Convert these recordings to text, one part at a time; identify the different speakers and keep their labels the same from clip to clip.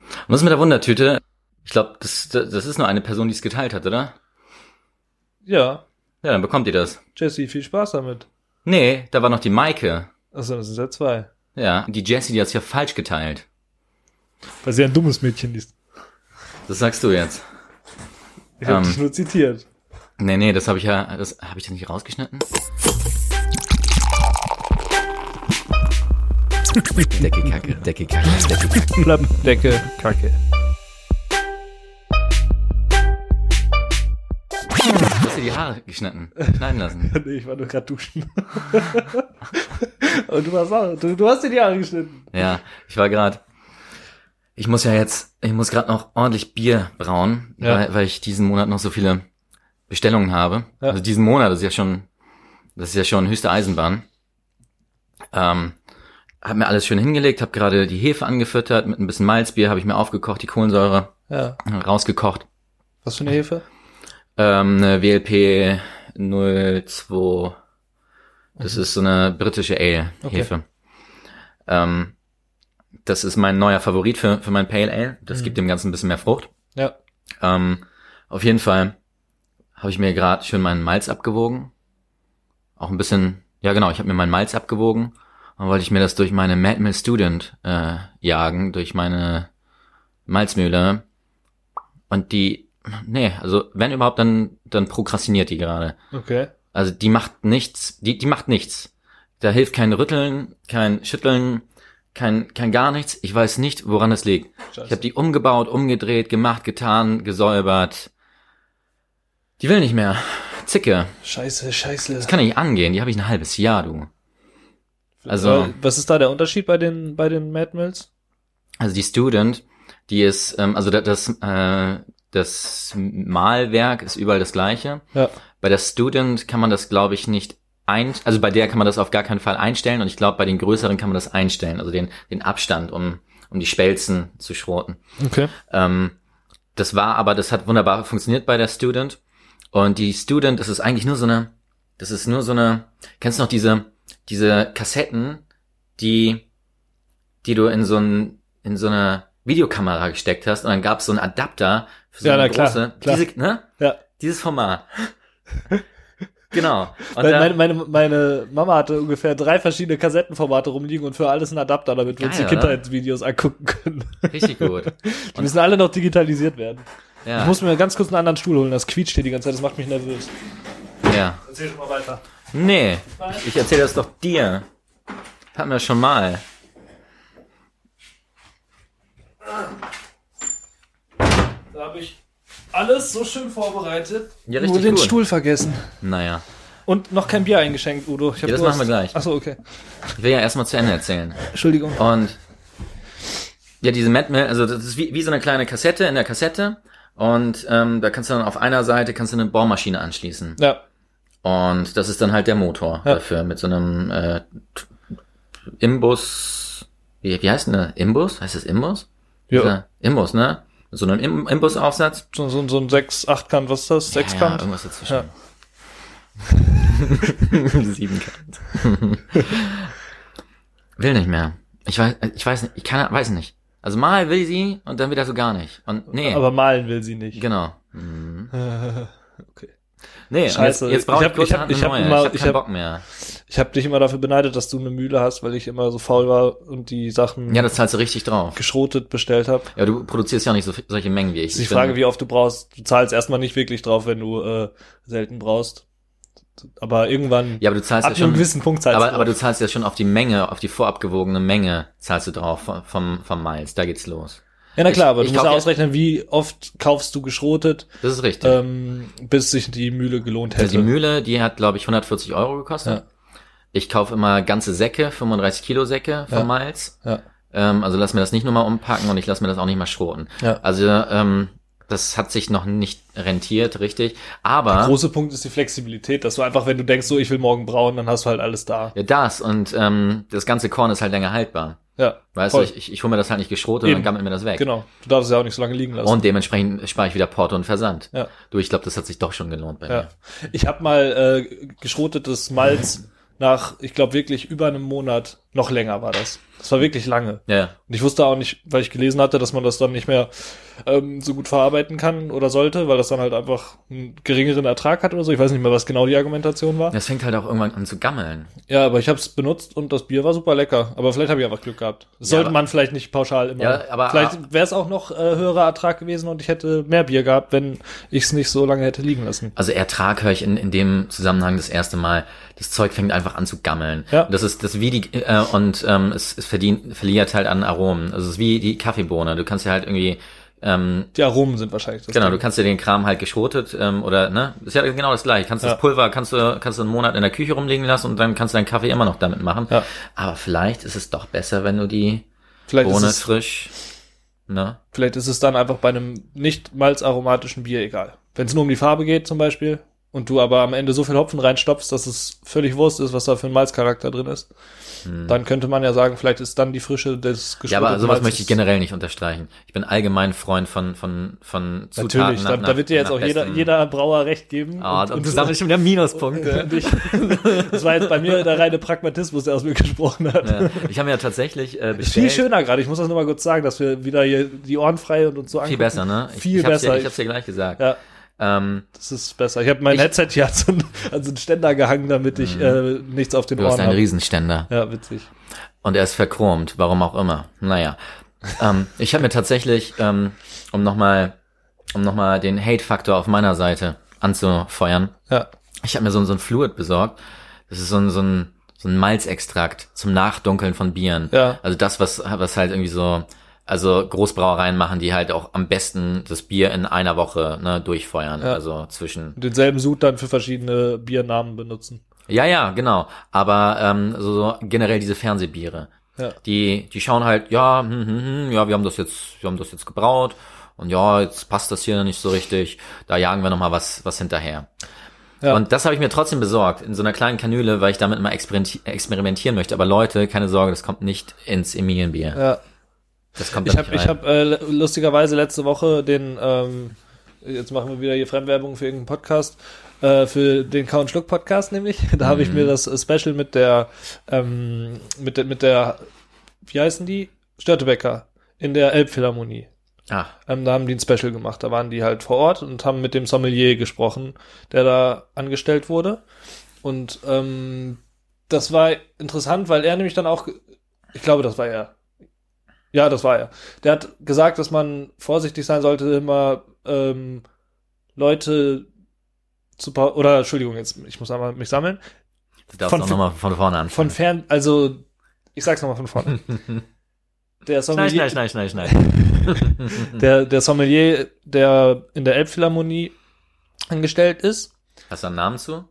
Speaker 1: Und das mit der Wundertüte, ich glaube, das, das ist nur eine Person, die es geteilt hat, oder?
Speaker 2: Ja,
Speaker 1: Ja, dann bekommt ihr das.
Speaker 2: Jesse, viel Spaß damit.
Speaker 1: Nee, da war noch die Maike.
Speaker 2: Achso, das sind ja zwei.
Speaker 1: Ja, die Jessie, die hat's ja falsch geteilt.
Speaker 2: Weil sie ein dummes Mädchen ist.
Speaker 1: Das sagst du jetzt.
Speaker 2: Ich habe
Speaker 1: Ähm.
Speaker 2: dich nur zitiert.
Speaker 1: Nee, nee, das habe ich ja, das habe ich das nicht rausgeschnitten.
Speaker 3: Decke Kacke, Decke Kacke, Decke Kacke.
Speaker 4: Plapp, Decke, Kacke.
Speaker 1: Du hast dir die Haare geschnitten, schneiden lassen.
Speaker 2: nee, ich war nur gerade duschen. Und du warst auch, du, du hast dir die Haare geschnitten.
Speaker 1: Ja, ich war gerade. Ich muss ja jetzt, ich muss gerade noch ordentlich Bier brauen,
Speaker 2: Ja.
Speaker 1: weil, weil ich diesen Monat noch so viele Bestellungen habe.
Speaker 2: Ja.
Speaker 1: Also diesen Monat ist ja schon, das ist ja schon höchste Eisenbahn. Ähm, hab mir alles schön hingelegt, habe gerade die Hefe angefüttert mit ein bisschen Malzbier, habe ich mir aufgekocht, die Kohlensäure
Speaker 2: Ja.
Speaker 1: rausgekocht.
Speaker 2: Was für eine Hefe?
Speaker 1: Ähm, eine WLP 02. Das ist so eine britische
Speaker 2: Mhm. Okay.
Speaker 1: Ale-Hefe. Ähm, das ist mein neuer Favorit für, für mein Pale Ale. Das
Speaker 2: Mhm.
Speaker 1: gibt dem Ganzen ein bisschen mehr Frucht.
Speaker 2: Ja.
Speaker 1: Ähm, auf jeden Fall habe ich mir gerade schön meinen Malz abgewogen. Auch ein bisschen, ja genau, ich habe mir meinen Malz abgewogen. Dann wollte ich mir das durch meine Mad Mill Student äh, jagen, durch meine Malzmühle. Und die, nee, also wenn überhaupt, dann, dann prokrastiniert die gerade.
Speaker 2: Okay.
Speaker 1: Also die macht nichts, die, die macht nichts. Da hilft kein Rütteln, kein Schütteln, kein, kein gar nichts. Ich weiß nicht, woran es liegt. Ich habe die umgebaut, umgedreht, gemacht, getan, gesäubert. Die will nicht mehr. Zicke.
Speaker 2: Scheiße, scheiße.
Speaker 1: Das kann nicht angehen. Die habe ich ein halbes Jahr, du. Also,
Speaker 2: Weil, was ist da der Unterschied bei den, bei den Mad Mills?
Speaker 1: also die Student, die ist, ähm, also da- das, äh, das Malwerk ist überall das gleiche.
Speaker 2: Ja.
Speaker 1: Bei der Student kann man das, glaube ich, nicht ein, also bei der kann man das auf gar keinen Fall einstellen und ich glaube, bei den größeren kann man das einstellen, also den, den Abstand, um, um die Spelzen zu schroten.
Speaker 2: Okay.
Speaker 1: Ähm, das war aber, das hat wunderbar funktioniert bei der Student. Und die Student, das ist eigentlich nur so eine, das ist nur so eine, kennst du noch diese, diese Kassetten, die, die du in so ein, in so eine Videokamera gesteckt hast und dann gab es so einen Adapter für so
Speaker 2: Ja,
Speaker 1: eine
Speaker 2: na klar,
Speaker 1: große,
Speaker 2: klar.
Speaker 1: diese, ne?
Speaker 2: Ja.
Speaker 1: Dieses Format. genau. Und
Speaker 2: Weil
Speaker 1: da-
Speaker 2: meine, meine, meine Mama hatte ungefähr drei verschiedene Kassettenformate rumliegen und für alles einen Adapter, damit wir uns die
Speaker 1: Geil, oder?
Speaker 2: Kindheitsvideos angucken können.
Speaker 1: richtig gut.
Speaker 2: Die müssen alle noch digitalisiert werden.
Speaker 1: Ja.
Speaker 2: Ich muss mir ganz kurz einen anderen Stuhl holen, das quietscht hier die ganze Zeit, das macht mich nervös.
Speaker 1: ja.
Speaker 2: Erzähl schon mal weiter.
Speaker 1: Nee, ich erzähle das doch dir. Hatten wir schon mal.
Speaker 2: Da habe ich alles so schön vorbereitet.
Speaker 1: Ja,
Speaker 2: nur
Speaker 1: richtig
Speaker 2: den
Speaker 1: gut.
Speaker 2: Stuhl vergessen.
Speaker 1: Naja.
Speaker 2: Und noch kein Bier eingeschenkt, Udo. Ich hab
Speaker 1: Ja, das
Speaker 2: nur
Speaker 1: machen wir gleich.
Speaker 2: Achso, okay.
Speaker 1: Ich will ja erstmal zu Ende erzählen.
Speaker 2: Entschuldigung.
Speaker 1: Und ja, diese Mad Men, also das ist wie, wie so eine kleine Kassette in der Kassette. Und ähm, da kannst du dann auf einer Seite kannst du eine Bohrmaschine anschließen.
Speaker 2: Ja,
Speaker 1: Und das ist dann halt der Motor
Speaker 2: Ja.
Speaker 1: dafür mit so einem äh, t- Imbus. Wie, wie heißt denn der? Imbus? Heißt das Imbus?
Speaker 2: ja.
Speaker 1: Dieser Imbus, ne? Mit so einem Im Imbusaufsatz.
Speaker 2: So, so, so ein 6, 8 Kant, was ist das?
Speaker 1: Ja,
Speaker 2: 6
Speaker 1: Ja,
Speaker 2: Kant?
Speaker 1: irgendwas dazwischen. Siebenkant. will nicht mehr. Ich weiß, ich weiß nicht, ich kann, weiß nicht. Also mal will sie und dann wieder so gar nicht. Und nee,
Speaker 2: Aber malen will sie nicht.
Speaker 1: genau. Mhm.
Speaker 2: okay.
Speaker 1: Nee,
Speaker 2: Scheiße,
Speaker 1: und jetzt, jetzt brauche ich,
Speaker 2: ich hab-
Speaker 1: kurzerhand
Speaker 2: ich hab- ich hab
Speaker 1: eine neue.
Speaker 2: immer-
Speaker 1: ich habe
Speaker 2: ich
Speaker 1: keinen
Speaker 2: hab-
Speaker 1: Bock mehr.
Speaker 2: Ich habe dich immer dafür beneidet, dass du eine Mühle hast, weil ich immer so faul war und die Sachen
Speaker 1: Ja, das zahlst du richtig drauf.
Speaker 2: geschrotet bestellt habe.
Speaker 1: Ja, du produzierst ja auch nicht so, solche Mengen wie ich.
Speaker 2: Ist die
Speaker 1: Ich bin-
Speaker 2: Frage, wie oft du brauchst. Du zahlst erstmal nicht wirklich drauf, wenn du äh, selten brauchst. Aber irgendwann,
Speaker 1: Ja, aber du zahlst
Speaker 2: ab
Speaker 1: ja
Speaker 2: einem
Speaker 1: schon.
Speaker 2: gewissen Punkt zahlst
Speaker 1: Aber, aber
Speaker 2: drauf.
Speaker 1: du zahlst ja schon auf die Menge, auf die vorabgewogene Menge zahlst du drauf vom- vom, vom Miles. Da geht's los.
Speaker 2: Ja, na klar, aber
Speaker 1: ich-
Speaker 2: du
Speaker 1: ich
Speaker 2: musst
Speaker 1: glaub,
Speaker 2: ja
Speaker 1: ja-
Speaker 2: ausrechnen, wie oft kaufst du geschrotet,
Speaker 1: Das ist richtig.
Speaker 2: ähm, bis sich die Mühle gelohnt hätte.
Speaker 1: Also die Mühle, die hat, glaube ich, 140 Euro gekostet.
Speaker 2: Ja.
Speaker 1: Ich kaufe immer ganze Säcke, 35 Kilo Säcke von
Speaker 2: Ja.
Speaker 1: Miles.
Speaker 2: Ja.
Speaker 1: Ähm, also lass mir das nicht nur mal umpacken und ich lass mir das auch nicht mal schroten.
Speaker 2: Ja.
Speaker 1: Also ähm, das hat sich noch nicht rentiert, richtig. Aber
Speaker 2: Großer Punkt ist die Flexibilität, dass du einfach, wenn du denkst, so ich will morgen brauen, dann hast du halt alles da.
Speaker 1: ja, das und ähm, das ganze Korn ist halt länger haltbar.
Speaker 2: Ja,
Speaker 1: Weißt
Speaker 2: voll.
Speaker 1: du, ich, ich hole mir das halt nicht geschrotet und
Speaker 2: Eben.
Speaker 1: dann gammelt mir das weg.
Speaker 2: genau. Du darfst es ja auch nicht so lange liegen lassen.
Speaker 1: Und dementsprechend spare ich wieder Porto und Versand.
Speaker 2: Ja.
Speaker 1: Du, ich glaube, das hat sich doch schon gelohnt bei
Speaker 2: Ja. Ich habe mal äh, geschrotetes Malz nach, ich glaube, wirklich über einem Monat, noch länger war das. Das war wirklich lange.
Speaker 1: Ja, ja.
Speaker 2: Und ich wusste auch nicht, weil ich gelesen hatte, dass man das dann nicht mehr ähm, so gut verarbeiten kann oder sollte, weil das dann halt einfach einen geringeren Ertrag hat oder so. Ich weiß nicht mehr, was genau die Argumentation war. Ja,
Speaker 1: Das fängt halt auch irgendwann an zu gammeln.
Speaker 2: aber ich habe es benutzt und das Bier war super lecker. Aber vielleicht habe ich einfach Glück gehabt. Das
Speaker 1: Ja,
Speaker 2: sollte
Speaker 1: aber-
Speaker 2: man vielleicht nicht pauschal immer.
Speaker 1: Ja, aber- ah.
Speaker 2: vielleicht wäre es auch noch äh, höherer Ertrag gewesen und ich hätte mehr Bier gehabt, wenn ich es nicht so lange hätte liegen lassen.
Speaker 1: Also Ertrag höre ich in, in dem Zusammenhang das erste Mal. Das Zeug fängt einfach an zu gammeln.
Speaker 2: Ja.
Speaker 1: Das ist das ist wie die äh, und ähm, es, es verdient, verliert halt an Aromen. Also es ist wie die Kaffeebohne. Du kannst ja halt irgendwie ähm,
Speaker 2: Die Aromen sind wahrscheinlich das.
Speaker 1: Genau, du
Speaker 2: Ding.
Speaker 1: kannst dir den Kram halt geschrotet ähm, oder ne, ist ja genau das gleiche. Kannst
Speaker 2: Ja.
Speaker 1: das Pulver kannst du kannst du einen Monat in der Küche rumliegen lassen und dann kannst du deinen Kaffee immer noch damit machen.
Speaker 2: Ja.
Speaker 1: Aber vielleicht ist es doch besser, wenn du die
Speaker 2: vielleicht ist
Speaker 1: Bohne
Speaker 2: es
Speaker 1: frisch, ne?
Speaker 2: Vielleicht ist es dann einfach bei einem nicht malzaromatischen Bier egal. Wenn es nur um die Farbe geht zum Beispiel und du aber am Ende so viel Hopfen reinstopfst, dass es völlig Wurst ist, was da für ein Malzcharakter drin ist, dann könnte man ja sagen, vielleicht ist dann die Frische des
Speaker 1: Hm. Ja, aber sowas
Speaker 2: Malzes-
Speaker 1: möchte ich generell nicht unterstreichen. Ich bin allgemein Freund von von von Zutaten
Speaker 2: Natürlich, da, da wird dir jetzt
Speaker 1: nach
Speaker 2: auch jeder,
Speaker 1: bestem-
Speaker 2: jeder Brauer recht geben.
Speaker 1: Ah, und, das ist schon wieder ein Minuspunkt.
Speaker 2: und ich, das war jetzt bei mir der reine Pragmatismus, der aus mir gesprochen hat.
Speaker 1: Ja. Äh, Ich habe mir ja tatsächlich äh,
Speaker 2: Ist viel
Speaker 1: bestellt.
Speaker 2: schöner gerade, ich muss das nur mal kurz sagen, dass wir wieder hier die Ohren frei und uns so
Speaker 1: Viel besser, ne? Ich,
Speaker 2: Viel
Speaker 1: ich Hab's
Speaker 2: besser.
Speaker 1: dir, ich hab's dir gleich gesagt.
Speaker 2: Ja.
Speaker 1: Ähm,
Speaker 2: Das ist besser. Ich habe mein
Speaker 1: Ich- Mhm.
Speaker 2: Headset hier an so, einen, an so einen Ständer gehangen, damit ich äh, nichts auf den
Speaker 1: du hast
Speaker 2: Ohren
Speaker 1: einen
Speaker 2: habe.
Speaker 1: Riesenständer.
Speaker 2: Ja, witzig.
Speaker 1: Und er ist verchromt, warum auch immer. Naja. ähm, ich habe mir tatsächlich, ähm, um nochmal um noch mal den Hate-Faktor auf meiner Seite anzufeuern,
Speaker 2: Ja.
Speaker 1: ich habe mir so, ein- so ein Fluid besorgt. Das ist so ein, so ein, so ein Malzextrakt zum Nachdunkeln von Bieren.
Speaker 2: Ja.
Speaker 1: Also das, was, was halt irgendwie so, also Großbrauereien machen, die halt auch am besten das Bier in einer Woche ne, durchfeuern.
Speaker 2: Ja.
Speaker 1: Also zwischen
Speaker 2: Und denselben Sud dann für verschiedene Biernamen benutzen.
Speaker 1: ja, ja, genau. Aber ähm, so, so generell diese Fernsehbiere.
Speaker 2: Ja.
Speaker 1: Die, die schauen halt, ja, hm, hm, hm, ja, wir haben das jetzt, wir haben das jetzt gebraut und ja, jetzt passt das hier nicht so richtig. Da jagen wir noch mal was, was hinterher.
Speaker 2: Ja.
Speaker 1: Und das habe ich mir trotzdem besorgt in so einer kleinen Kanüle, weil ich damit mal experimenti- experimentieren möchte. Aber Leute, keine Sorge, das kommt nicht ins Emilienbier.
Speaker 2: Ja.
Speaker 1: Das kommt da
Speaker 2: Ich
Speaker 1: nicht
Speaker 2: habe ich
Speaker 1: rein.
Speaker 2: hab, äh, lustigerweise letzte Woche den, ähm, jetzt machen wir wieder hier Fremdwerbung für irgendeinen Podcast, äh, für den Kau und Schluck Podcast nämlich. Da habe ich
Speaker 1: Mhm.
Speaker 2: mir das äh, Special mit der, ähm, mit der, mit der, wie heißen die? Störtebecker in der Elbphilharmonie.
Speaker 1: Ah,
Speaker 2: Ähm, da haben die ein Special gemacht. Da waren die halt vor Ort und haben mit dem Sommelier gesprochen, der da angestellt wurde. Und ähm, das war interessant, weil er nämlich dann auch, ge- ich glaube, das war er. Ja, das war er. Der hat gesagt, dass man vorsichtig sein sollte, immer ähm, Leute zu pa- oder Entschuldigung, jetzt ich muss einmal mich sammeln.
Speaker 1: du darfst
Speaker 2: Von
Speaker 1: auch
Speaker 2: Fi-
Speaker 1: nochmal von vorne
Speaker 2: Von
Speaker 1: anfangen.
Speaker 2: fern, also ich sag's nochmal von vorne.
Speaker 1: Schnell,
Speaker 2: Der Sommelier,
Speaker 1: schnell, schnell, schnell, schnell.
Speaker 2: der, der Sommelier, der in der Elbphilharmonie angestellt ist.
Speaker 1: Hast du einen Namen zu?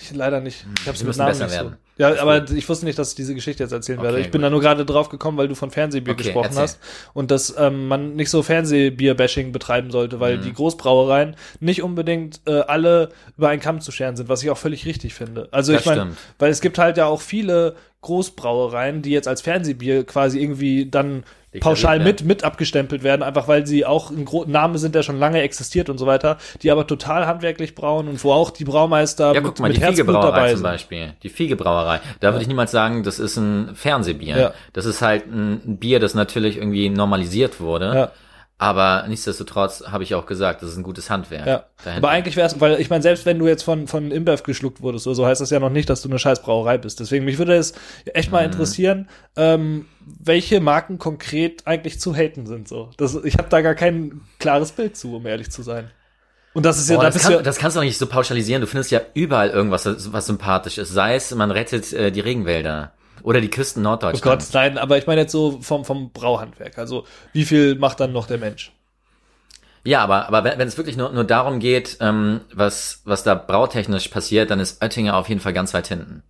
Speaker 2: Ich leider nicht. Ich hab's
Speaker 1: Sie
Speaker 2: mit
Speaker 1: müssen
Speaker 2: Namen
Speaker 1: besser
Speaker 2: nicht so.
Speaker 1: werden.
Speaker 2: Ja,
Speaker 1: Ist
Speaker 2: aber
Speaker 1: gut.
Speaker 2: ich wusste nicht, dass ich diese Geschichte jetzt erzählen
Speaker 1: Okay,
Speaker 2: werde. Ich bin
Speaker 1: gut.
Speaker 2: da nur gerade drauf gekommen, weil du von Fernsehbier
Speaker 1: Okay,
Speaker 2: gesprochen
Speaker 1: erzähl.
Speaker 2: hast und dass ähm, man nicht so Fernsehbier-Bashing betreiben sollte, weil
Speaker 1: Mhm.
Speaker 2: die Großbrauereien nicht unbedingt äh, alle über einen Kamm zu scheren sind, was ich auch völlig richtig finde. Also
Speaker 1: Das
Speaker 2: ich meine,
Speaker 1: stimmt.
Speaker 2: weil es gibt halt ja auch viele Großbrauereien, die jetzt als Fernsehbier quasi irgendwie dann
Speaker 1: Deklariert
Speaker 2: pauschal
Speaker 1: werden.
Speaker 2: mit, mit abgestempelt werden, einfach weil sie auch ein Gro Name sind, der schon lange existiert und so weiter, die aber total handwerklich brauen und wo auch die Braumeister
Speaker 1: Ja,
Speaker 2: mit,
Speaker 1: guck mal,
Speaker 2: mit
Speaker 1: die
Speaker 2: Herzblut dabei
Speaker 1: Fiegebrauerei zum
Speaker 2: sind.
Speaker 1: Beispiel. Die Fiegebrauerei. Da würde ich niemals sagen, das ist ein Fernsehbier.
Speaker 2: Ja.
Speaker 1: Das ist halt ein ein Bier, das natürlich irgendwie normalisiert wurde.
Speaker 2: Ja.
Speaker 1: Aber nichtsdestotrotz habe ich auch gesagt, das ist ein gutes Handwerk.
Speaker 2: Ja.
Speaker 1: dahinter.
Speaker 2: Aber eigentlich wär's, weil ich meine, selbst wenn du jetzt von, von Imbev geschluckt wurdest oder so, heißt das ja noch nicht, dass du eine scheiß Brauerei bist. Deswegen, mich würde es echt
Speaker 1: Mhm.
Speaker 2: mal interessieren, ähm, welche Marken konkret eigentlich zu haten sind. So. Das, ich habe da gar kein klares Bild zu, um ehrlich zu sein. Und das ist ja,
Speaker 1: Boah,
Speaker 2: da
Speaker 1: das,
Speaker 2: bist
Speaker 1: kann,
Speaker 2: du ja-
Speaker 1: das kannst du doch nicht so pauschalisieren. Du findest ja überall irgendwas, was sympathisch ist. Sei es, man rettet äh, die Regenwälder oder die Küsten
Speaker 2: Oh
Speaker 1: Norddeutschlands.
Speaker 2: Gott, nein, aber ich meine jetzt so vom, vom Brauhandwerk. Also, wie viel macht dann noch der Mensch?
Speaker 1: Ja, aber, aber wenn wenn es wirklich nur, nur darum geht, ähm, was, was da brautechnisch passiert, dann ist Oettinger auf jeden Fall ganz weit hinten.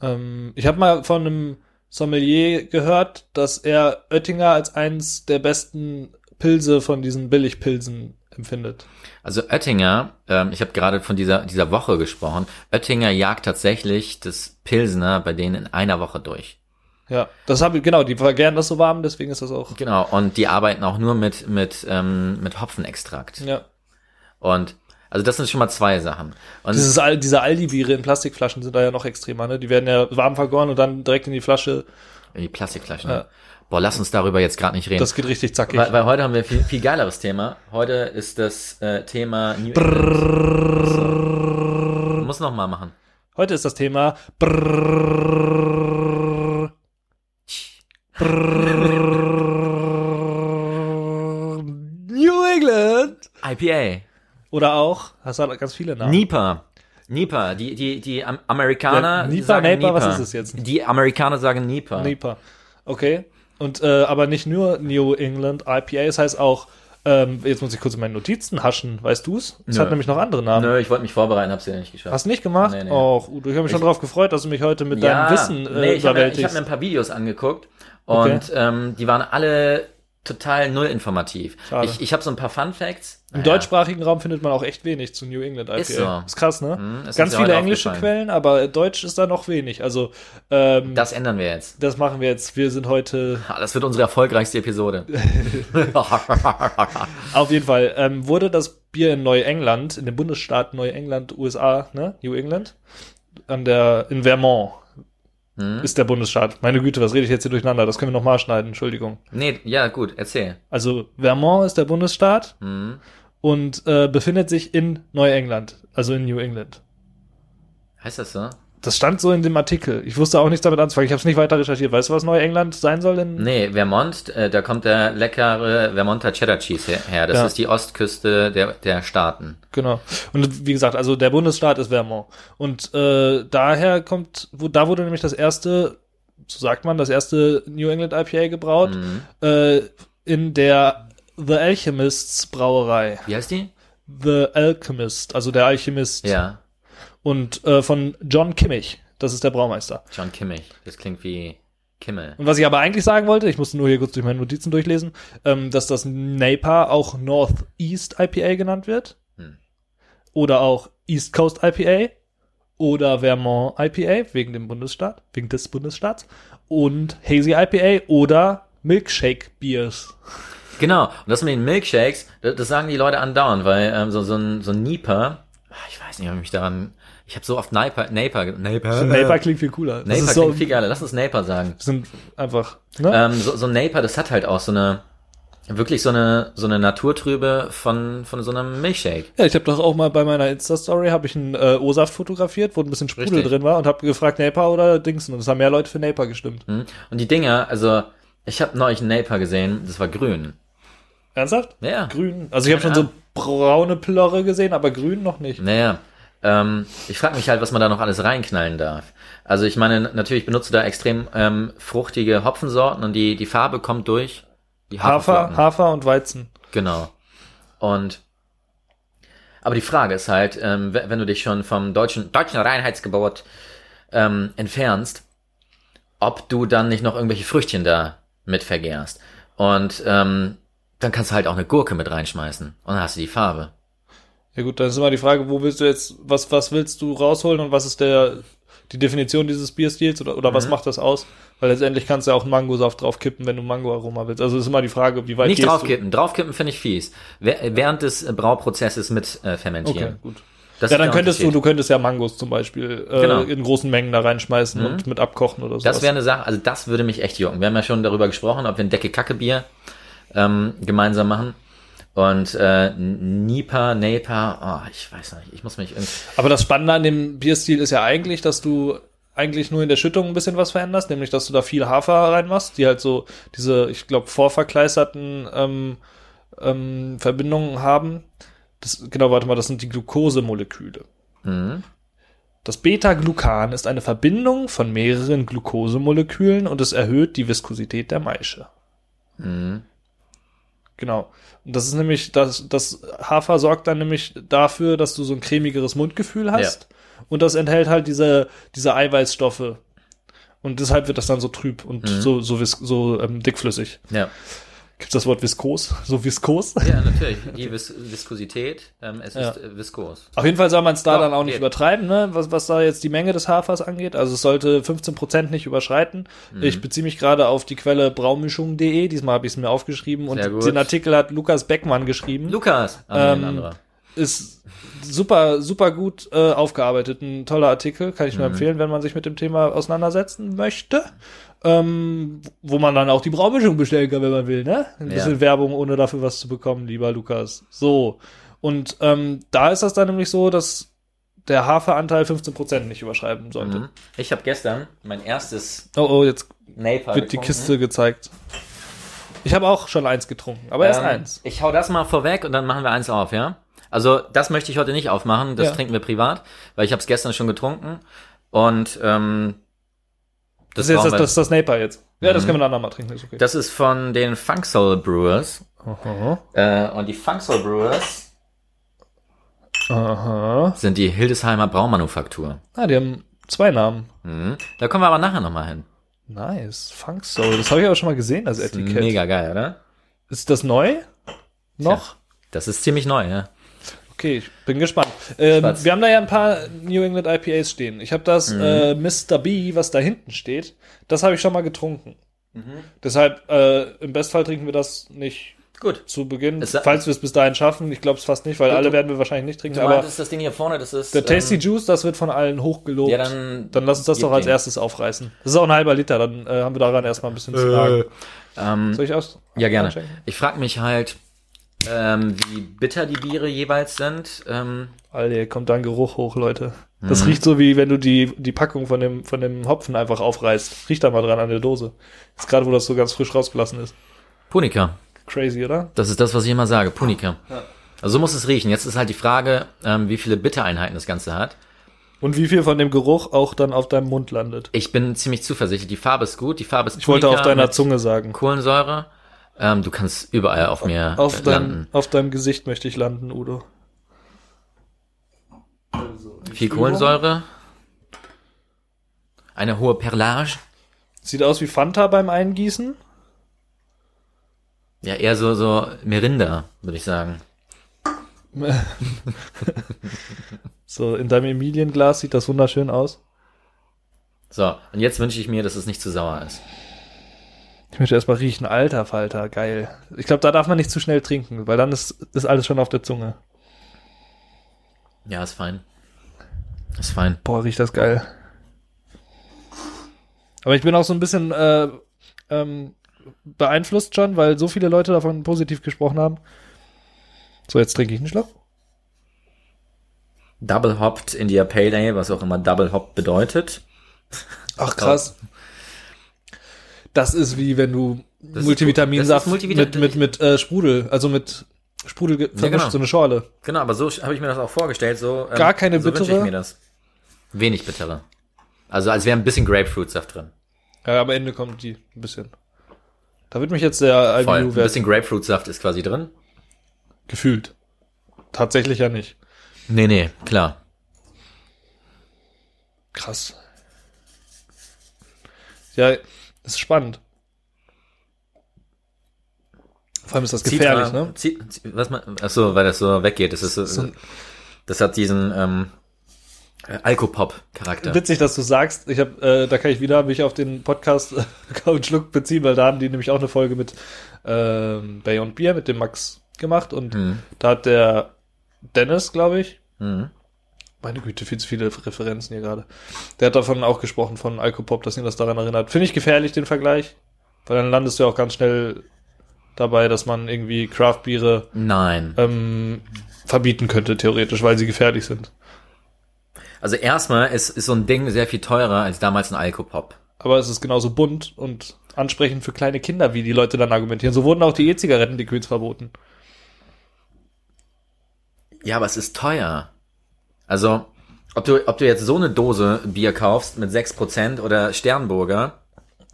Speaker 2: Ähm, ich habe mal von einem Sommelier gehört, dass er Oettinger als eins der besten Pilze von diesen Billigpilzen empfindet.
Speaker 1: Also Oettinger, ähm, ich habe gerade von dieser, dieser Woche gesprochen, Oettinger jagt tatsächlich das Pilsner bei denen in einer Woche durch.
Speaker 2: Ja, das habe ich, genau, die vergären das so warm, deswegen ist das auch.
Speaker 1: Genau, und die arbeiten auch nur mit, mit, ähm, mit Hopfenextrakt.
Speaker 2: Ja.
Speaker 1: Und Also das sind schon mal zwei Sachen. Und
Speaker 2: Dieses, Al- diese Aldi-Biere in Plastikflaschen sind da ja noch extremer, ne? Die werden ja warm vergoren und dann direkt in die Flasche.
Speaker 1: in die Plastikflaschen.
Speaker 2: Ja.
Speaker 1: Boah, lass uns darüber jetzt gerade nicht reden.
Speaker 2: Das geht richtig zackig.
Speaker 1: weil, weil heute haben wir ein viel, viel geileres Thema. Heute ist das äh, Thema New England. Muss noch mal machen.
Speaker 2: Heute ist das Thema. Brrrr. Brrrr. New England!
Speaker 1: IPA.
Speaker 2: Oder auch, hast du halt ganz viele Namen.
Speaker 1: Nipa. Nipa. Die, die, die Am- Amerikaner
Speaker 2: Ja, Nipa,
Speaker 1: sagen
Speaker 2: Napa,
Speaker 1: Nipa.
Speaker 2: was ist es jetzt?
Speaker 1: Die Amerikaner sagen Nipa.
Speaker 2: Nipa. Okay. Und äh, aber nicht nur New England IPA, es heißt auch, ähm, jetzt muss ich kurz in meinen Notizen haschen, weißt du's? Es
Speaker 1: Nö.
Speaker 2: hat nämlich noch andere Namen.
Speaker 1: Nö, ich wollte mich vorbereiten, hab's ja nicht geschafft.
Speaker 2: Hast du nicht gemacht?
Speaker 1: Nee, nee.
Speaker 2: Och, Udo, ich habe mich schon drauf gefreut, dass du mich heute mit deinem Wissen äh,
Speaker 1: nee, ich habe mir, ich hab
Speaker 2: überwältigst.
Speaker 1: mir ein paar Videos angeguckt
Speaker 2: Okay.
Speaker 1: und ähm, die waren alle total null informativ.
Speaker 2: Schade.
Speaker 1: Ich, ich habe so ein paar Fun Facts.
Speaker 2: Im deutschsprachigen Raum findet man auch echt wenig zu New England IPA.
Speaker 1: Ist so.
Speaker 2: Ist krass, ne?
Speaker 1: Hm, ist uns
Speaker 2: Ganz
Speaker 1: ja
Speaker 2: viele
Speaker 1: heute
Speaker 2: englische
Speaker 1: aufgefallen.
Speaker 2: Quellen, aber Deutsch ist da noch wenig. Also ähm, das,
Speaker 1: Das ändern wir jetzt.
Speaker 2: machen wir jetzt. Wir sind heute
Speaker 1: Ah, Das wird unsere erfolgreichste Episode.
Speaker 2: auf jeden Fall. Ähm, wurde das Bier in Neuengland, in dem Bundesstaat Neuengland, USA, ne? New England, an der in Vermont
Speaker 1: hm?
Speaker 2: ist der Bundesstaat. Meine Güte, was rede ich jetzt hier durcheinander? Das können wir nochmal schneiden. Entschuldigung.
Speaker 1: Nee, ja, gut, erzähl.
Speaker 2: Also Vermont ist der Bundesstaat
Speaker 1: Hm.
Speaker 2: und äh, befindet sich in Neuengland, also in New England.
Speaker 1: Heißt das so?
Speaker 2: Das stand so in dem Artikel. Ich wusste auch nichts damit anzufangen. Ich habe es nicht weiter recherchiert. Weißt du, was Neuengland sein soll? In
Speaker 1: Nee, Vermont, äh, da kommt der leckere Vermonter Cheddar Cheese her- her. Das
Speaker 2: Ja.
Speaker 1: ist die Ostküste der, der Staaten.
Speaker 2: Genau. Und wie gesagt, also der Bundesstaat ist Vermont. Und äh, daher kommt, wo, da wurde nämlich das erste, so sagt man, das erste New England IPA gebraut
Speaker 1: Mhm.
Speaker 2: äh, in der The Alchemists Brauerei.
Speaker 1: Wie heißt die?
Speaker 2: The Alchemist, also der Alchemist.
Speaker 1: Ja,
Speaker 2: Und äh, von John Kimmich. Das ist der Braumeister.
Speaker 1: John Kimmich. Das klingt wie Kimmel.
Speaker 2: Und was ich aber eigentlich sagen wollte, ich musste nur hier kurz durch meine Notizen durchlesen, ähm, dass das NAPA auch Northeast IPA genannt wird.
Speaker 1: Hm.
Speaker 2: Oder auch East Coast IPA. Oder Vermont IPA, wegen dem Bundesstaat, wegen des Bundesstaats. Und Hazy IPA oder Milkshake Beers.
Speaker 1: Genau, und das mit den Milkshakes, das, das sagen die Leute andauernd, weil ähm, so, so ein, so ein Nipa, ah, ich weiß nicht, ob ich mich daran, ich habe so oft Nipa, Napa, ge- Napa,
Speaker 2: Napa klingt viel cooler. Das
Speaker 1: Äh, Napa
Speaker 2: ist
Speaker 1: klingt
Speaker 2: so,
Speaker 1: viel geiler, lass uns Napa sagen.
Speaker 2: sind einfach, ne?
Speaker 1: Ähm, so, so ein Napa, das hat halt auch so eine, wirklich so eine, so eine Naturtrübe von, von so einem Milkshake.
Speaker 2: Ja, ich habe doch auch mal bei meiner Insta-Story habe ich einen äh, O-Saft fotografiert, wo ein bisschen Sprudel
Speaker 1: Richtig.
Speaker 2: drin war und habe gefragt, Napa oder Dingsen. Und es haben mehr Leute für Napa gestimmt.
Speaker 1: Hm? Und die Dinger, also, ich habe neulich einen Napa gesehen, das war grün.
Speaker 2: Ernsthaft?
Speaker 1: Ja,
Speaker 2: Grün. Also ich habe schon so braune Plörre gesehen, aber grün noch nicht.
Speaker 1: Naja, ähm, ich frage mich halt, was man da noch alles reinknallen darf. Also ich meine, natürlich benutze da extrem ähm, fruchtige Hopfensorten und die, die Farbe kommt durch die
Speaker 2: Hafer,
Speaker 1: Haferflocken.
Speaker 2: Hafer und Weizen.
Speaker 1: Genau. Und aber die Frage ist halt, ähm, we- wenn du dich schon vom deutschen, deutschen Reinheitsgebot ähm, entfernst, ob du dann nicht noch irgendwelche Früchtchen da mit vergehrst. Und ähm, dann kannst du halt auch eine Gurke mit reinschmeißen und dann hast du die Farbe.
Speaker 2: Ja gut, dann ist immer die Frage, wo willst du jetzt, was, was willst du rausholen und was ist der, die Definition dieses Bierstils oder, oder was macht das aus? Weil letztendlich kannst du ja auch einen Mangosaft drauf kippen, wenn du Mango-Aroma willst. Also ist immer die Frage, wie weit
Speaker 1: Nicht
Speaker 2: gehst
Speaker 1: draufkippen. Draufkippen finde ich fies. Wer- Während des äh, Brauprozesses mit äh,
Speaker 2: du? Okay,
Speaker 1: fermentieren.
Speaker 2: gut.
Speaker 1: Das
Speaker 2: ja,
Speaker 1: ist
Speaker 2: dann
Speaker 1: der
Speaker 2: könntest du,
Speaker 1: Unterschied.
Speaker 2: du könntest ja Mangos zum Beispiel äh,
Speaker 1: Genau.
Speaker 2: in großen Mengen da reinschmeißen und mit abkochen oder so.
Speaker 1: Das wäre eine Sache, also das würde mich echt jucken. Wir haben ja schon darüber gesprochen, ob wir ein Decke-Kacke-Bier ähm, gemeinsam machen. Und äh, Nipa, Napa, oh, ich weiß nicht, ich muss mich irgendwie.
Speaker 2: Aber das Spannende an dem Bierstil ist ja eigentlich, dass du eigentlich nur in der Schüttung ein bisschen was veränderst, nämlich dass du da viel Hafer reinmachst, die halt so diese, ich glaube, vorverkleisterten ähm, ähm, Verbindungen haben. Das, genau, warte mal, das sind die Glukosemoleküle.
Speaker 1: Mhm.
Speaker 2: Das Beta-Glucan ist eine Verbindung von mehreren Glukosemolekülen und es erhöht die Viskosität der Maische.
Speaker 1: Mhm.
Speaker 2: Genau. Und das ist nämlich, das, das Hafer sorgt dann nämlich dafür, dass du so ein cremigeres Mundgefühl hast. Und das enthält halt diese, diese Eiweißstoffe. Und deshalb wird das dann so trüb und
Speaker 1: Mhm.
Speaker 2: so, so, vis so ähm, dickflüssig.
Speaker 1: Ja.
Speaker 2: Gibt's das Wort viskos? So viskos?
Speaker 1: ja, natürlich. Die Vis Viskosität, ähm, es
Speaker 2: Ja.
Speaker 1: ist äh, viskos.
Speaker 2: Auf jeden Fall soll man es da
Speaker 1: Ja,
Speaker 2: dann auch nicht
Speaker 1: geht.
Speaker 2: übertreiben, ne? was, was da jetzt die Menge des Hafers angeht. Also es sollte 15% nicht überschreiten.
Speaker 1: Mhm.
Speaker 2: Ich beziehe mich gerade auf die Quelle braumischung.de. Diesmal habe ich es mir aufgeschrieben.
Speaker 1: Sehr
Speaker 2: Und
Speaker 1: gut.
Speaker 2: den Artikel hat Lukas Beckmann geschrieben.
Speaker 1: Lukas, ah, nee, ein
Speaker 2: Ähm,
Speaker 1: anderer.
Speaker 2: ist super, super gut äh, aufgearbeitet. Ein toller Artikel, kann ich nur
Speaker 1: Mhm.
Speaker 2: empfehlen, wenn man sich mit dem Thema auseinandersetzen möchte. Ähm, wo man dann auch die Braumischung bestellen kann, wenn man will, ne? Ein
Speaker 1: Ja.
Speaker 2: bisschen Werbung, ohne dafür was zu bekommen, lieber Lukas. So. Und ähm, da ist das dann nämlich so, dass der Haferanteil 15% nicht überschreiben sollte.
Speaker 1: Mhm. Ich habe gestern mein erstes
Speaker 2: Oh, oh, jetzt
Speaker 1: Napa
Speaker 2: wird die
Speaker 1: getrunken.
Speaker 2: Kiste gezeigt. Ich habe auch schon eins getrunken, aber erst
Speaker 1: Ähm,
Speaker 2: eins.
Speaker 1: Ich hau das mal vorweg und dann machen wir eins auf, ja? Also das möchte ich heute nicht aufmachen, das
Speaker 2: Ja.
Speaker 1: trinken wir privat, weil ich habe es gestern schon getrunken und ähm,
Speaker 2: Das ist jetzt das,
Speaker 1: brauchen wir-
Speaker 2: das, ist das Naper jetzt. Ja, das
Speaker 1: Mhm.
Speaker 2: können wir dann nochmal trinken, ist okay.
Speaker 1: das ist von den Funk Soul Brewers
Speaker 2: aha,
Speaker 1: äh, und die Funk Soul Brewers
Speaker 2: aha.
Speaker 1: sind die Hildesheimer Braumanufaktur.
Speaker 2: Ah, die haben zwei Namen.
Speaker 1: Mhm. Da kommen wir aber nachher nochmal hin.
Speaker 2: Nice, Funk Soul. Das habe ich aber schon mal gesehen, das
Speaker 1: Ist
Speaker 2: Etikett.
Speaker 1: Mega geil, oder?
Speaker 2: Ist das neu? Noch?
Speaker 1: Das ist ziemlich neu, ja.
Speaker 2: Okay, ich bin gespannt. Ähm,
Speaker 1: Schwarz. Mhm.
Speaker 2: wir haben da ja ein paar New England IPAs stehen. Ich habe das äh, Mr. B, was da hinten steht, das habe ich schon mal getrunken.
Speaker 1: Mhm.
Speaker 2: Deshalb, äh, im Bestfall trinken wir das nicht
Speaker 1: Gut.
Speaker 2: zu Beginn.
Speaker 1: Es-
Speaker 2: falls wir es bis dahin schaffen, ich glaube es fast nicht, weil
Speaker 1: Du-
Speaker 2: alle
Speaker 1: du-
Speaker 2: werden wir wahrscheinlich nicht trinken.
Speaker 1: Du
Speaker 2: Aber
Speaker 1: meintest das Ding hier vorne, das ist.
Speaker 2: der Tasty
Speaker 1: ähm,
Speaker 2: Juice, das wird von allen hochgelobt.
Speaker 1: Ja, dann-
Speaker 2: lass uns das
Speaker 1: gib
Speaker 2: doch als
Speaker 1: den.
Speaker 2: erstes aufreißen. Das ist auch ein halber Liter, dann äh, haben wir daran erstmal ein bisschen zu sagen.
Speaker 1: ähm,
Speaker 2: Soll ich aus?
Speaker 1: Ja, gerne.
Speaker 2: einschenken?
Speaker 1: Ich frage mich halt, ähm, wie bitter die Biere jeweils sind. Ähm,
Speaker 2: Alter, hier kommt da ein Geruch hoch, Leute.
Speaker 1: Mhm.
Speaker 2: Das riecht so, wie wenn du die, die Packung von dem, von dem Hopfen einfach aufreißt. Riecht da mal dran an der Dose. Jetzt gerade, wo das so ganz frisch rausgelassen ist.
Speaker 1: Punika.
Speaker 2: Crazy, oder?
Speaker 1: Das ist das, was ich immer sage. Punika. Also so muss es riechen. Jetzt ist halt die Frage, ähm, wie viele Bittereinheiten das Ganze hat.
Speaker 2: Und wie viel von dem Geruch auch dann auf deinem Mund landet.
Speaker 1: Ich bin ziemlich zuversichtlich. Die Farbe ist gut. Die Farbe ist
Speaker 2: Ich wollte auf deiner
Speaker 1: mit
Speaker 2: Zunge sagen.
Speaker 1: Kohlensäure. Ähm, du kannst überall auf mir
Speaker 2: Auf,
Speaker 1: äh,
Speaker 2: dein,
Speaker 1: landen.
Speaker 2: auf deinem Gesicht möchte ich landen, Udo.
Speaker 1: Viel Kohlensäure. Eine hohe Perlage.
Speaker 2: Sieht aus wie Fanta beim Eingießen.
Speaker 1: Ja, eher so, so Merinda, würde ich sagen.
Speaker 2: So, in deinem Emilienglas sieht das wunderschön aus.
Speaker 1: So, und jetzt wünsche ich mir, dass es nicht zu sauer ist.
Speaker 2: Ich möchte erstmal riechen. Alter Falter, geil. Ich glaube, da darf man nicht zu schnell trinken, weil dann ist, ist alles schon auf der Zunge.
Speaker 1: Ja, ist fein. Ist fein.
Speaker 2: Boah, riecht das geil. Aber ich bin auch so ein bisschen äh, ähm, beeinflusst schon, weil so viele Leute davon positiv gesprochen haben. So, jetzt trinke ich einen Schluck.
Speaker 1: Double Hopped India Pale Ale, was auch immer Double Hop bedeutet.
Speaker 2: Ach krass. Das ist wie wenn du
Speaker 1: ist-
Speaker 2: Multivitaminsaft
Speaker 1: das ist Multivita-
Speaker 2: mit, mit, mit äh, Sprudel, also mit Sprudel ge- vermischt,
Speaker 1: genau.
Speaker 2: so eine Schorle.
Speaker 1: Genau, aber so habe ich mir das auch vorgestellt. So, ähm,
Speaker 2: Gar keine
Speaker 1: so wünsche
Speaker 2: bittere?
Speaker 1: ich mir das. Wenig bittere. Also als wäre ein bisschen Grapefruitsaft drin.
Speaker 2: Ja, am Ende kommt die ein bisschen. Da wird mich jetzt der
Speaker 1: Voll. Ein
Speaker 2: IBU wert.
Speaker 1: bisschen Grapefruitsaft ist quasi drin.
Speaker 2: Gefühlt. Tatsächlich ja nicht.
Speaker 1: Nee, nee, klar.
Speaker 2: Krass. Ja, ist spannend. Vor allem ist das gefährlich,
Speaker 1: Zitra-
Speaker 2: ne?
Speaker 1: Zi- Zi- was man, ach so, weil das so weggeht. Das ist so,
Speaker 2: So ein-
Speaker 1: das hat diesen ähm, äh, Alkopop-Charakter.
Speaker 2: Witzig, dass du sagst, ich hab, äh, da kann ich wieder mich auf den Podcast äh, Couch Look beziehen, weil da haben die nämlich auch eine Folge mit ähm, Beyond Beer, mit dem Max gemacht und
Speaker 1: Mhm.
Speaker 2: da hat der Dennis, glaube ich,
Speaker 1: Mhm.
Speaker 2: meine Güte, viel zu viele Referenzen hier gerade. Der hat davon auch gesprochen, von Alkopop, dass ihn das daran erinnert. Finde ich gefährlich, den Vergleich, weil dann landest du ja auch ganz schnell dabei, dass man irgendwie Craft-Biere
Speaker 1: Nein.
Speaker 2: ähm, verbieten könnte, theoretisch, weil sie gefährlich sind.
Speaker 1: Also erstmal ist, ist so ein Ding sehr viel teurer als damals ein Alkopop.
Speaker 2: Aber es ist genauso bunt und ansprechend für kleine Kinder, wie die Leute dann argumentieren. So wurden auch die E-Zigaretten-Liquids verboten.
Speaker 1: Ja, aber es ist teuer. Also, ob du, ob du jetzt so eine Dose Bier kaufst mit 6% oder Sternburger,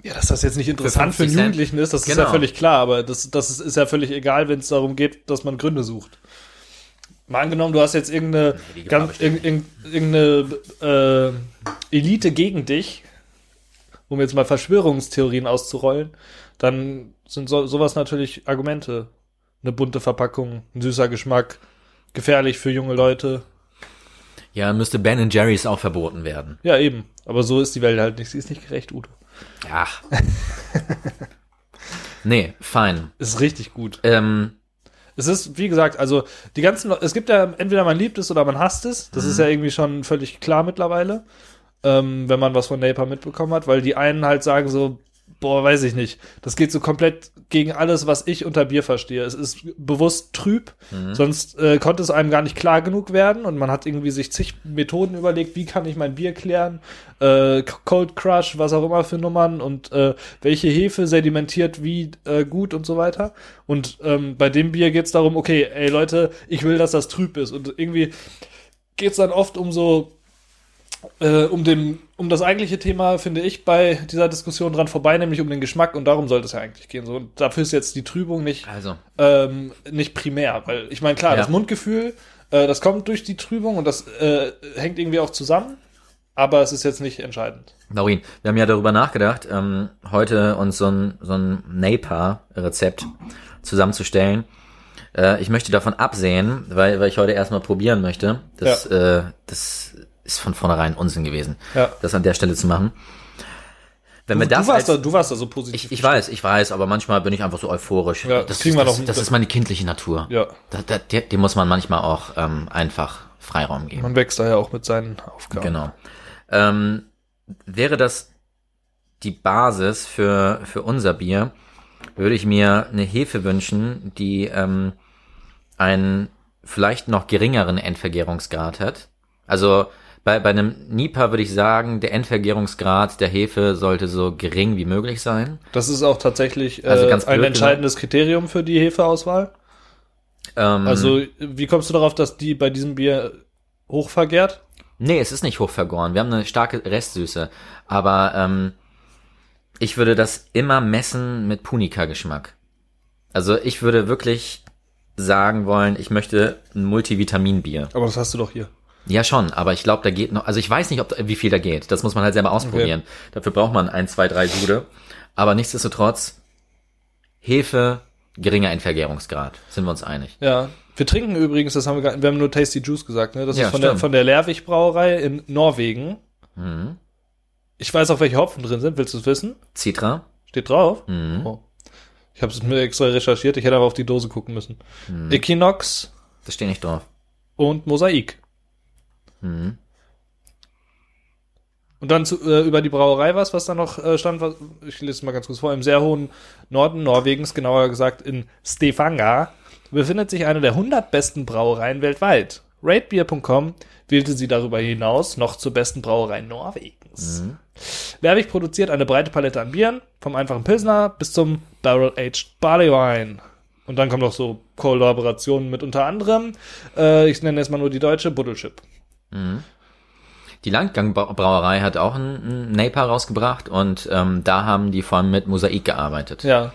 Speaker 2: Ja, dass das jetzt nicht interessant
Speaker 1: 50
Speaker 2: für, einen
Speaker 1: Cent.
Speaker 2: Jugendlichen ist, das ist ja
Speaker 1: Genau.
Speaker 2: völlig klar, aber das, das ist, ist ja völlig egal, wenn es darum geht, dass man Gründe sucht. Mal angenommen, du hast jetzt irgendeine,
Speaker 1: die Gefahr
Speaker 2: ganz,
Speaker 1: besteht
Speaker 2: irg, irg, irgendeine äh, Elite gegen dich, um jetzt mal Verschwörungstheorien auszurollen, dann sind so, sowas natürlich Argumente. Eine bunte Verpackung, ein süßer Geschmack, gefährlich für junge Leute.
Speaker 1: ja, müsste Ben Jerry's auch verboten werden.
Speaker 2: Ja, eben. Aber so ist die Welt halt nicht. Sie ist nicht gerecht, Udo.
Speaker 1: Ach. nee, fein.
Speaker 2: Ist richtig gut.
Speaker 1: Ähm,
Speaker 2: Es ist, wie gesagt, also die ganzen, Le- es gibt ja entweder man liebt es oder man hasst es. Das ist ja irgendwie schon völlig klar mittlerweile, ähm, wenn man was von Napier mitbekommen hat, weil die einen halt sagen so, boah, weiß ich nicht. Das geht so komplett gegen alles, was ich unter Bier verstehe. Es ist bewusst trüb, sonst äh, konnte es einem gar nicht klar genug werden und man hat irgendwie sich zig Methoden überlegt, wie kann ich mein Bier klären, äh, Cold Crush, was auch immer für Nummern und äh, welche Hefe sedimentiert wie äh, gut und so weiter. Und ähm, bei dem Bier geht's darum, okay, ey Leute, ich will, dass das trüb ist und irgendwie geht's dann oft um so äh, um, dem, um das eigentliche Thema, finde ich, bei dieser Diskussion dran vorbei, nämlich um den Geschmack und darum sollte es ja eigentlich gehen. So, und dafür ist jetzt die Trübung nicht,
Speaker 1: Also,
Speaker 2: ähm, nicht primär, weil ich meine, klar,
Speaker 1: Ja.
Speaker 2: das Mundgefühl, äh, das kommt durch die Trübung und das äh, hängt irgendwie auch zusammen, aber es ist jetzt nicht entscheidend.
Speaker 1: Laurin, wir haben ja darüber nachgedacht, ähm, heute uns so ein, so ein Napa-Rezept zusammenzustellen. Äh, ich möchte davon absehen, weil, weil ich heute erstmal probieren möchte. Das, äh, das ist von vornherein Unsinn gewesen,
Speaker 2: Ja.
Speaker 1: das an der Stelle zu machen. Wenn wir
Speaker 2: du,
Speaker 1: das
Speaker 2: warst da,
Speaker 1: als,
Speaker 2: du warst da so positiv.
Speaker 1: ich, ich weiß, ich weiß, aber manchmal bin ich einfach so euphorisch.
Speaker 2: Ja,
Speaker 1: das,
Speaker 2: kriegen
Speaker 1: ist,
Speaker 2: wir
Speaker 1: das,
Speaker 2: noch-
Speaker 1: das ist meine kindliche Natur.
Speaker 2: Ja.
Speaker 1: Da, da, der- dem muss man manchmal auch ähm, einfach Freiraum geben.
Speaker 2: Man wächst da ja auch mit seinen Aufgaben.
Speaker 1: Genau. Ähm, wäre das die Basis für, für unser Bier, würde ich mir eine Hefe wünschen, die ähm, einen vielleicht noch geringeren Endvergärungsgrad hat. Also bei, bei einem Nipa würde ich sagen, der Endvergärungsgrad der Hefe sollte so gering wie möglich sein.
Speaker 2: Das ist auch tatsächlich äh,
Speaker 1: Also ganz
Speaker 2: ein
Speaker 1: blöd
Speaker 2: entscheidendes Kriterium für die Hefeauswahl.
Speaker 1: Ähm,
Speaker 2: Also, wie kommst du darauf, dass die bei diesem Bier hoch vergärt?
Speaker 1: Nee, es ist nicht hochvergoren. Wir haben eine starke Restsüße. Aber ähm, ich würde das immer messen mit Punika-Geschmack. Also ich würde wirklich sagen wollen, ich möchte ein Multivitaminbier.
Speaker 2: Aber das hast du doch hier.
Speaker 1: Ja schon, aber ich glaube, da geht noch, also ich weiß nicht, ob wie viel da geht. Das muss man halt selber ausprobieren. Dafür braucht man ein, zwei, drei Sude. Aber nichtsdestotrotz, Hefe, geringer Entvergärungsgrad. Sind wir uns einig.
Speaker 2: Ja. Wir trinken übrigens, das haben wir, gar, wir haben nur Tasty Juice gesagt, ne? Das
Speaker 1: Ja,
Speaker 2: ist von der,
Speaker 1: stimmt.
Speaker 2: von der Lerwig Brauerei in Norwegen.
Speaker 1: Mhm.
Speaker 2: Ich weiß auch, welche Hopfen drin sind. Willst du es wissen?
Speaker 1: Citra?
Speaker 2: Steht drauf.
Speaker 1: Mhm.
Speaker 2: Oh. Ich habe es mir extra recherchiert. Ich hätte aber auf die Dose gucken müssen. Equinox
Speaker 1: Das steht nicht drauf.
Speaker 2: und Mosaik.
Speaker 1: Mhm.
Speaker 2: Und dann zu, äh, über die Brauerei was, was da noch äh, stand, was, ich lese es mal ganz kurz vor, im sehr hohen Norden Norwegens, genauer gesagt in Stefanga, befindet sich eine der 100 besten Brauereien weltweit. Ratebeer.com wählte sie darüber hinaus noch zur besten Brauerei Norwegens. Lerwig produziert eine breite Palette an Bieren, vom einfachen Pilsner bis zum Barrel-Aged Barley Wine. Und dann kommen noch so Kollaborationen mit unter anderem, äh, ich nenne jetzt mal nur die deutsche, Buddelchip.
Speaker 1: Die Landgang-Brauerei hat auch einen Napa rausgebracht und ähm, da haben die vor allem mit Mosaik gearbeitet.
Speaker 2: Ja.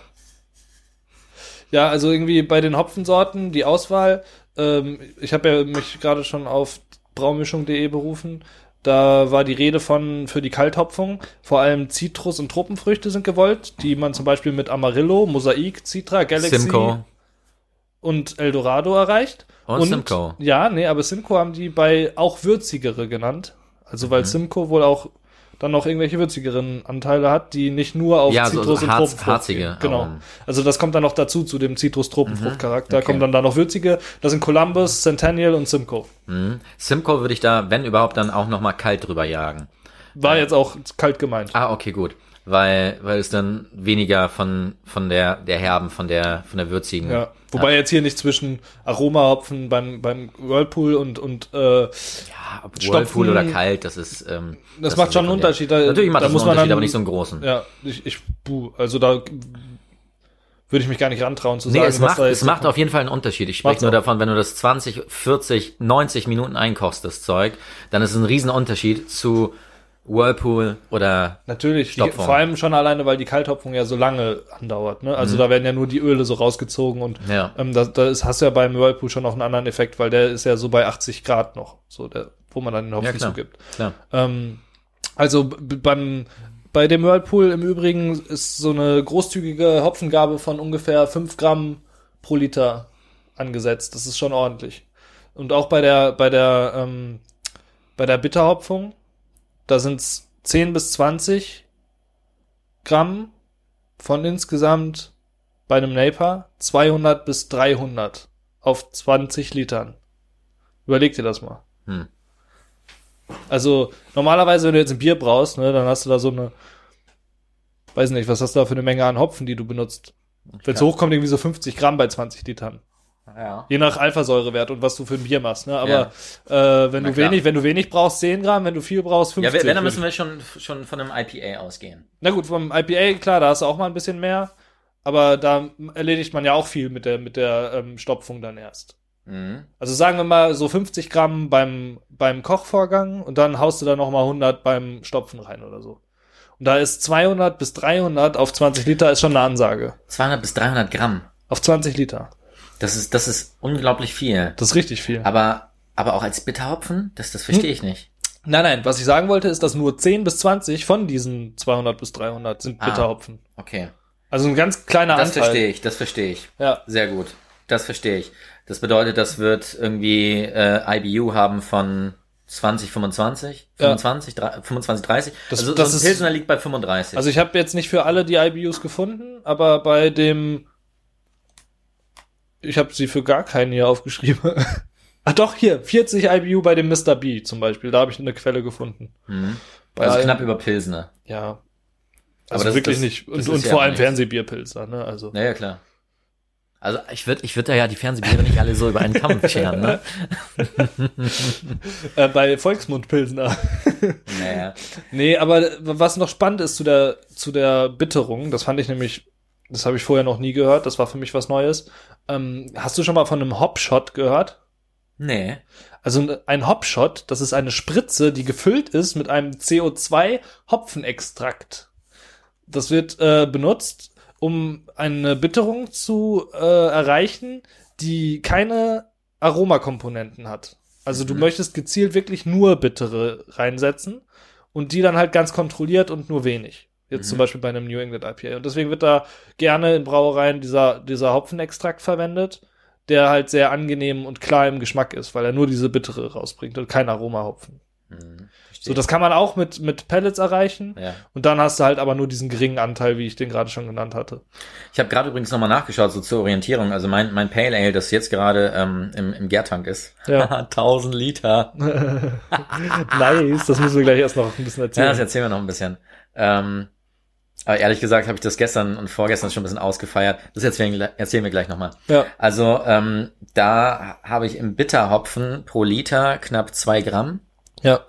Speaker 2: Ja, also irgendwie bei den Hopfensorten, die Auswahl, ähm, ich habe ja mich gerade schon auf braumischung.de berufen. Da war die Rede von für die Kalthopfung. Vor allem Zitrus- und Tropenfrüchte sind gewollt, die man zum Beispiel mit Amarillo, Mosaik, Citra, Galaxy
Speaker 1: Simcoe.
Speaker 2: und Eldorado erreicht.
Speaker 1: Und Oh, Simcoe.
Speaker 2: Ja, nee, aber Simcoe haben die bei auch würzigere genannt. Also
Speaker 1: Mhm.
Speaker 2: weil Simcoe wohl auch dann noch irgendwelche würzigeren Anteile hat, die nicht nur auf
Speaker 1: Ja, so
Speaker 2: Zitrus und
Speaker 1: harz-
Speaker 2: Tropenfrucht
Speaker 1: harzige oh
Speaker 2: gehen. Genau.
Speaker 1: Aromen.
Speaker 2: Also das kommt dann noch dazu zu dem Zitrus-Tropenfrucht-Charakter.
Speaker 1: Mhm, okay.
Speaker 2: Kommen dann da noch würzige. Das sind Columbus, Centennial und Simcoe.
Speaker 1: Mhm. Simcoe würde ich da, wenn überhaupt, dann auch nochmal kalt drüber jagen.
Speaker 2: War jetzt auch kalt gemeint.
Speaker 1: Ah, okay, gut. Weil, weil es dann weniger von, von der, der herben, von der, von der würzigen.
Speaker 2: Ja. Wobei
Speaker 1: Ah.
Speaker 2: jetzt hier nicht zwischen Aromahopfen beim, beim Whirlpool und, und äh,
Speaker 1: ja ob Whirlpool
Speaker 2: Stopfen-
Speaker 1: oder kalt, das ist, ähm,
Speaker 2: Das macht
Speaker 1: ist
Speaker 2: schon einen
Speaker 1: sekundär.
Speaker 2: Unterschied, da-
Speaker 1: Natürlich macht
Speaker 2: da
Speaker 1: das
Speaker 2: muss
Speaker 1: einen Unterschied,
Speaker 2: man dann-
Speaker 1: aber nicht so einen großen.
Speaker 2: Ja, ich, ich, buh, also da würde ich mich gar nicht rantrauen zu
Speaker 1: Nee,
Speaker 2: sagen,
Speaker 1: es macht,
Speaker 2: da
Speaker 1: es macht auf jeden Fall einen Unterschied. Ich
Speaker 2: Macht's
Speaker 1: spreche nur
Speaker 2: auch.
Speaker 1: davon, wenn du das 20, 40, 90 Minuten einkochst, das Zeug, dann ist es ein Riesenunterschied zu Whirlpool oder
Speaker 2: Natürlich, die,
Speaker 1: Stopfung.
Speaker 2: vor allem schon alleine, weil die Kalthopfung ja so lange andauert. Ne? Also da werden ja nur die Öle so rausgezogen und
Speaker 1: Mhm. Ja.
Speaker 2: ähm, da, da ist, hast du ja beim Whirlpool schon noch einen anderen Effekt, weil der ist ja so bei 80 Grad noch, so der, wo man dann den Hopfen
Speaker 1: Ja, klar.
Speaker 2: zugibt.
Speaker 1: klar.
Speaker 2: Ähm, also b- beim, bei dem Whirlpool im Übrigen ist so eine großzügige Hopfengabe von ungefähr 5 Gramm pro Liter angesetzt. Das ist schon ordentlich. Und auch bei der, bei der, ähm, bei der Bitterhopfung, da sind es 10 bis 20 Gramm von insgesamt bei einem Naper 200 bis 300 auf 20 Litern. Überleg dir das mal.
Speaker 1: Hm.
Speaker 2: Also normalerweise, wenn du jetzt ein Bier brauchst, ne, dann hast du da so eine, weiß nicht, was hast du da für eine Menge an Hopfen, die du benutzt. Wenn es
Speaker 1: Ja.
Speaker 2: hochkommt, irgendwie so 50 Gramm bei 20 Litern.
Speaker 1: Ja.
Speaker 2: Je nach Alphasäurewert und was du für ein Bier machst. Ne? Aber äh, wenn
Speaker 1: Na
Speaker 2: du
Speaker 1: klar.
Speaker 2: wenig, wenn du wenig brauchst, 10 Gramm, wenn du viel brauchst, 50.
Speaker 1: Ja, wenn, dann
Speaker 2: würd ich-
Speaker 1: müssen wir schon, schon von einem IPA ausgehen.
Speaker 2: Na gut, vom IPA, klar, da hast du auch mal ein bisschen mehr, aber da erledigt man ja auch viel mit der, mit der ähm, Stopfung dann erst.
Speaker 1: Mhm.
Speaker 2: Also sagen wir mal so 50 Gramm beim, beim Kochvorgang und dann haust du da nochmal 100 beim Stopfen rein oder so. Und da ist 200 bis 300 auf 20 Liter ist schon eine Ansage.
Speaker 1: 200 bis 300 Gramm.
Speaker 2: Auf 20 Liter.
Speaker 1: Das ist, das ist unglaublich viel.
Speaker 2: Das ist richtig viel.
Speaker 1: Aber, aber auch als Bitterhopfen, das, das verstehe ich nicht.
Speaker 2: nein, nein, was ich sagen wollte, ist, dass nur 10 bis 20 von diesen 200 bis 300 sind
Speaker 1: Ah.
Speaker 2: Bitterhopfen.
Speaker 1: Okay.
Speaker 2: Also ein ganz kleiner
Speaker 1: Das
Speaker 2: Anteil.
Speaker 1: verstehe ich, das verstehe ich.
Speaker 2: Ja.
Speaker 1: Sehr gut. Das verstehe ich. Das bedeutet, das wird irgendwie äh, IBU haben von 20, 25,
Speaker 2: Ja.
Speaker 1: 25, drei- 25, 30.
Speaker 2: Das-
Speaker 1: also
Speaker 2: das
Speaker 1: so ein
Speaker 2: ist-
Speaker 1: Pilsner liegt bei 35.
Speaker 2: Also ich habe jetzt nicht für alle die IBUs gefunden, aber bei dem ich habe sie für gar keinen hier aufgeschrieben. ah doch, hier, 40 IBU bei dem Mr. B zum Beispiel, da habe ich eine Quelle gefunden.
Speaker 1: mhm.
Speaker 2: Bei
Speaker 1: also
Speaker 2: allen-
Speaker 1: knapp über Pilsner.
Speaker 2: Ja.
Speaker 1: Aber
Speaker 2: Also
Speaker 1: das-
Speaker 2: wirklich
Speaker 1: das-
Speaker 2: nicht.
Speaker 1: das
Speaker 2: Und,
Speaker 1: ist
Speaker 2: und
Speaker 1: ja
Speaker 2: vor
Speaker 1: auch
Speaker 2: allem
Speaker 1: nichts.
Speaker 2: Fernsehbierpilzer, ne? Also.
Speaker 1: Naja, klar. Also ich würde ich würd da ja die Fernsehbiere nicht alle so über einen Kamm scheren, ne?
Speaker 2: Äh, bei Volksmundpilsner.
Speaker 1: Naja.
Speaker 2: nee, aber was noch spannend ist zu der, zu der Bitterung, das fand ich nämlich, das habe ich vorher noch nie gehört, das war für mich was Neues. Ähm, hast du schon mal von einem Hopshot gehört?
Speaker 1: Nee.
Speaker 2: Also ein Hopshot, das ist eine Spritze, die gefüllt ist mit einem CO2-Hopfenextrakt. Das wird äh, benutzt, um eine Bitterung zu äh, erreichen, die keine Aromakomponenten hat. Also du
Speaker 1: Mhm.
Speaker 2: möchtest gezielt wirklich nur bittere reinsetzen und die dann halt ganz kontrolliert und nur wenig. Jetzt
Speaker 1: Mhm.
Speaker 2: zum Beispiel bei einem New England IPA. Und deswegen wird da gerne in Brauereien dieser, dieser Hopfenextrakt verwendet der halt sehr angenehm und klar im Geschmack ist, weil er nur diese bittere rausbringt und kein Aromahopfen.
Speaker 1: Hm, verstehe.
Speaker 2: So, das kann man auch mit, mit Pellets erreichen.
Speaker 1: ja.
Speaker 2: Und dann hast du halt aber nur diesen geringen Anteil, wie ich den gerade schon genannt hatte.
Speaker 1: Ich habe gerade übrigens nochmal nachgeschaut, so zur Orientierung. Also mein, mein Pale Ale, das jetzt gerade ähm, im, im Gärtank ist.
Speaker 2: Ja.
Speaker 1: 1000 Liter.
Speaker 2: nice, das müssen wir gleich erst noch ein bisschen
Speaker 1: Ja, das
Speaker 2: erzählen.
Speaker 1: erzählen wir noch ein bisschen. Ähm, aber ehrlich gesagt habe ich das gestern und vorgestern schon ein bisschen ausgefeiert. Das erzählen, erzählen wir gleich nochmal.
Speaker 2: Ja,
Speaker 1: Also ähm, da habe ich im Bitterhopfen pro Liter knapp zwei Gramm
Speaker 2: ja,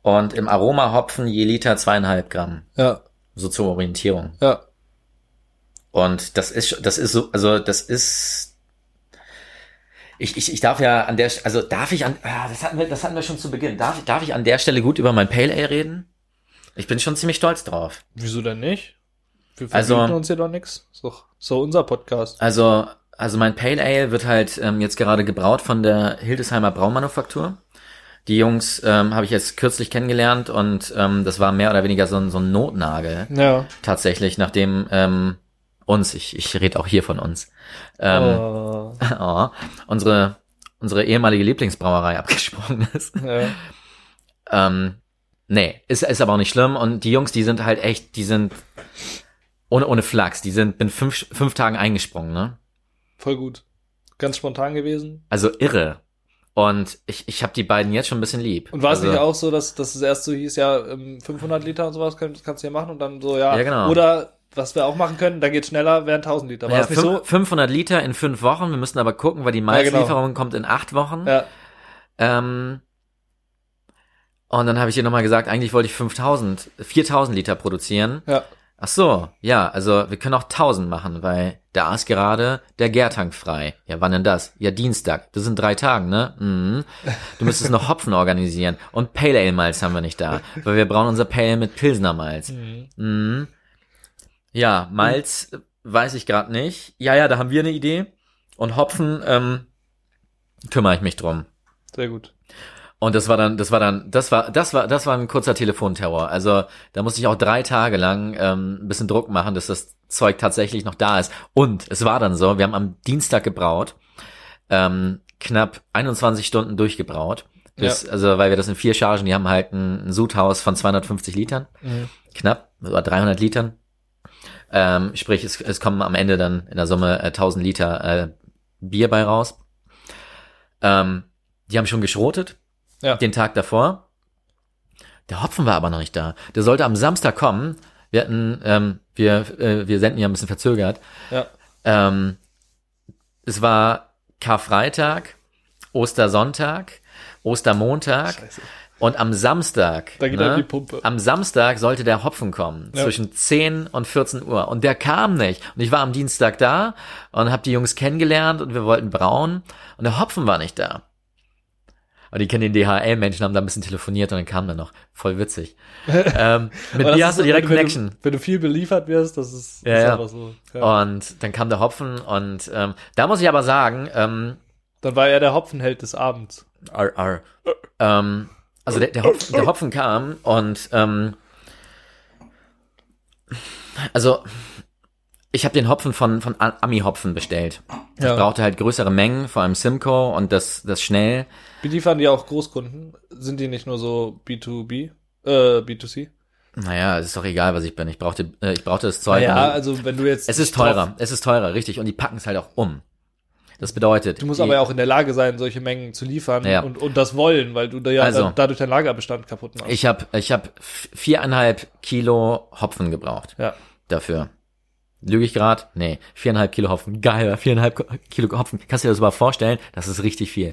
Speaker 1: und im Aromahopfen je Liter zweieinhalb Gramm.
Speaker 2: ja,
Speaker 1: So zur Orientierung.
Speaker 2: ja.
Speaker 1: Und das ist, schon- das ist so, also das ist. Ich, ich, ich darf ja an der, also darf ich an, ah, das hatten wir, das hatten wir schon zu Beginn. Darf, darf ich an der Stelle gut über mein Pale Ale reden? Ich bin schon ziemlich stolz drauf.
Speaker 2: Wieso denn nicht? Wir
Speaker 1: Also-
Speaker 2: verbieten uns hier doch nichts. Ist doch so unser Podcast.
Speaker 1: Also, also mein Pale Ale wird halt ähm, jetzt gerade gebraut von der Hildesheimer Braumanufaktur. Die Jungs ähm, habe ich jetzt kürzlich kennengelernt und ähm, das war mehr oder weniger so ein, so ein Notnagel
Speaker 2: Ja.
Speaker 1: tatsächlich, nachdem ähm, uns, ich, ich rede auch hier von uns, ähm,
Speaker 2: Oh,
Speaker 1: oh, unsere, unsere ehemalige Lieblingsbrauerei abgesprungen ist.
Speaker 2: ja.
Speaker 1: Ähm, nee, ist, ist aber auch nicht schlimm. Und die Jungs, die sind halt echt, die sind ohne, ohne Flachs, die sind bin fünf, fünf Tagen eingesprungen, ne?
Speaker 2: Voll gut. Ganz spontan gewesen.
Speaker 1: Also irre. Und ich, ich habe die beiden jetzt schon ein bisschen lieb.
Speaker 2: Und war es
Speaker 1: also,
Speaker 2: nicht auch so, dass, dass es erst so hieß, ja, ähm, 500 Liter und sowas kannst, kannst du ja machen und dann so, ja.
Speaker 1: Ja, genau.
Speaker 2: Oder was wir auch machen können, dann geht schneller, wären 1000 Liter. War
Speaker 1: Ja,
Speaker 2: es nicht
Speaker 1: fün-
Speaker 2: so? genau.
Speaker 1: 500 Liter in fünf Wochen. Wir müssen aber gucken, weil die Maislieferung kommt in acht Wochen.
Speaker 2: Ja,
Speaker 1: Ähm, und dann habe ich ihr nochmal gesagt, eigentlich wollte ich 5000, 4000 Liter produzieren.
Speaker 2: ja,
Speaker 1: Ach so, ja, also wir können auch 1000 machen, weil da ist gerade der Gärtank frei. Ja, wann denn das? Ja, Dienstag. Das sind drei Tagen, ne? Mhm. Du müsstest noch Hopfen organisieren. Und Pale Ale Malz haben wir nicht da, weil wir brauchen unser Pale Ale mit Pilsner Malz. Mhm. Ja, Malz äh, weiß ich gerade nicht. Ja, ja, da haben wir eine Idee. Und Hopfen ähm, kümmere ich mich drum.
Speaker 2: sehr gut.
Speaker 1: Und das war dann, das war dann, das war, das war, das war ein kurzer Telefonterror. Also da musste ich auch drei Tage lang ähm, ein bisschen Druck machen, dass das Zeug tatsächlich noch da ist. Und es war dann so, wir haben am Dienstag gebraut, ähm, knapp 21 Stunden durchgebraut. Bis, Also weil wir das in vier Chargen, die haben halt ein, ein Sudhaus von 250 Litern, knapp, oder 300 Litern. Ähm, sprich, es, es kommen am Ende dann in der Summe äh, 1000 Liter äh, Bier bei raus. Ähm, die haben schon geschrotet,
Speaker 2: Ja.
Speaker 1: den Tag davor. Der Hopfen war aber noch nicht da. Der sollte am Samstag kommen. Wir hatten, ähm, wir, äh, wir senden ja ein bisschen verzögert.
Speaker 2: Ja.
Speaker 1: Ähm, es war Karfreitag, Ostersonntag, Ostermontag
Speaker 2: Scheiße.
Speaker 1: und am Samstag. ne,
Speaker 2: Da geht dann die Pumpe.
Speaker 1: Am Samstag sollte der Hopfen kommen,
Speaker 2: Ja.
Speaker 1: zwischen 10 und 14 Uhr. Und der kam nicht. Und ich war am Dienstag da und habe die Jungs kennengelernt und wir wollten brauen. Und der Hopfen war nicht da. Und die kennen den DHL-Menschen, haben da ein bisschen telefoniert und dann kam der noch. Voll witzig. ähm, mit
Speaker 2: Aber das
Speaker 1: dir
Speaker 2: ist
Speaker 1: hast
Speaker 2: so,
Speaker 1: du direkt
Speaker 2: wenn
Speaker 1: Connection.
Speaker 2: Du, wenn du viel beliefert wirst, das ist,
Speaker 1: Ja,
Speaker 2: ist
Speaker 1: ja. Oh.
Speaker 2: einfach so. Ja.
Speaker 1: Und dann kam der Hopfen und ähm, da muss ich aber sagen, ähm,
Speaker 2: Dann war er der Hopfenheld des Abends.
Speaker 1: ar, ar, ähm, also der, der, Hopfen, der Hopfen kam und ähm, also ich habe den Hopfen von, von A- Ami-Hopfen bestellt.
Speaker 2: Ja.
Speaker 1: Ich brauchte halt größere Mengen, vor allem Simcoe und das, das schnell.
Speaker 2: Beliefern die auch Großkunden? Sind die nicht nur so B2B? Äh, B2C?
Speaker 1: Naja, es ist doch egal, was ich bin. Ich brauchte, äh, ich brauchte das Zeug.
Speaker 2: ja,
Speaker 1: Und-
Speaker 2: also wenn du jetzt.
Speaker 1: es ist
Speaker 2: nicht drauf-
Speaker 1: teurer, es ist teurer, richtig. Und die packen es halt auch um. Das bedeutet,
Speaker 2: Du musst
Speaker 1: die,
Speaker 2: aber ja auch in der Lage sein, solche Mengen zu liefern
Speaker 1: Ja.
Speaker 2: und, und das wollen, weil du da ja
Speaker 1: Also.
Speaker 2: da- dadurch deinen Lagerbestand kaputt machst.
Speaker 1: Ich habe ich hab f- viereinhalb Kilo Hopfen gebraucht
Speaker 2: ja.
Speaker 1: dafür. Lüge ich grad? Nee, viereinhalb Kilo Hopfen. Geil, viereinhalb Ko- Kilo Hopfen. Kannst du dir das überhaupt vorstellen? Das ist richtig viel.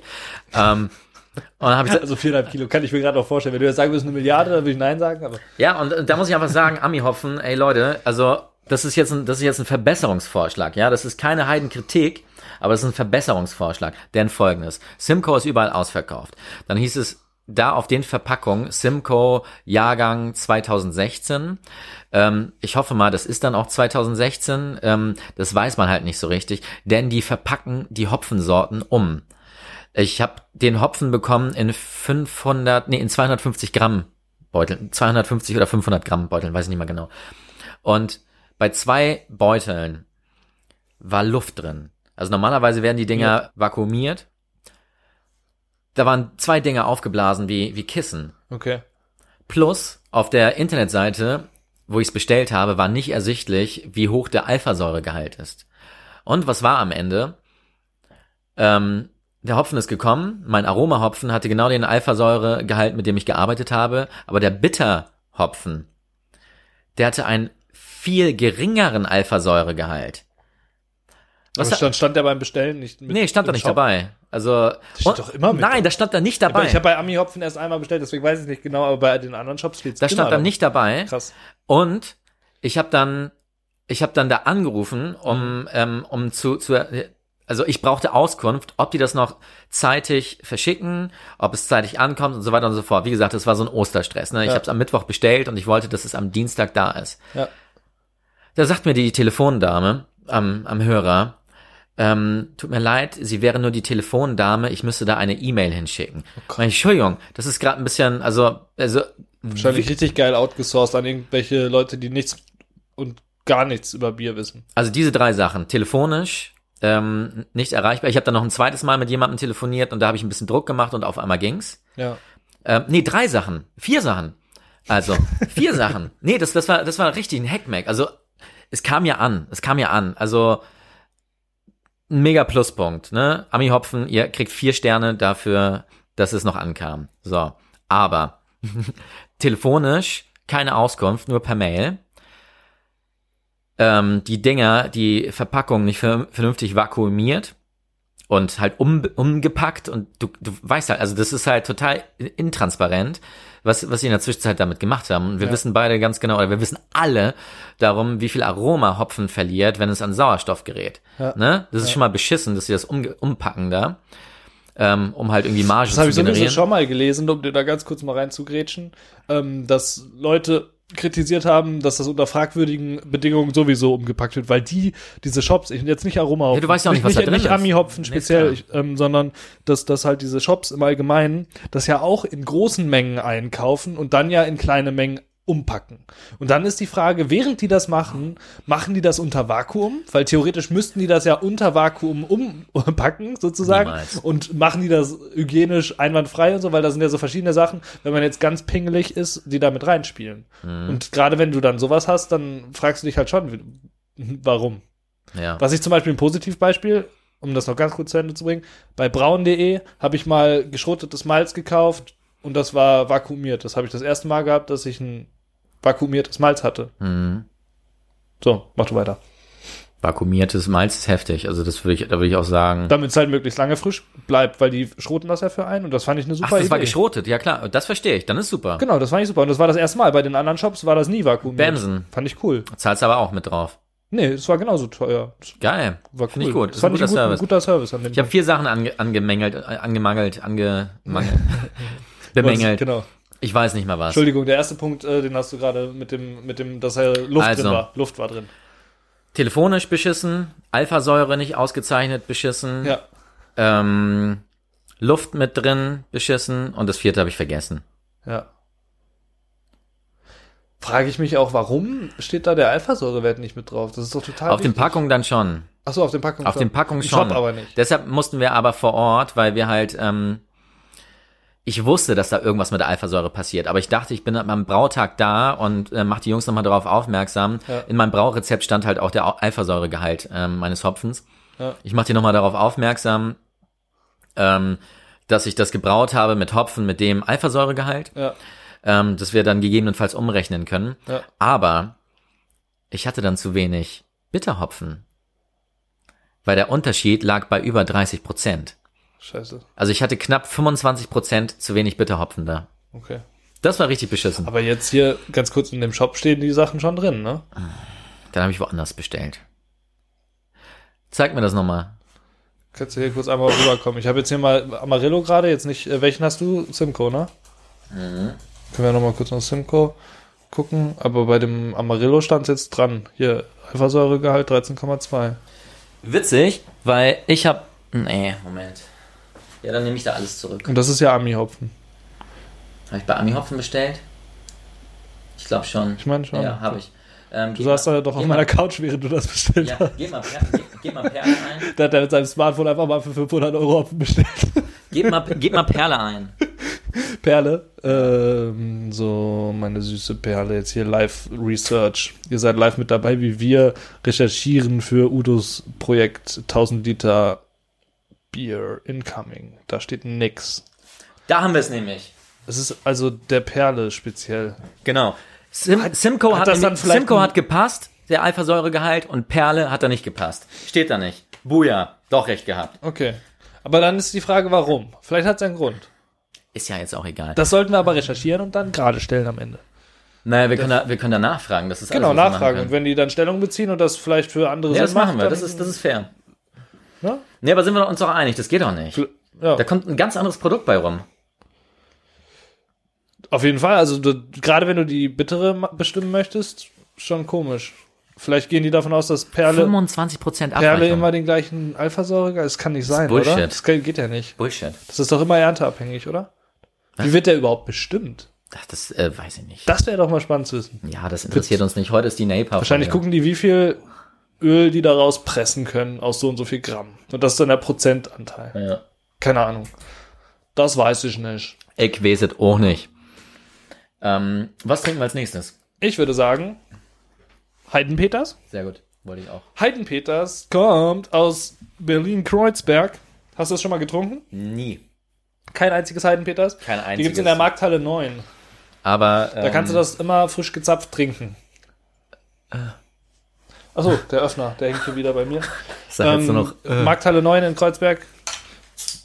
Speaker 1: Ähm, und dann hab ich gesagt,
Speaker 2: Also viereinhalb Kilo kann ich mir gerade noch vorstellen. Wenn du jetzt sagen würdest, eine Milliarde, dann würde ich Nein sagen, aber
Speaker 1: ja, und, und da muss ich einfach sagen, Ami-Hopfen, ey Leute, also das ist, jetzt ein, das ist jetzt ein Verbesserungsvorschlag, ja, das ist keine Heidenkritik, aber es ist ein Verbesserungsvorschlag, denn folgendes, Simcoe ist überall ausverkauft, dann hieß es da auf den Verpackungen Simcoe Jahrgang 2016, ähm, ich hoffe mal, das ist dann auch 2016, ähm, das weiß man halt nicht so richtig, denn die verpacken die Hopfensorten um. Ich habe den Hopfen bekommen in 500, nee, in 250 Gramm Beuteln. 250 oder 500 Gramm Beuteln, weiß ich nicht mehr genau. Und bei zwei Beuteln war Luft drin. Also normalerweise werden die Dinger vakuumiert. Da waren zwei Dinger aufgeblasen wie, wie Kissen.
Speaker 2: okay.
Speaker 1: Plus auf der Internetseite, wo ich es bestellt habe, war nicht ersichtlich, wie hoch der Alphasäuregehalt ist. Und was war am Ende? Ähm, der Hopfen ist gekommen, mein Aromahopfen hatte genau den Alphasäuregehalt, mit dem ich gearbeitet habe, aber der Bitterhopfen, der hatte einen viel geringeren Alphasäuregehalt. Was
Speaker 2: Was
Speaker 1: da-
Speaker 2: aber stand, stand der beim Bestellen nicht mit?
Speaker 1: Nee, stand da
Speaker 2: im
Speaker 1: nicht
Speaker 2: Shop?
Speaker 1: dabei. Also
Speaker 2: steht doch immer mit
Speaker 1: Nein,
Speaker 2: drauf.
Speaker 1: das stand da nicht dabei.
Speaker 2: Aber ich habe bei Ami Hopfen erst einmal bestellt, deswegen weiß ich nicht genau, aber bei den anderen Shops steht es
Speaker 1: das stand da nicht dabei.
Speaker 2: Krass.
Speaker 1: Und ich habe dann, ich habe dann da angerufen, um,
Speaker 2: Mhm.
Speaker 1: ähm, um zu, zu, also ich brauchte Auskunft, ob die das noch zeitig verschicken, ob es zeitig ankommt und so weiter und so fort. Wie gesagt, das war so ein Osterstress. Ne? Ich
Speaker 2: Ja.
Speaker 1: hab's habe es am Mittwoch bestellt und ich wollte, dass es am Dienstag da ist.
Speaker 2: Ja.
Speaker 1: Da sagt mir die Telefondame am, am Hörer, ähm, tut mir leid, sie wäre nur die Telefondame, ich müsste da eine E-Mail hinschicken.
Speaker 2: Oh Gott.
Speaker 1: Entschuldigung, das ist gerade ein bisschen, also, also
Speaker 2: Wahrscheinlich richtig geil outgesourced an irgendwelche Leute, die nichts und gar nichts über Bier wissen.
Speaker 1: Also diese drei Sachen. Telefonisch, ähm, nicht erreichbar. Ich habe dann noch ein zweites Mal mit jemandem telefoniert und da habe ich ein bisschen Druck gemacht und auf einmal ging's.
Speaker 2: Ja.
Speaker 1: Ähm, nee, drei Sachen. Vier Sachen. Also, vier Sachen. Nee, das, das war, das war richtig ein Hackmack. Also, es kam ja an. Es kam ja an. Also, ein mega Pluspunkt, ne? Ami Hopfen, ihr kriegt vier Sterne dafür, dass es noch ankam. So. Aber, telefonisch, keine Auskunft, nur per Mail ähm, die Dinger, die Verpackung nicht ver- vernünftig vakuumiert und halt um, umgepackt und du, du weißt halt, also das ist halt total intransparent, was, was sie in der Zwischenzeit damit gemacht haben. Und wir
Speaker 2: Ja.
Speaker 1: wissen beide ganz genau, oder wir wissen alle darum, wie viel Aroma Hopfen verliert, wenn es an Sauerstoff gerät.
Speaker 2: Ja.
Speaker 1: Ne? Das ist
Speaker 2: Ja.
Speaker 1: schon mal beschissen, dass sie das umge- umpacken da, ähm, um halt irgendwie Marge
Speaker 2: Das habe
Speaker 1: zu
Speaker 2: ich so ein bisschen
Speaker 1: generieren.
Speaker 2: schon mal gelesen, um dir da ganz kurz mal reinzugrätschen, ähm, dass Leute kritisiert haben, dass das unter fragwürdigen Bedingungen sowieso umgepackt wird, weil die, diese Shops, ich jetzt nicht Aromahopfen,
Speaker 1: Ja, du weißt ja auch nicht, was
Speaker 2: nicht,
Speaker 1: da drin
Speaker 2: nicht
Speaker 1: ist.
Speaker 2: Ami-Hopfen
Speaker 1: Nee,
Speaker 2: speziell,
Speaker 1: klar.
Speaker 2: ich, ähm, sondern dass, dass halt diese Shops im Allgemeinen das ja auch in großen Mengen einkaufen und dann ja in kleine Mengen umpacken. Und dann ist die Frage, während die das machen, machen die das unter Vakuum? Weil theoretisch müssten die das ja unter Vakuum umpacken, sozusagen.
Speaker 1: Niemals.
Speaker 2: Und machen die das hygienisch einwandfrei und so, weil da sind ja so verschiedene Sachen, wenn man jetzt ganz pingelig ist, die da mit reinspielen.
Speaker 1: Hm.
Speaker 2: Und gerade wenn du dann sowas hast, dann fragst du dich halt schon, wie- warum?
Speaker 1: Ja.
Speaker 2: Was ich zum Beispiel ein Positivbeispiel um das noch ganz kurz zu Ende zu bringen, bei braun.de habe ich mal geschrotetes Malz gekauft und das war vakuumiert. Das habe ich das erste Mal gehabt, dass ich ein vakuumiertes Malz hatte.
Speaker 1: Mhm.
Speaker 2: So, mach du weiter.
Speaker 1: Vakuumiertes Malz ist heftig. Also das würde ich, da würde ich auch sagen.
Speaker 2: Damit es halt möglichst lange frisch bleibt, weil die schroten das ja für einen und das fand ich eine
Speaker 1: Ach,
Speaker 2: super
Speaker 1: das war
Speaker 2: Idee.
Speaker 1: geschrotet. Ja klar, das verstehe ich. Dann ist super.
Speaker 2: genau, das fand ich super. Und das war das erste Mal. Bei den anderen Shops war das nie vakuumiert.
Speaker 1: Bamsen.
Speaker 2: Fand ich cool.
Speaker 1: Zahlst aber auch mit drauf.
Speaker 2: Nee, es war genauso teuer. Das
Speaker 1: Geil.
Speaker 2: war cool.
Speaker 1: Finde ich gut.
Speaker 2: Das
Speaker 1: ist ein
Speaker 2: fand
Speaker 1: guter
Speaker 2: ich ein gut-
Speaker 1: Service.
Speaker 2: ein guter Service an dem
Speaker 1: Ich habe vier Sachen ange angemengelt, äh, angemangelt, angemangelt, bemängelt.
Speaker 2: Genau.
Speaker 1: Ich weiß nicht mal was.
Speaker 2: Entschuldigung, der erste Punkt, äh, den hast du gerade mit dem, mit dem, dass er Luft
Speaker 1: Also.
Speaker 2: drin war. Luft war drin.
Speaker 1: Telefonisch beschissen, Alphasäure nicht ausgezeichnet beschissen,
Speaker 2: Ja.
Speaker 1: ähm, Luft mit drin beschissen und das vierte habe ich vergessen.
Speaker 2: Ja. Frage ich mich auch, warum steht da der Alphasäurewert nicht mit drauf? Das ist doch total.
Speaker 1: Auf den
Speaker 2: wichtig.
Speaker 1: Packungen dann schon.
Speaker 2: Ach so, auf den Packungen.
Speaker 1: Auf den Packungen schon.
Speaker 2: Shop aber nicht.
Speaker 1: Deshalb mussten wir aber vor Ort, weil wir halt, ähm, ich wusste, dass da irgendwas mit der Alphasäure passiert, aber ich dachte, ich bin halt am Brautag da und äh, mach die Jungs nochmal darauf aufmerksam.
Speaker 2: Ja.
Speaker 1: In meinem Braurezept stand halt auch der Au- Alphasäuregehalt ähm, meines Hopfens.
Speaker 2: Ja.
Speaker 1: Ich mach die nochmal darauf aufmerksam, ähm, dass ich das gebraut habe mit Hopfen, mit dem Alphasäuregehalt
Speaker 2: Ja.
Speaker 1: ähm, dass wir dann gegebenenfalls umrechnen können.
Speaker 2: Ja.
Speaker 1: Aber ich hatte dann zu wenig Bitterhopfen, weil der Unterschied lag bei über 30 Prozent.
Speaker 2: Scheiße.
Speaker 1: Also ich hatte knapp 25 Prozent zu wenig Bitterhopfen da.
Speaker 2: Okay.
Speaker 1: Das war richtig beschissen.
Speaker 2: Aber jetzt hier ganz kurz in dem Shop stehen die Sachen schon drin, ne?
Speaker 1: Dann habe ich woanders bestellt. Zeig mir das nochmal.
Speaker 2: Kannst du hier kurz einmal rüberkommen? Ich habe jetzt hier mal Amarillo gerade, jetzt nicht. Äh, welchen hast du? Simcoe, ne?
Speaker 1: Mhm.
Speaker 2: Können wir nochmal kurz nach Simcoe gucken. Aber bei dem Amarillo stand es jetzt dran. Hier, Alphasäuregehalt 13,2.
Speaker 1: Witzig, weil ich habe... Nee, Moment. Ja, dann nehme ich da alles zurück.
Speaker 2: Und das ist ja Ami-Hopfen.
Speaker 1: Habe ich bei Ami Hopfen bestellt? Ich glaube schon.
Speaker 2: Ich meine schon.
Speaker 1: Ja, habe ich. Ähm,
Speaker 2: Du saßt da doch auf
Speaker 1: mal.
Speaker 2: meiner Couch, während du das bestellt
Speaker 1: Ja,
Speaker 2: hast.
Speaker 1: geh mal, Per- geh, geh mal Perle ein.
Speaker 2: Da hat er mit seinem Smartphone einfach mal für 500 Euro Hopfen bestellt.
Speaker 1: Gib mal, gib mal Perle ein.
Speaker 2: Perle. Ähm, so, meine süße Perle, jetzt hier live Research. Ihr seid live mit dabei, wie wir recherchieren für Udos Projekt 1000 Liter Beer Incoming. Da steht nix.
Speaker 1: Da haben wir es nämlich.
Speaker 2: Es ist also der Perle speziell.
Speaker 1: Genau. Sim, Simcoe,
Speaker 2: hat
Speaker 1: hat,
Speaker 2: das
Speaker 1: nämlich-
Speaker 2: dann vielleicht
Speaker 1: Simcoe
Speaker 2: ein-
Speaker 1: hat gepasst, der Alphasäuregehalt und Perle hat da nicht gepasst. Steht da nicht. Buja, doch recht gehabt.
Speaker 2: Okay. Aber dann ist die Frage, warum? Vielleicht hat es einen Grund.
Speaker 1: Ist ja jetzt auch egal.
Speaker 2: Das sollten wir aber recherchieren und dann gerade stellen am Ende.
Speaker 1: naja, wir können, da, wir können da nachfragen. Also Das ist
Speaker 2: Genau,
Speaker 1: alles, was wir machen
Speaker 2: nachfragen.
Speaker 1: können.
Speaker 2: Und wenn die dann Stellung beziehen und das vielleicht für andere
Speaker 1: Ja, das
Speaker 2: Sinn macht,
Speaker 1: machen wir.
Speaker 2: dann-
Speaker 1: Das ist, das ist fair.
Speaker 2: Ne?
Speaker 1: Nee, aber sind wir uns doch einig, das geht doch nicht.
Speaker 2: Ja,
Speaker 1: Da kommt ein ganz anderes Produkt bei rum.
Speaker 2: auf jeden Fall. Also du, gerade wenn du die bittere ma- bestimmen möchtest, schon komisch. Vielleicht gehen die davon aus, dass Perle,
Speaker 1: 25%
Speaker 2: Perle
Speaker 1: Abweichung.
Speaker 2: immer den gleichen Alphasäureger. Das kann nicht sein,
Speaker 1: Bullshit.
Speaker 2: oder? Das kann- geht ja nicht.
Speaker 1: Bullshit.
Speaker 2: Das ist doch immer ernteabhängig, oder? Wie wird der überhaupt bestimmt?
Speaker 1: Das, das äh, weiß ich nicht.
Speaker 2: Das wäre doch mal spannend zu wissen.
Speaker 1: Ja, das interessiert uns nicht. Heute ist die Napa.
Speaker 2: Wahrscheinlich gucken die, wie viel Öl die da rauspressen können aus so und so viel Gramm. Und das ist dann der Prozentanteil.
Speaker 1: Ja.
Speaker 2: Keine Ahnung. Das weiß ich nicht.
Speaker 1: Ich weiß es auch nicht. Ähm, was trinken wir als nächstes?
Speaker 2: Ich würde sagen, Heidenpeters.
Speaker 1: Sehr gut, wollte ich auch.
Speaker 2: Heidenpeters kommt aus Berlin-Kreuzberg. Hast du das schon mal getrunken?
Speaker 1: Nie.
Speaker 2: Kein einziges Heidenpeters.
Speaker 1: Kein einziges.
Speaker 2: Die gibt es in der Markthalle 9.
Speaker 1: Aber ähm,
Speaker 2: Da kannst du das immer frisch gezapft trinken.
Speaker 1: Äh.
Speaker 2: Achso, der Öffner, der hängt hier wieder bei mir.
Speaker 1: sag jetzt
Speaker 2: Ähm,
Speaker 1: nur noch, äh,
Speaker 2: Markthalle 9 in Kreuzberg.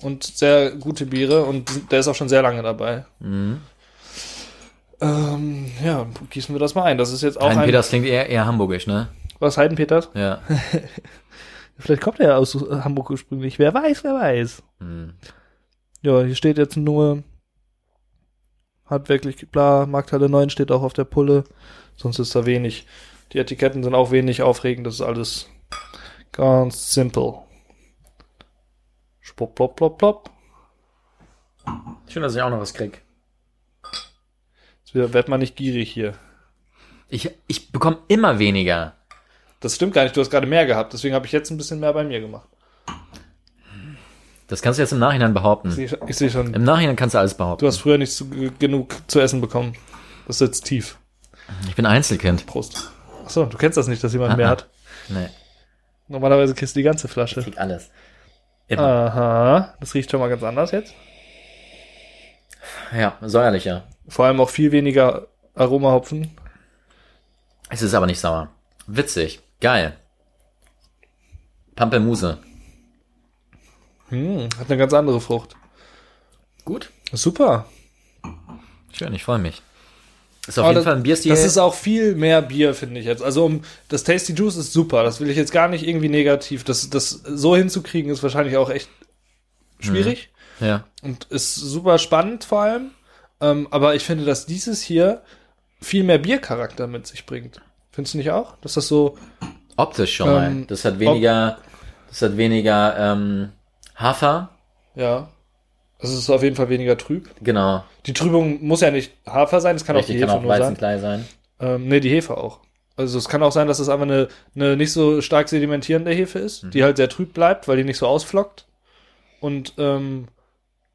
Speaker 2: Und sehr gute Biere. Und der ist auch schon sehr lange dabei.
Speaker 1: Mhm.
Speaker 2: Ähm, ja, gießen wir das mal ein. Das ist jetzt auch
Speaker 1: Hein
Speaker 2: ein.
Speaker 1: Peters klingt eher, eher hamburgisch, ne?
Speaker 2: Was Heidenpeters?
Speaker 1: Ja.
Speaker 2: Vielleicht kommt er ja aus Hamburg ursprünglich. Wer weiß, wer weiß.
Speaker 1: Hm.
Speaker 2: Ja, hier steht jetzt nur, hat wirklich, bla, Markthalle 9 steht auch auf der Pulle, sonst ist da wenig. Die Etiketten sind auch wenig aufregend, das ist alles ganz simpel. Spop, plop, plop, plop.
Speaker 1: Schön, dass ich auch noch was krieg.
Speaker 2: Jetzt wieder- wird man nicht gierig hier.
Speaker 1: Ich, ich bekomme immer weniger.
Speaker 2: Das stimmt gar nicht, du hast gerade mehr gehabt, deswegen habe ich jetzt ein bisschen mehr bei mir gemacht.
Speaker 1: Das kannst du jetzt im Nachhinein behaupten.
Speaker 2: Ich, ich sehe schon,
Speaker 1: Im Nachhinein kannst du alles behaupten.
Speaker 2: du hast früher nicht zu, genug zu essen bekommen. Das sitzt tief.
Speaker 1: ich bin Einzelkind.
Speaker 2: Prost. Achso, du kennst das nicht, dass jemand
Speaker 1: Ah,
Speaker 2: mehr
Speaker 1: ah.
Speaker 2: hat.
Speaker 1: Nee,
Speaker 2: Normalerweise kriegst du die ganze Flasche.
Speaker 1: krieg alles. Immer.
Speaker 2: Aha, das riecht schon mal ganz anders jetzt.
Speaker 1: Ja, säuerlicher.
Speaker 2: Vor allem auch viel weniger Aromahopfen.
Speaker 1: Es ist aber nicht sauer. Witzig. Geil. Pampelmuse.
Speaker 2: Hm, hat eine ganz andere Frucht.
Speaker 1: Gut.
Speaker 2: Super.
Speaker 1: Schön, ich freue mich. Ist auf
Speaker 2: Aber
Speaker 1: jeden
Speaker 2: das-
Speaker 1: Fall ein Bierstil.
Speaker 2: Das ist auch viel mehr Bier, finde ich jetzt. Also um, das Tasty Juice ist super. Das will ich jetzt gar nicht irgendwie negativ. Das, das so hinzukriegen ist wahrscheinlich auch echt
Speaker 1: Mhm.
Speaker 2: schwierig
Speaker 1: ja.
Speaker 2: und ist super spannend vor allem. Ähm, aber ich finde, dass dieses hier viel mehr Biercharakter mit sich bringt. Findest du nicht auch? Dass das so
Speaker 1: Optisch schon mal.
Speaker 2: Ähm,
Speaker 1: Das hat weniger, das hat weniger ähm, Hafer.
Speaker 2: Ja. Es ist auf jeden Fall weniger trüb.
Speaker 1: Genau.
Speaker 2: Die Trübung muss ja nicht Hafer sein, es kann
Speaker 1: Richtig,
Speaker 2: auch die
Speaker 1: kann
Speaker 2: Hefe
Speaker 1: auch
Speaker 2: nur sein.
Speaker 1: Weizenklei sein.
Speaker 2: Ähm, nee, die Hefe auch. Also es kann auch sein, dass es einfach eine, eine nicht so stark sedimentierende Hefe ist,
Speaker 1: Mhm.
Speaker 2: die halt sehr trüb bleibt, weil die nicht so ausflockt. Und ähm,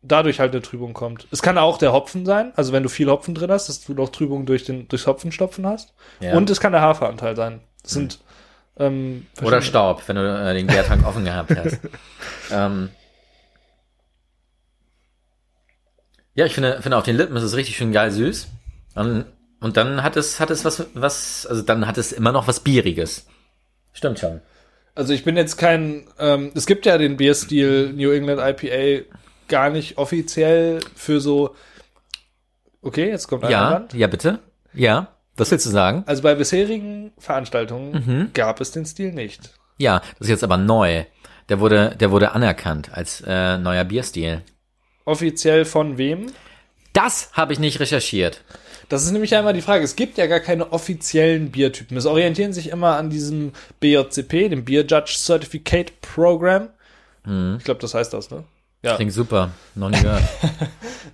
Speaker 2: dadurch halt eine Trübung kommt. Es kann auch der Hopfen sein, also wenn du viel Hopfen drin hast, dass du noch Trübung durch den, durchs Hopfenstopfen hast.
Speaker 1: Ja. Mhm.
Speaker 2: Und es kann der Haferanteil sein. Das sind ähm,
Speaker 1: Oder
Speaker 2: verschiedene-
Speaker 1: Staub, wenn du äh, den Gärtank offen gehabt hast. Ähm, ja, ich finde, finde auf den Lippen ist es richtig schön geil süß. Und, und dann hat es, hat es was, was, also dann hat es immer noch was Bieriges. Stimmt schon.
Speaker 2: Also ich bin jetzt kein, ähm, es gibt ja den Bierstil New England IPA gar nicht offiziell für so. Okay, jetzt kommt ein
Speaker 1: Ja,
Speaker 2: Einwand.
Speaker 1: ja, bitte. Ja, was willst du sagen?
Speaker 2: Also bei bisherigen Veranstaltungen gab es den Stil nicht.
Speaker 1: Ja, das ist jetzt aber neu. Der wurde, der wurde anerkannt als äh, neuer Bierstil.
Speaker 2: Offiziell von wem?
Speaker 1: Das habe ich nicht recherchiert.
Speaker 2: Das ist nämlich einmal die Frage. Es gibt ja gar keine offiziellen Biertypen. Es orientieren sich immer an diesem BJCP, dem Beer Judge Certificate Program. Ich glaube, das heißt das, ne? Ja.
Speaker 1: Klingt super. Noch nie gehört.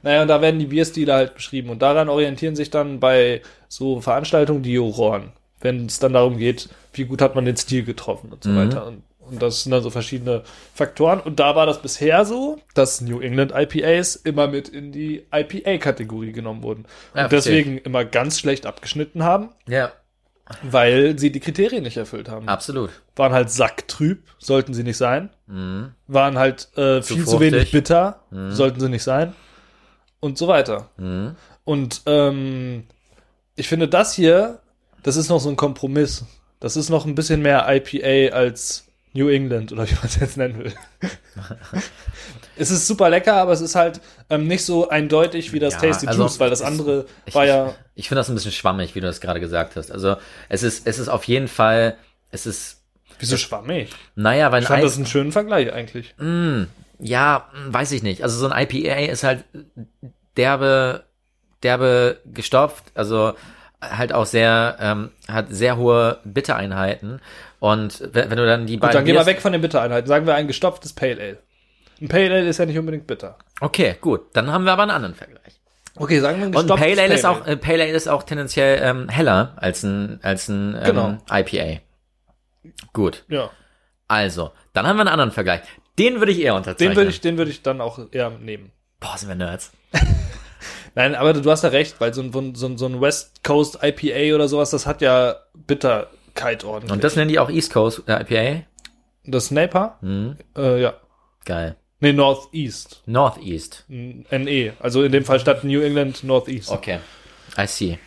Speaker 2: Naja, und da werden die Bierstile halt beschrieben. Und daran orientieren sich dann bei so Veranstaltungen die Juroren. Wenn es dann darum geht, wie gut hat man den Stil getroffen
Speaker 1: Mhm.
Speaker 2: und so weiter. Und, und das sind dann so verschiedene Faktoren. Und da war das bisher so, dass New England IPAs immer mit in die IPA-Kategorie genommen wurden. Und
Speaker 1: Ja, verstehe ich.
Speaker 2: deswegen immer ganz schlecht abgeschnitten haben,
Speaker 1: ja,
Speaker 2: weil sie die Kriterien nicht erfüllt haben.
Speaker 1: absolut.
Speaker 2: Waren halt sacktrüb, sollten sie nicht sein.
Speaker 1: Mhm.
Speaker 2: Waren halt äh, viel zu
Speaker 1: fruchtig.
Speaker 2: wenig bitter, sollten sie nicht sein. Und so weiter.
Speaker 1: Mhm.
Speaker 2: Und ähm, ich finde, das hier, das ist noch so ein Kompromiss. Das ist noch ein bisschen mehr IPA als New England oder wie man es jetzt nennen will. es ist super lecker, aber es ist halt ähm, nicht so eindeutig wie das
Speaker 1: Ja,
Speaker 2: Tasty
Speaker 1: also
Speaker 2: Juice, weil das
Speaker 1: es-
Speaker 2: andere
Speaker 1: Ich,
Speaker 2: war ja.
Speaker 1: ich finde das ein bisschen schwammig, wie du das gerade gesagt hast. Also es ist, es ist auf jeden Fall, es ist,
Speaker 2: Wieso schwammig?
Speaker 1: naja, weil
Speaker 2: Ich fand
Speaker 1: ein
Speaker 2: das einen schönen Vergleich eigentlich.
Speaker 1: ja, hm, weiß ich nicht. Also so ein IPA ist halt derbe, derbe gestopft, also halt auch sehr, ähm, hat sehr hohe Bittereinheiten. Und wenn, wenn du dann die
Speaker 2: Gut,
Speaker 1: beiden.
Speaker 2: dann gehen wir
Speaker 1: Biers-
Speaker 2: weg von den Bittereinheiten. Sagen wir ein gestopftes Pale Ale. Ein Pale Ale ist ja nicht unbedingt bitter.
Speaker 1: Okay, gut. Dann haben wir aber einen anderen Vergleich.
Speaker 2: Okay, sagen wir ein
Speaker 1: Und
Speaker 2: gestopftes
Speaker 1: Pale Ale ist auch äh, Pale Ale ist auch tendenziell ähm, heller als ein als ein ähm,
Speaker 2: Genau.
Speaker 1: IPA. Gut.
Speaker 2: Ja,
Speaker 1: Also, dann haben wir einen anderen Vergleich. Den würde ich eher unterzeichnen.
Speaker 2: den würde ich, den würde ich dann auch eher nehmen.
Speaker 1: Boah, sind wir Nerds.
Speaker 2: Nein, aber du hast ja recht, weil so ein, so ein, so ein West Coast IPA oder sowas, das hat ja Bitterkeit ordentlich.
Speaker 1: Und das nennen die auch East Coast äh, IPA.
Speaker 2: das Napa?
Speaker 1: Hm,
Speaker 2: Äh, ja.
Speaker 1: geil.
Speaker 2: Nee, Northeast.
Speaker 1: Northeast.
Speaker 2: N- NE. Also in dem Fall statt New England Northeast.
Speaker 1: Okay. I see.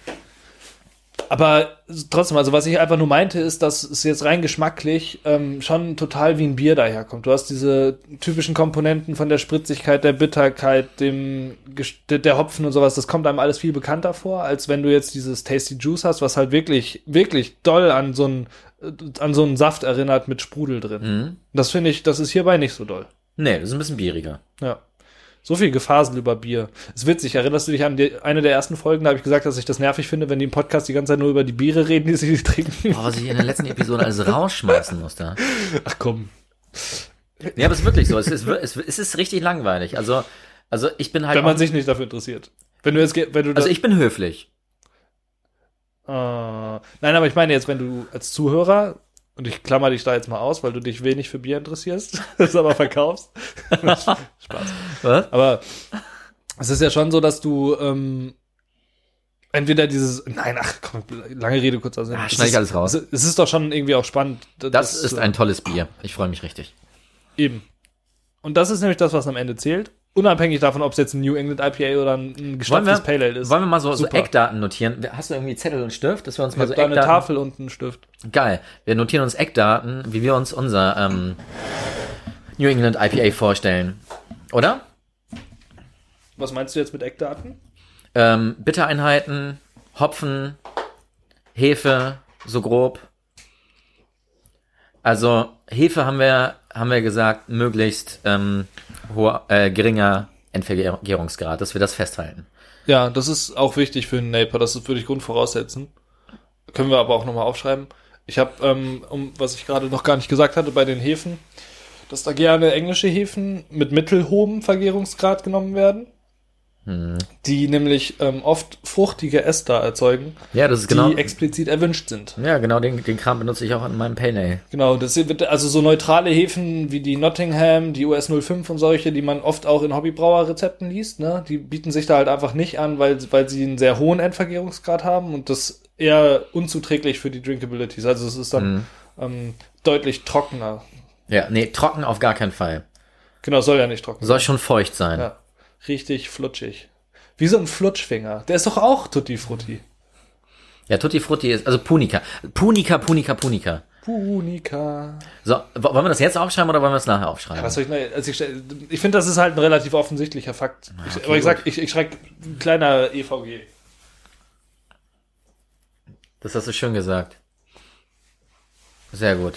Speaker 2: Aber trotzdem, also was ich einfach nur meinte, ist, dass es jetzt rein geschmacklich ähm, schon total wie ein Bier daherkommt. Du hast diese typischen Komponenten von der Spritzigkeit, der Bitterkeit, dem Gest- der- der Hopfen und sowas. Das kommt einem alles viel bekannter vor, als wenn du jetzt dieses Tasty Juice hast, was halt wirklich, wirklich doll an so einen an so einen Saft erinnert mit Sprudel drin.
Speaker 1: Hm.
Speaker 2: Das finde ich, das ist hierbei nicht so doll.
Speaker 1: Nee, das ist ein bisschen bieriger.
Speaker 2: Ja. So viel Gefasel über Bier. Ist witzig, erinnerst du dich an die, eine der ersten Folgen, da habe ich gesagt, dass ich das nervig finde, wenn die im Podcast die ganze Zeit nur über die Biere reden, die sie trinken.
Speaker 1: Boah, was ich in der letzten Episode alles rausschmeißen musste.
Speaker 2: Ach komm.
Speaker 1: Ja, aber es ist wirklich so. Es ist, wir- es es ist richtig langweilig. Also, also ich bin halt.
Speaker 2: Wenn man
Speaker 1: auch-
Speaker 2: sich nicht dafür interessiert. Wenn du jetzt, ge- wenn du
Speaker 1: also ich bin höflich.
Speaker 2: das, äh, nein, aber ich meine jetzt, wenn du als Zuhörer und ich klammer dich da jetzt mal aus, weil du dich wenig für Bier interessierst, das aber verkaufst. Spaß.
Speaker 1: Was?
Speaker 2: Aber es ist ja schon so, dass du ähm, entweder dieses, nein, ach komm, lange Rede kurz aus.
Speaker 1: Ah, schneid ich alles raus.
Speaker 2: Es ist doch schon irgendwie auch spannend.
Speaker 1: Das ist ein tolles Bier. Ich freue mich richtig.
Speaker 2: eben. Und das ist nämlich das, was am Ende zählt. Unabhängig davon, ob es jetzt ein New England IPA oder ein- ein
Speaker 1: Wollen
Speaker 2: gestopftes
Speaker 1: wir,
Speaker 2: Pale Ale ist.
Speaker 1: wollen wir mal so, so
Speaker 2: Super.
Speaker 1: Eckdaten notieren? Hast du irgendwie Zettel und Stift, dass wir uns
Speaker 2: ich
Speaker 1: mal
Speaker 2: hab
Speaker 1: so
Speaker 2: da Also eine
Speaker 1: also Eckdaten...
Speaker 2: Tafel und einen Stift.
Speaker 1: Geil. Wir notieren uns Eckdaten, wie wir uns unser ähm, New England IPA vorstellen. Oder?
Speaker 2: Was meinst du jetzt mit Eckdaten?
Speaker 1: Ähm, Bittereinheiten, Hopfen, Hefe, so grob. Also Hefe haben wir, haben wir gesagt, möglichst ähm, hoher, äh, geringer Entvergärungsgrad, dass wir das festhalten.
Speaker 2: Ja, das ist auch wichtig für einen Naper, das würde ich grundvoraussetzen. Können wir aber auch nochmal aufschreiben. Ich habe, ähm, um, was ich gerade noch gar nicht gesagt hatte, bei den Hefen, dass da gerne englische Hefen mit mittelhohem Vergärungsgrad genommen werden, die nämlich ähm, oft fruchtige Ester erzeugen,
Speaker 1: Ja, das ist genau.
Speaker 2: die explizit erwünscht sind.
Speaker 1: Ja, genau, den, den Kram benutze ich auch in meinem Pale Ale.
Speaker 2: Genau, das wird also so neutrale Hefen wie die Nottingham, die US 05 und solche, die man oft auch in Hobbybrauer-Rezepten liest, ne? Die bieten sich da halt einfach nicht an, weil, weil sie einen sehr hohen Endvergärungsgrad haben und das eher unzuträglich für die Drinkabilities. Also es ist dann ähm, deutlich trockener.
Speaker 1: Ja, nee, trocken auf gar keinen Fall.
Speaker 2: Genau, soll ja nicht trocken
Speaker 1: Soll schon feucht sein.
Speaker 2: Ja. Richtig flutschig. Wie so ein Flutschfinger. Der ist doch auch Tutti Frutti.
Speaker 1: Ja, Tutti Frutti ist, also Punica. Punica, Punica, Punica.
Speaker 2: Punika.
Speaker 1: So, wo- wollen wir das jetzt aufschreiben oder wollen wir es nachher aufschreiben?
Speaker 2: Was soll ich, denn- also ich, stell- ich finde, das ist halt ein relativ offensichtlicher Fakt. Ich, aber ich sag, ich, ich schreibe ein kleiner E EVG.
Speaker 1: Das hast du schön gesagt. Sehr gut.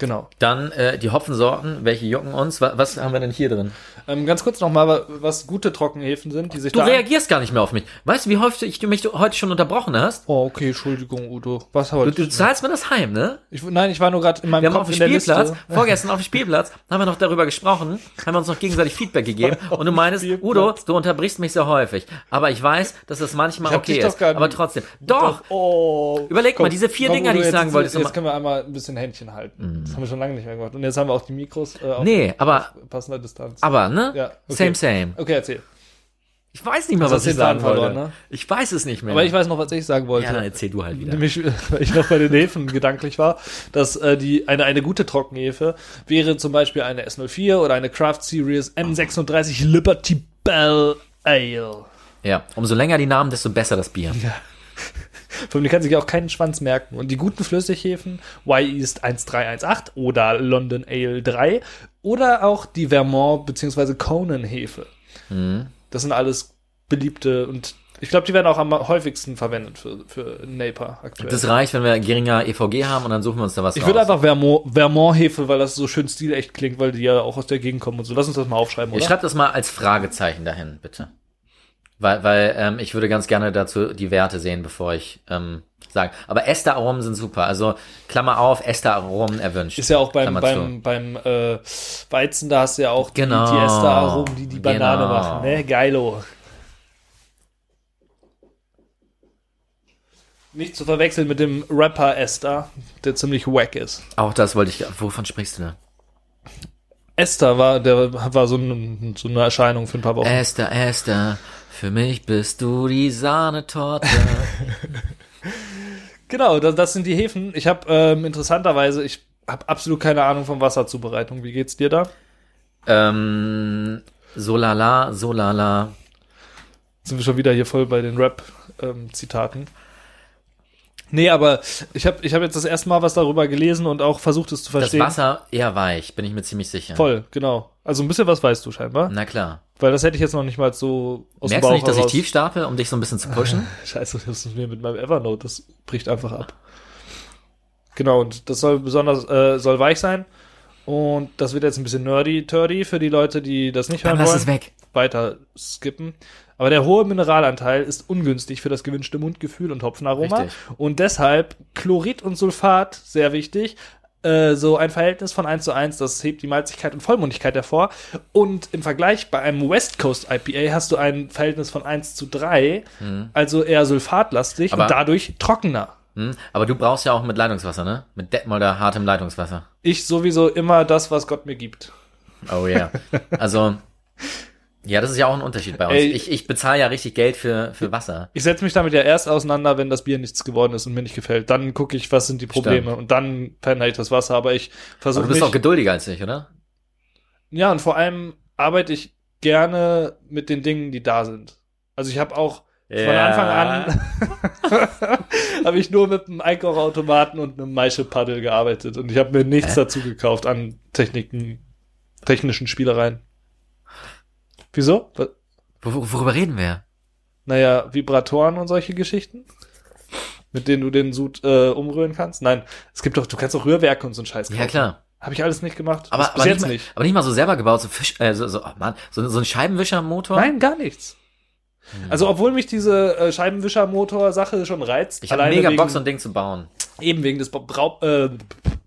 Speaker 2: Genau.
Speaker 1: Dann äh, die Hopfensorten, welche jucken uns? Was, was haben wir denn hier drin?
Speaker 2: Ähm, ganz kurz nochmal, was gute Trockenhefen sind, die sich
Speaker 1: Du
Speaker 2: da.
Speaker 1: reagierst gar nicht mehr auf mich. Weißt du, wie häufig ich- du mich heute schon unterbrochen hast?
Speaker 2: oh, okay, Entschuldigung, Udo. Was
Speaker 1: Du,
Speaker 2: heute?
Speaker 1: du zahlst mir das heim, ne?
Speaker 2: Ich, nein, ich war nur gerade in meinem
Speaker 1: Wir haben
Speaker 2: Kopf
Speaker 1: auf dem
Speaker 2: in der
Speaker 1: Spielplatz,
Speaker 2: Liste.
Speaker 1: vorgestern auf dem Spielplatz, haben wir noch darüber gesprochen, haben wir uns noch gegenseitig Feedback gegeben und du meinst,
Speaker 2: Spielplatz.
Speaker 1: Udo, du unterbrichst mich sehr häufig. Aber ich weiß, dass das manchmal
Speaker 2: hab
Speaker 1: okay
Speaker 2: dich doch
Speaker 1: ist.
Speaker 2: gar nicht-
Speaker 1: Aber trotzdem. Doch!
Speaker 2: Oh.
Speaker 1: Überleg mal, diese vier Dinger, die ich
Speaker 2: jetzt-
Speaker 1: sagen wollte, ist
Speaker 2: Jetzt
Speaker 1: immer- Mhm.
Speaker 2: können wir einmal ein bisschen Händchen halten. Das haben wir schon lange nicht mehr gemacht. Und jetzt haben wir auch die Mikros äh, auf
Speaker 1: Nee, aber,
Speaker 2: passender Distanz.
Speaker 1: aber, ne?
Speaker 2: Ja, okay.
Speaker 1: Same, same.
Speaker 2: Okay, erzähl.
Speaker 1: Ich weiß nicht mehr,
Speaker 2: Du
Speaker 1: was
Speaker 2: hast
Speaker 1: ich
Speaker 2: den Faden
Speaker 1: sagen wollte.
Speaker 2: verloren, ne?
Speaker 1: Ich weiß es nicht mehr.
Speaker 2: Aber ich weiß noch, was ich sagen wollte.
Speaker 1: ja, dann erzähl du halt wieder.
Speaker 2: Nämlich, weil ich noch bei den Hefen gedanklich war, dass äh, die, eine, eine gute Trockenhefe wäre zum Beispiel eine S04 oder eine Craft Series M36 Liberty Bell Ale.
Speaker 1: Ja, umso länger die Namen, desto besser das Bier.
Speaker 2: Von die kann sich auch keinen Schwanz merken. Und die guten Flüssighefen, Y-East 1318 oder London Ale 3 oder auch die Vermont- bzw. Conan-Hefe.
Speaker 1: Mhm.
Speaker 2: Das sind alles beliebte und ich glaube, die werden auch am häufigsten verwendet für, für Napa aktuell.
Speaker 1: Das reicht, wenn wir geringer EVG haben und dann suchen wir uns da was
Speaker 2: Ich
Speaker 1: raus.
Speaker 2: würde einfach Vermont, Vermont-Hefe, weil das so schön stilecht klingt, weil die ja auch aus der Gegend kommen und so. Lass uns das mal aufschreiben,
Speaker 1: ich
Speaker 2: oder?
Speaker 1: schreibe das mal als Fragezeichen dahin, bitte. Weil, weil ähm, ich würde ganz gerne dazu die Werte sehen, bevor ich ähm, sage. Aber Esteraromen sind super. Also Klammer auf, Esteraromen erwünscht.
Speaker 2: ist ja auch beim,
Speaker 1: Klammer
Speaker 2: beim, beim äh, Weizen, da hast du ja auch die-
Speaker 1: Genau.
Speaker 2: die Esteraromen, die die Banane
Speaker 1: Genau.
Speaker 2: machen. Ne? Geilo. Nicht zu verwechseln mit dem Rapper Esther, der ziemlich wack ist.
Speaker 1: zu. Auch das wollte ich. Wovon sprichst du da?
Speaker 2: Esther war, der war so, ein, so eine Erscheinung für ein paar Wochen.
Speaker 1: Esther, Esther, für mich bist du die Sahnetorte.
Speaker 2: Genau, das, das sind die Hefen. Ich habe ähm, interessanterweise, ich habe absolut keine Ahnung von Wasserzubereitung. Wie geht's dir da?
Speaker 1: ähm, so lala, so lala.
Speaker 2: sind wir schon wieder hier voll bei den Rap-Zitaten. nee, aber ich habe ich hab jetzt das erste Mal was darüber gelesen und auch versucht, es zu
Speaker 1: Das
Speaker 2: verstehen.
Speaker 1: Wasser eher weich, bin ich mir ziemlich sicher.
Speaker 2: Voll, genau. Also ein bisschen was weißt du scheinbar,
Speaker 1: Na klar.
Speaker 2: weil das hätte ich jetzt noch nicht mal so aus
Speaker 1: Hm.
Speaker 2: dem
Speaker 1: Merkst
Speaker 2: Bauch
Speaker 1: du nicht, dass ich
Speaker 2: heraus.
Speaker 1: tief stapel, um dich so ein bisschen zu pushen?
Speaker 2: Scheiße, das ist mir mit meinem Evernote, das bricht einfach ab. Genau, und das soll besonders, äh, soll weich sein. Und das wird jetzt ein bisschen nerdy-turdy für die Leute, die das nicht
Speaker 1: Dann
Speaker 2: hören
Speaker 1: lass
Speaker 2: wollen.
Speaker 1: es weg.
Speaker 2: Weiter skippen. Aber der hohe Mineralanteil ist ungünstig für das gewünschte Mundgefühl und Hopfenaroma.
Speaker 1: Richtig.
Speaker 2: Und deshalb Chlorid und Sulfat, sehr wichtig. Äh, so ein Verhältnis von 1 zu 1, das hebt die Malzigkeit und Vollmundigkeit hervor. Und im Vergleich bei einem West Coast IPA hast du ein Verhältnis von 1 zu 3, also eher sulfatlastig
Speaker 1: Hm. Aber-
Speaker 2: und dadurch trockener.
Speaker 1: Hm? Aber du brauchst ja auch mit Leitungswasser, ne? Mit Detmolder hartem Leitungswasser.
Speaker 2: Ich sowieso immer das, was Gott mir gibt.
Speaker 1: Oh ja. Also, ja, das ist ja auch ein Unterschied bei uns.
Speaker 2: Ey.
Speaker 1: Ich, ich bezahle ja richtig Geld für, für Wasser.
Speaker 2: Ich setze mich damit ja erst auseinander, wenn das Bier nichts geworden ist und mir nicht gefällt. Dann gucke ich, was sind die Probleme und dann verändere ich das Wasser. Aber ich
Speaker 1: Aber Also du
Speaker 2: versuche
Speaker 1: bist
Speaker 2: mich.
Speaker 1: auch geduldiger als ich, oder?
Speaker 2: Ja, und vor allem arbeite ich gerne mit den Dingen, die da sind. Also ich habe auch von
Speaker 1: Ja.
Speaker 2: Anfang an habe ich nur mit einem Einkochautomaten und einem Maischepaddel gearbeitet und ich habe mir nichts
Speaker 1: Äh.
Speaker 2: dazu gekauft an Techniken, technischen Spielereien. Wieso? Wa-
Speaker 1: Wor worüber reden wir?
Speaker 2: Naja, Vibratoren und solche Geschichten, mit denen du den Sud äh, umrühren kannst. Nein, es gibt doch, du kannst auch Rührwerke und so einen Scheiß
Speaker 1: Ja, klar.
Speaker 2: Habe ich alles nicht gemacht.
Speaker 1: Aber,
Speaker 2: bis
Speaker 1: aber,
Speaker 2: jetzt
Speaker 1: nicht,
Speaker 2: nicht.
Speaker 1: Mal, aber nicht mal so selber gebaut, so Fisch, äh, so, so, oh Mann, so, so ein Scheibenwischermotor.
Speaker 2: Nein, gar nichts.
Speaker 1: Hm.
Speaker 2: Also, obwohl mich diese äh, Scheibenwischermotor-Sache schon reizt,
Speaker 1: Ich habe mega
Speaker 2: wegen,
Speaker 1: Bock, so ein Ding zu bauen.
Speaker 2: eben wegen des Ba- Brau äh,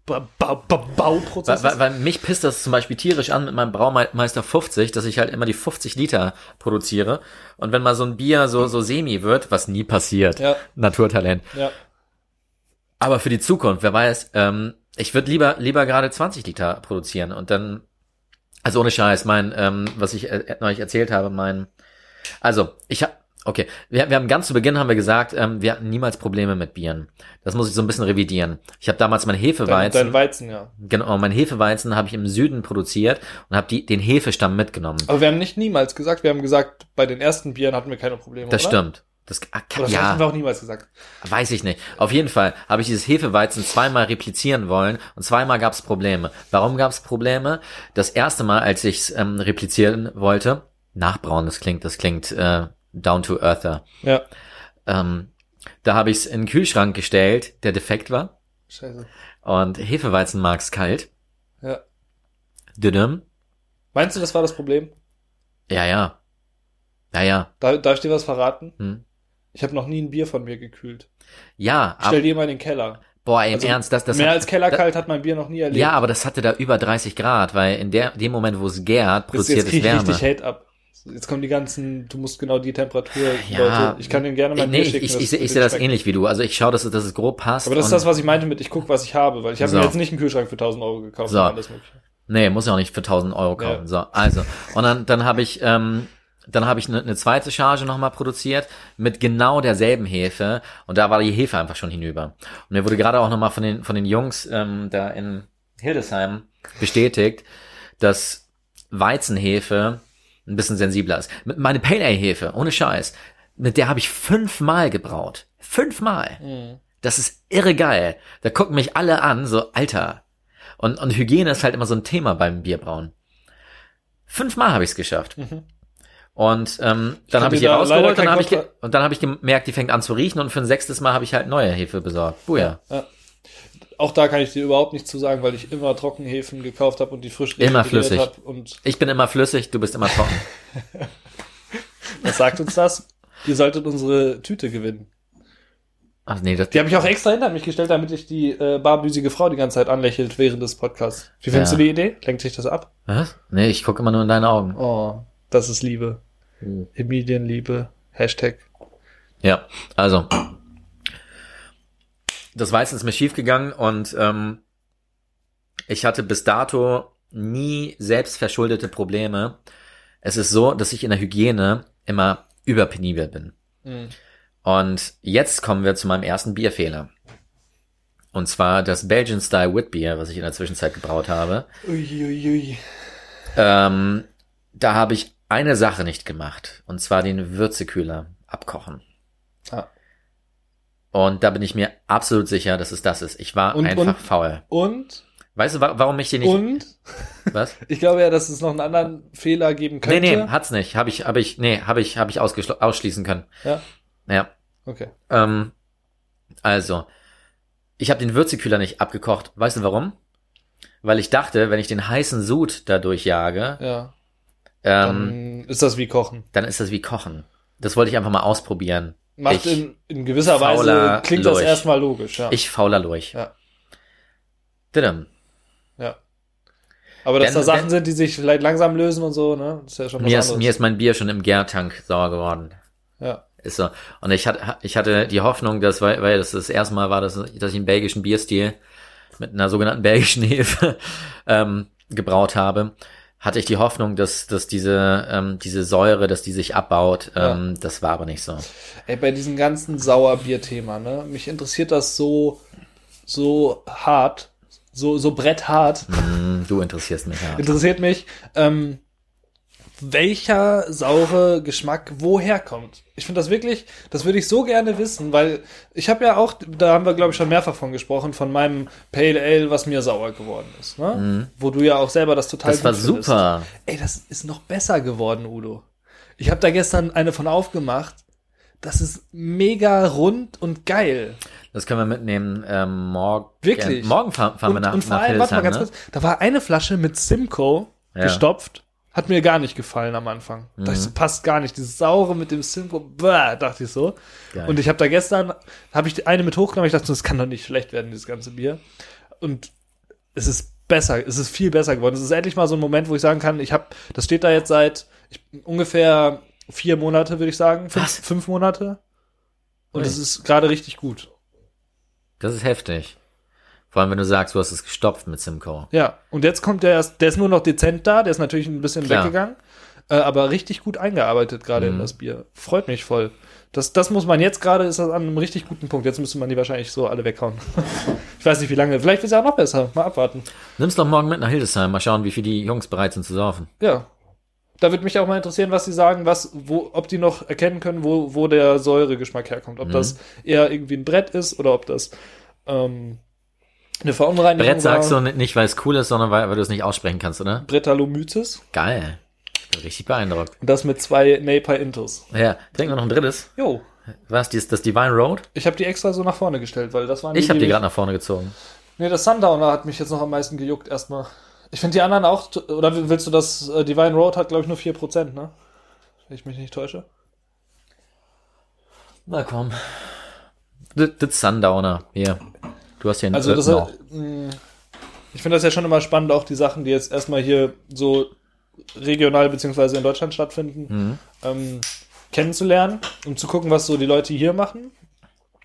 Speaker 2: Ba- Ba- Ba-
Speaker 1: Weil,
Speaker 2: Bauprozesses.
Speaker 1: weil, weil mich pisst das zum Beispiel tierisch an mit meinem Braumeister 50, dass ich halt immer die 50 Liter produziere. Und wenn mal so ein Bier so, so semi wird, was nie passiert,
Speaker 2: Ja.
Speaker 1: Naturtalent.
Speaker 2: ja.
Speaker 1: Aber für die Zukunft, wer weiß, ähm, ich würde lieber, lieber gerade 20 Liter produzieren und dann, also ohne Scheiß, mein, ähm, was ich äh, neulich erzählt habe, mein, also ich habe, okay, wir, wir haben ganz zu Beginn haben wir gesagt, ähm, wir hatten niemals Probleme mit Bieren. Das muss ich so ein bisschen revidieren. Ich habe damals mein
Speaker 2: Dein,
Speaker 1: Hefeweizen,
Speaker 2: dein Weizen, ja.
Speaker 1: genau, mein Hefeweizen habe ich im Süden produziert und habe die, den Hefestamm mitgenommen.
Speaker 2: Aber wir haben nicht niemals gesagt, wir haben gesagt, bei den ersten Bieren hatten wir keine Probleme.
Speaker 1: Das
Speaker 2: oder?
Speaker 1: stimmt. Das, ah,
Speaker 2: Oder vielleicht
Speaker 1: ja.
Speaker 2: haben wir auch niemals gesagt.
Speaker 1: Weiß ich nicht. Auf jeden Fall habe ich dieses Hefeweizen zweimal replizieren wollen und zweimal gab es Probleme. Warum gab es Probleme? Das erste Mal, als ich es ähm, replizieren wollte, nachbrauen, das klingt, das klingt äh, down to earther.
Speaker 2: Ja.
Speaker 1: Ähm, da habe ich es in den Kühlschrank gestellt, der defekt war.
Speaker 2: Scheiße.
Speaker 1: Und Hefeweizen mag's kalt.
Speaker 2: Ja.
Speaker 1: Düdüm.
Speaker 2: Meinst du, das war das Problem?
Speaker 1: Ja, ja. Ja, ja.
Speaker 2: Dar darf ich dir was verraten?
Speaker 1: Hm.
Speaker 2: Ich habe noch nie ein Bier von mir gekühlt.
Speaker 1: Ja,
Speaker 2: Ich stell
Speaker 1: ab,
Speaker 2: dir mal in den Keller.
Speaker 1: boah, ey, im
Speaker 2: also
Speaker 1: Ernst, das, das
Speaker 2: Mehr
Speaker 1: hat-
Speaker 2: als kellerkalt hat mein Bier noch nie erlebt.
Speaker 1: Ja, aber das hatte da über 30 Grad, weil in der, dem Moment, wo es gärt,
Speaker 2: Jetzt,
Speaker 1: produziert
Speaker 2: jetzt krieg
Speaker 1: es
Speaker 2: ich
Speaker 1: Wärme.
Speaker 2: richtig Hate ab. Jetzt kommen die ganzen, du musst genau die Temperatur,
Speaker 1: Ja.
Speaker 2: Leute. Ich kann denen gerne
Speaker 1: Ich,
Speaker 2: mein
Speaker 1: Äh, nee,
Speaker 2: Bier
Speaker 1: ich,
Speaker 2: schicken.
Speaker 1: ich,
Speaker 2: das-
Speaker 1: ich,
Speaker 2: den
Speaker 1: ich sehe das
Speaker 2: schmeckt.
Speaker 1: ähnlich wie du. Also ich schaue, dass, dass es grob passt.
Speaker 2: Aber das ist
Speaker 1: und-
Speaker 2: das, was ich meinte mit, ich guck, was ich habe, weil ich habe
Speaker 1: So.
Speaker 2: mir jetzt nicht einen Kühlschrank für 1000 Euro gekauft.
Speaker 1: So.
Speaker 2: und Alles mögliche.
Speaker 1: Nee, muss ja auch nicht für 1000 Euro kaufen.
Speaker 2: Ja.
Speaker 1: So, also. Und dann, dann habe ich, ähm, dann habe ich eine ne zweite Charge nochmal produziert mit genau derselben Hefe. Und da war die Hefe einfach schon hinüber. Und mir wurde gerade auch nochmal von den, von den Jungs ähm, da in Hildesheim bestätigt, dass Weizenhefe ein bisschen sensibler ist. Mit- Meine Pale Ale Hefe, ohne Scheiß, mit der habe ich fünfmal gebraut. Fünfmal. Das ist irre geil. Da gucken mich alle an, so, Alter. Und, und Hygiene ist halt immer so ein Thema beim Bierbrauen. Fünfmal habe ich es geschafft. Und ähm, dann
Speaker 2: Mhm. kann
Speaker 1: habe
Speaker 2: dir
Speaker 1: ich die
Speaker 2: da leider
Speaker 1: rausgeholt
Speaker 2: kein
Speaker 1: dann hab ich ge-
Speaker 2: Kontra-
Speaker 1: und dann habe ich gemerkt, die fängt an zu riechen und für ein sechstes Mal habe ich halt neue Hefe besorgt. Buja.
Speaker 2: Auch da kann ich dir überhaupt nichts zu sagen, weil ich immer Trockenhefen gekauft habe und die frisch
Speaker 1: Immer
Speaker 2: liquidiert
Speaker 1: flüssig.
Speaker 2: hab. Und
Speaker 1: Ich bin immer flüssig, du bist immer trocken.
Speaker 2: was sagt uns das? Ihr solltet unsere Tüte gewinnen.
Speaker 1: Ach nee, das,
Speaker 2: Die habe ich auch extra hinter mich gestellt, damit ich die äh, barbüsige Frau die ganze Zeit anlächelt während des Podcasts. Wie findest
Speaker 1: Ja.
Speaker 2: du die Idee? Lenkt sich das ab?
Speaker 1: was? Nee, ich gucke immer nur in deine Augen.
Speaker 2: Oh, das ist Liebe. Emilienliebe. Hashtag.
Speaker 1: Ja, also. Das Weizen ist mir schief gegangen und ähm, ich hatte bis dato nie selbstverschuldete Probleme. Es ist so, dass ich in der Hygiene immer überpenibel bin.
Speaker 2: Mhm.
Speaker 1: Und jetzt kommen wir zu meinem ersten Bierfehler. Und zwar das Belgian Style Whitbeer, was ich in der Zwischenzeit gebraut habe.
Speaker 2: Uiuiui.
Speaker 1: Ähm, da habe ich eine Sache nicht gemacht. Und zwar den Würzekühler abkochen.
Speaker 2: Ah.
Speaker 1: Und da bin ich mir absolut sicher, dass es das ist. Ich war
Speaker 2: Und-
Speaker 1: einfach
Speaker 2: und-
Speaker 1: faul.
Speaker 2: Und?
Speaker 1: Weißt du, wa warum ich den nicht.
Speaker 2: Und?
Speaker 1: Was?
Speaker 2: Ich glaube ja, dass es noch einen anderen Fehler geben könnte.
Speaker 1: Nee, nee, hat's nicht. Habe ich, habe ich, nee, habe ich, habe ich ausgeschl- ausschließen können.
Speaker 2: Ja.
Speaker 1: Ja.
Speaker 2: Okay.
Speaker 1: Ähm, also, ich habe den Würzekühler nicht abgekocht. Weißt du warum? Weil ich dachte, wenn ich den heißen Sud dadurch jage,
Speaker 2: Ja.
Speaker 1: ähm,
Speaker 2: Dann ist das wie Kochen.
Speaker 1: dann ist das wie Kochen. Das wollte ich einfach mal ausprobieren.
Speaker 2: Macht
Speaker 1: ich-
Speaker 2: in, in gewisser
Speaker 1: fauler
Speaker 2: Weise, klingt das
Speaker 1: Lurch.
Speaker 2: erstmal logisch, ja.
Speaker 1: Ich fauler Lurch.
Speaker 2: Ja.
Speaker 1: Didim.
Speaker 2: ja. Aber dass
Speaker 1: Wenn-
Speaker 2: da Sachen
Speaker 1: wenn-
Speaker 2: sind, die sich vielleicht langsam lösen und so, ne? Ist ja schon was
Speaker 1: Mir ist,
Speaker 2: anderes.
Speaker 1: mir ist mein Bier schon im Gärtank sauer geworden.
Speaker 2: ja.
Speaker 1: Ist so. Und ich hatte, ich hatte die Hoffnung, dass, weil, weil das das erste Mal war, dass, dass ich einen belgischen Bierstil mit einer sogenannten belgischen Hefe ähm, gebraut habe, hatte ich die Hoffnung, dass, dass diese, ähm, diese Säure, dass die sich abbaut. Ähm, Das war aber nicht so.
Speaker 2: Ey, bei diesem ganzen Sauerbier-Thema, ne? Mich interessiert das so, so hart. so, so bretthart.
Speaker 1: Hm, Du interessierst mich ja.
Speaker 2: Interessiert mich, ähm, welcher saure Geschmack woher kommt. Ich finde das wirklich, das würde ich so gerne wissen, weil ich habe ja auch, da haben wir glaube ich schon mehrfach von gesprochen, von meinem Pale Ale, was mir sauer geworden ist. Ne? Wo du ja auch selber das total
Speaker 1: Mhm. Das war
Speaker 2: gut findest.
Speaker 1: super.
Speaker 2: Ey, das ist noch besser geworden, Udo. Ich habe da gestern eine von aufgemacht. Das ist mega rund und geil.
Speaker 1: Das können wir mitnehmen. Ähm, morgen.
Speaker 2: Wirklich?
Speaker 1: Morgen fahren, fahren wir
Speaker 2: und,
Speaker 1: nach,
Speaker 2: und vor
Speaker 1: nach
Speaker 2: allem, warte mal
Speaker 1: Hildesheim.
Speaker 2: ganz
Speaker 1: Ne?
Speaker 2: kurz, da war eine Flasche mit Simcoe
Speaker 1: Ja. Mhm.
Speaker 2: gestopft. Hat mir gar nicht gefallen am Anfang. Dachte ich so, passt gar nicht. Dieses Saure mit dem Simcoe, bäh, dachte ich so.
Speaker 1: Geil.
Speaker 2: Und ich habe da gestern, habe ich eine mit hochgenommen, ich dachte, so, das kann doch nicht schlecht werden, dieses ganze Bier. Und es ist besser, es ist viel besser geworden. Es ist endlich mal so ein Moment, wo ich sagen kann, ich habe, das steht da jetzt seit ich, ungefähr vier Monate, würde ich sagen. Fünf,
Speaker 1: Was?
Speaker 2: fünf Monate. Und
Speaker 1: Ui.
Speaker 2: es ist gerade richtig gut.
Speaker 1: Das ist heftig. Vor allem, wenn du sagst, du hast es gestopft mit Simcoe.
Speaker 2: Ja, und jetzt kommt der erst, der ist nur noch dezent da, der ist natürlich ein bisschen
Speaker 1: Klar. Mhm.
Speaker 2: weggegangen, äh, aber richtig gut eingearbeitet gerade in das Bier. Freut mich voll. Das, das muss man jetzt gerade, ist das an einem richtig guten Punkt. Jetzt müsste man die wahrscheinlich so alle weghauen. ich weiß nicht, wie lange. Vielleicht wird es ja auch noch besser. Mal abwarten.
Speaker 1: Nimm's doch morgen mit nach Hildesheim. Mal schauen, wie viel die Jungs bereit sind zu saufen.
Speaker 2: Ja. Da würde mich auch mal interessieren, was sie sagen, was, wo, ob die noch erkennen können, wo, wo der Säuregeschmack herkommt. Ob
Speaker 1: Mhm.
Speaker 2: das eher irgendwie ein Brett ist oder ob das ähm, eine Verunreinigung
Speaker 1: Brett
Speaker 2: war.
Speaker 1: sagst du nicht, weil es cool ist, sondern weil, weil du es nicht aussprechen kannst, oder?
Speaker 2: Brettalomyces.
Speaker 1: Geil. Ich bin richtig beeindruckt.
Speaker 2: Und das mit zwei Napa Intus.
Speaker 1: Ja, trinken wir noch ein drittes.
Speaker 2: Jo.
Speaker 1: Was? Dies, das Divine Road?
Speaker 2: Ich habe die extra so nach vorne gestellt, weil das waren
Speaker 1: Ich habe die
Speaker 2: mich-
Speaker 1: gerade nach vorne gezogen.
Speaker 2: Nee, das Sundowner hat mich jetzt noch am meisten gejuckt erstmal. Ich finde die anderen auch. t- Oder willst du das? Äh, Divine Road hat, glaube ich, nur 4%, ne? Wenn ich mich nicht täusche.
Speaker 1: Na komm. Das das Sundowner. Hier. Du hast hier einen
Speaker 2: Also, das
Speaker 1: Öppner.
Speaker 2: äh, mh, Ich finde das ja schon immer spannend, auch die Sachen, die jetzt erstmal hier so regional beziehungsweise in Deutschland stattfinden, ähm, kennenzulernen, um zu gucken, was so die Leute hier machen.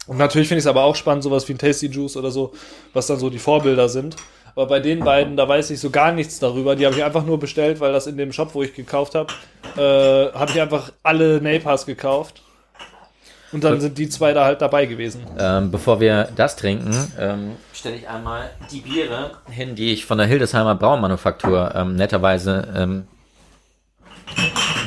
Speaker 2: Und natürlich finde ich es aber auch spannend, sowas wie ein Tasty Juice oder so, was dann so die Vorbilder sind. Aber bei den beiden, da weiß ich so gar nichts darüber. Die habe ich einfach nur bestellt, weil das in dem Shop, wo ich gekauft habe, äh, habe ich einfach alle Napas gekauft. Und dann sind die zwei da halt dabei gewesen.
Speaker 1: Ähm, bevor wir das trinken, ähm, stelle ich einmal die Biere hin, die ich von der Hildesheimer Braumanufaktur ähm, netterweise ähm,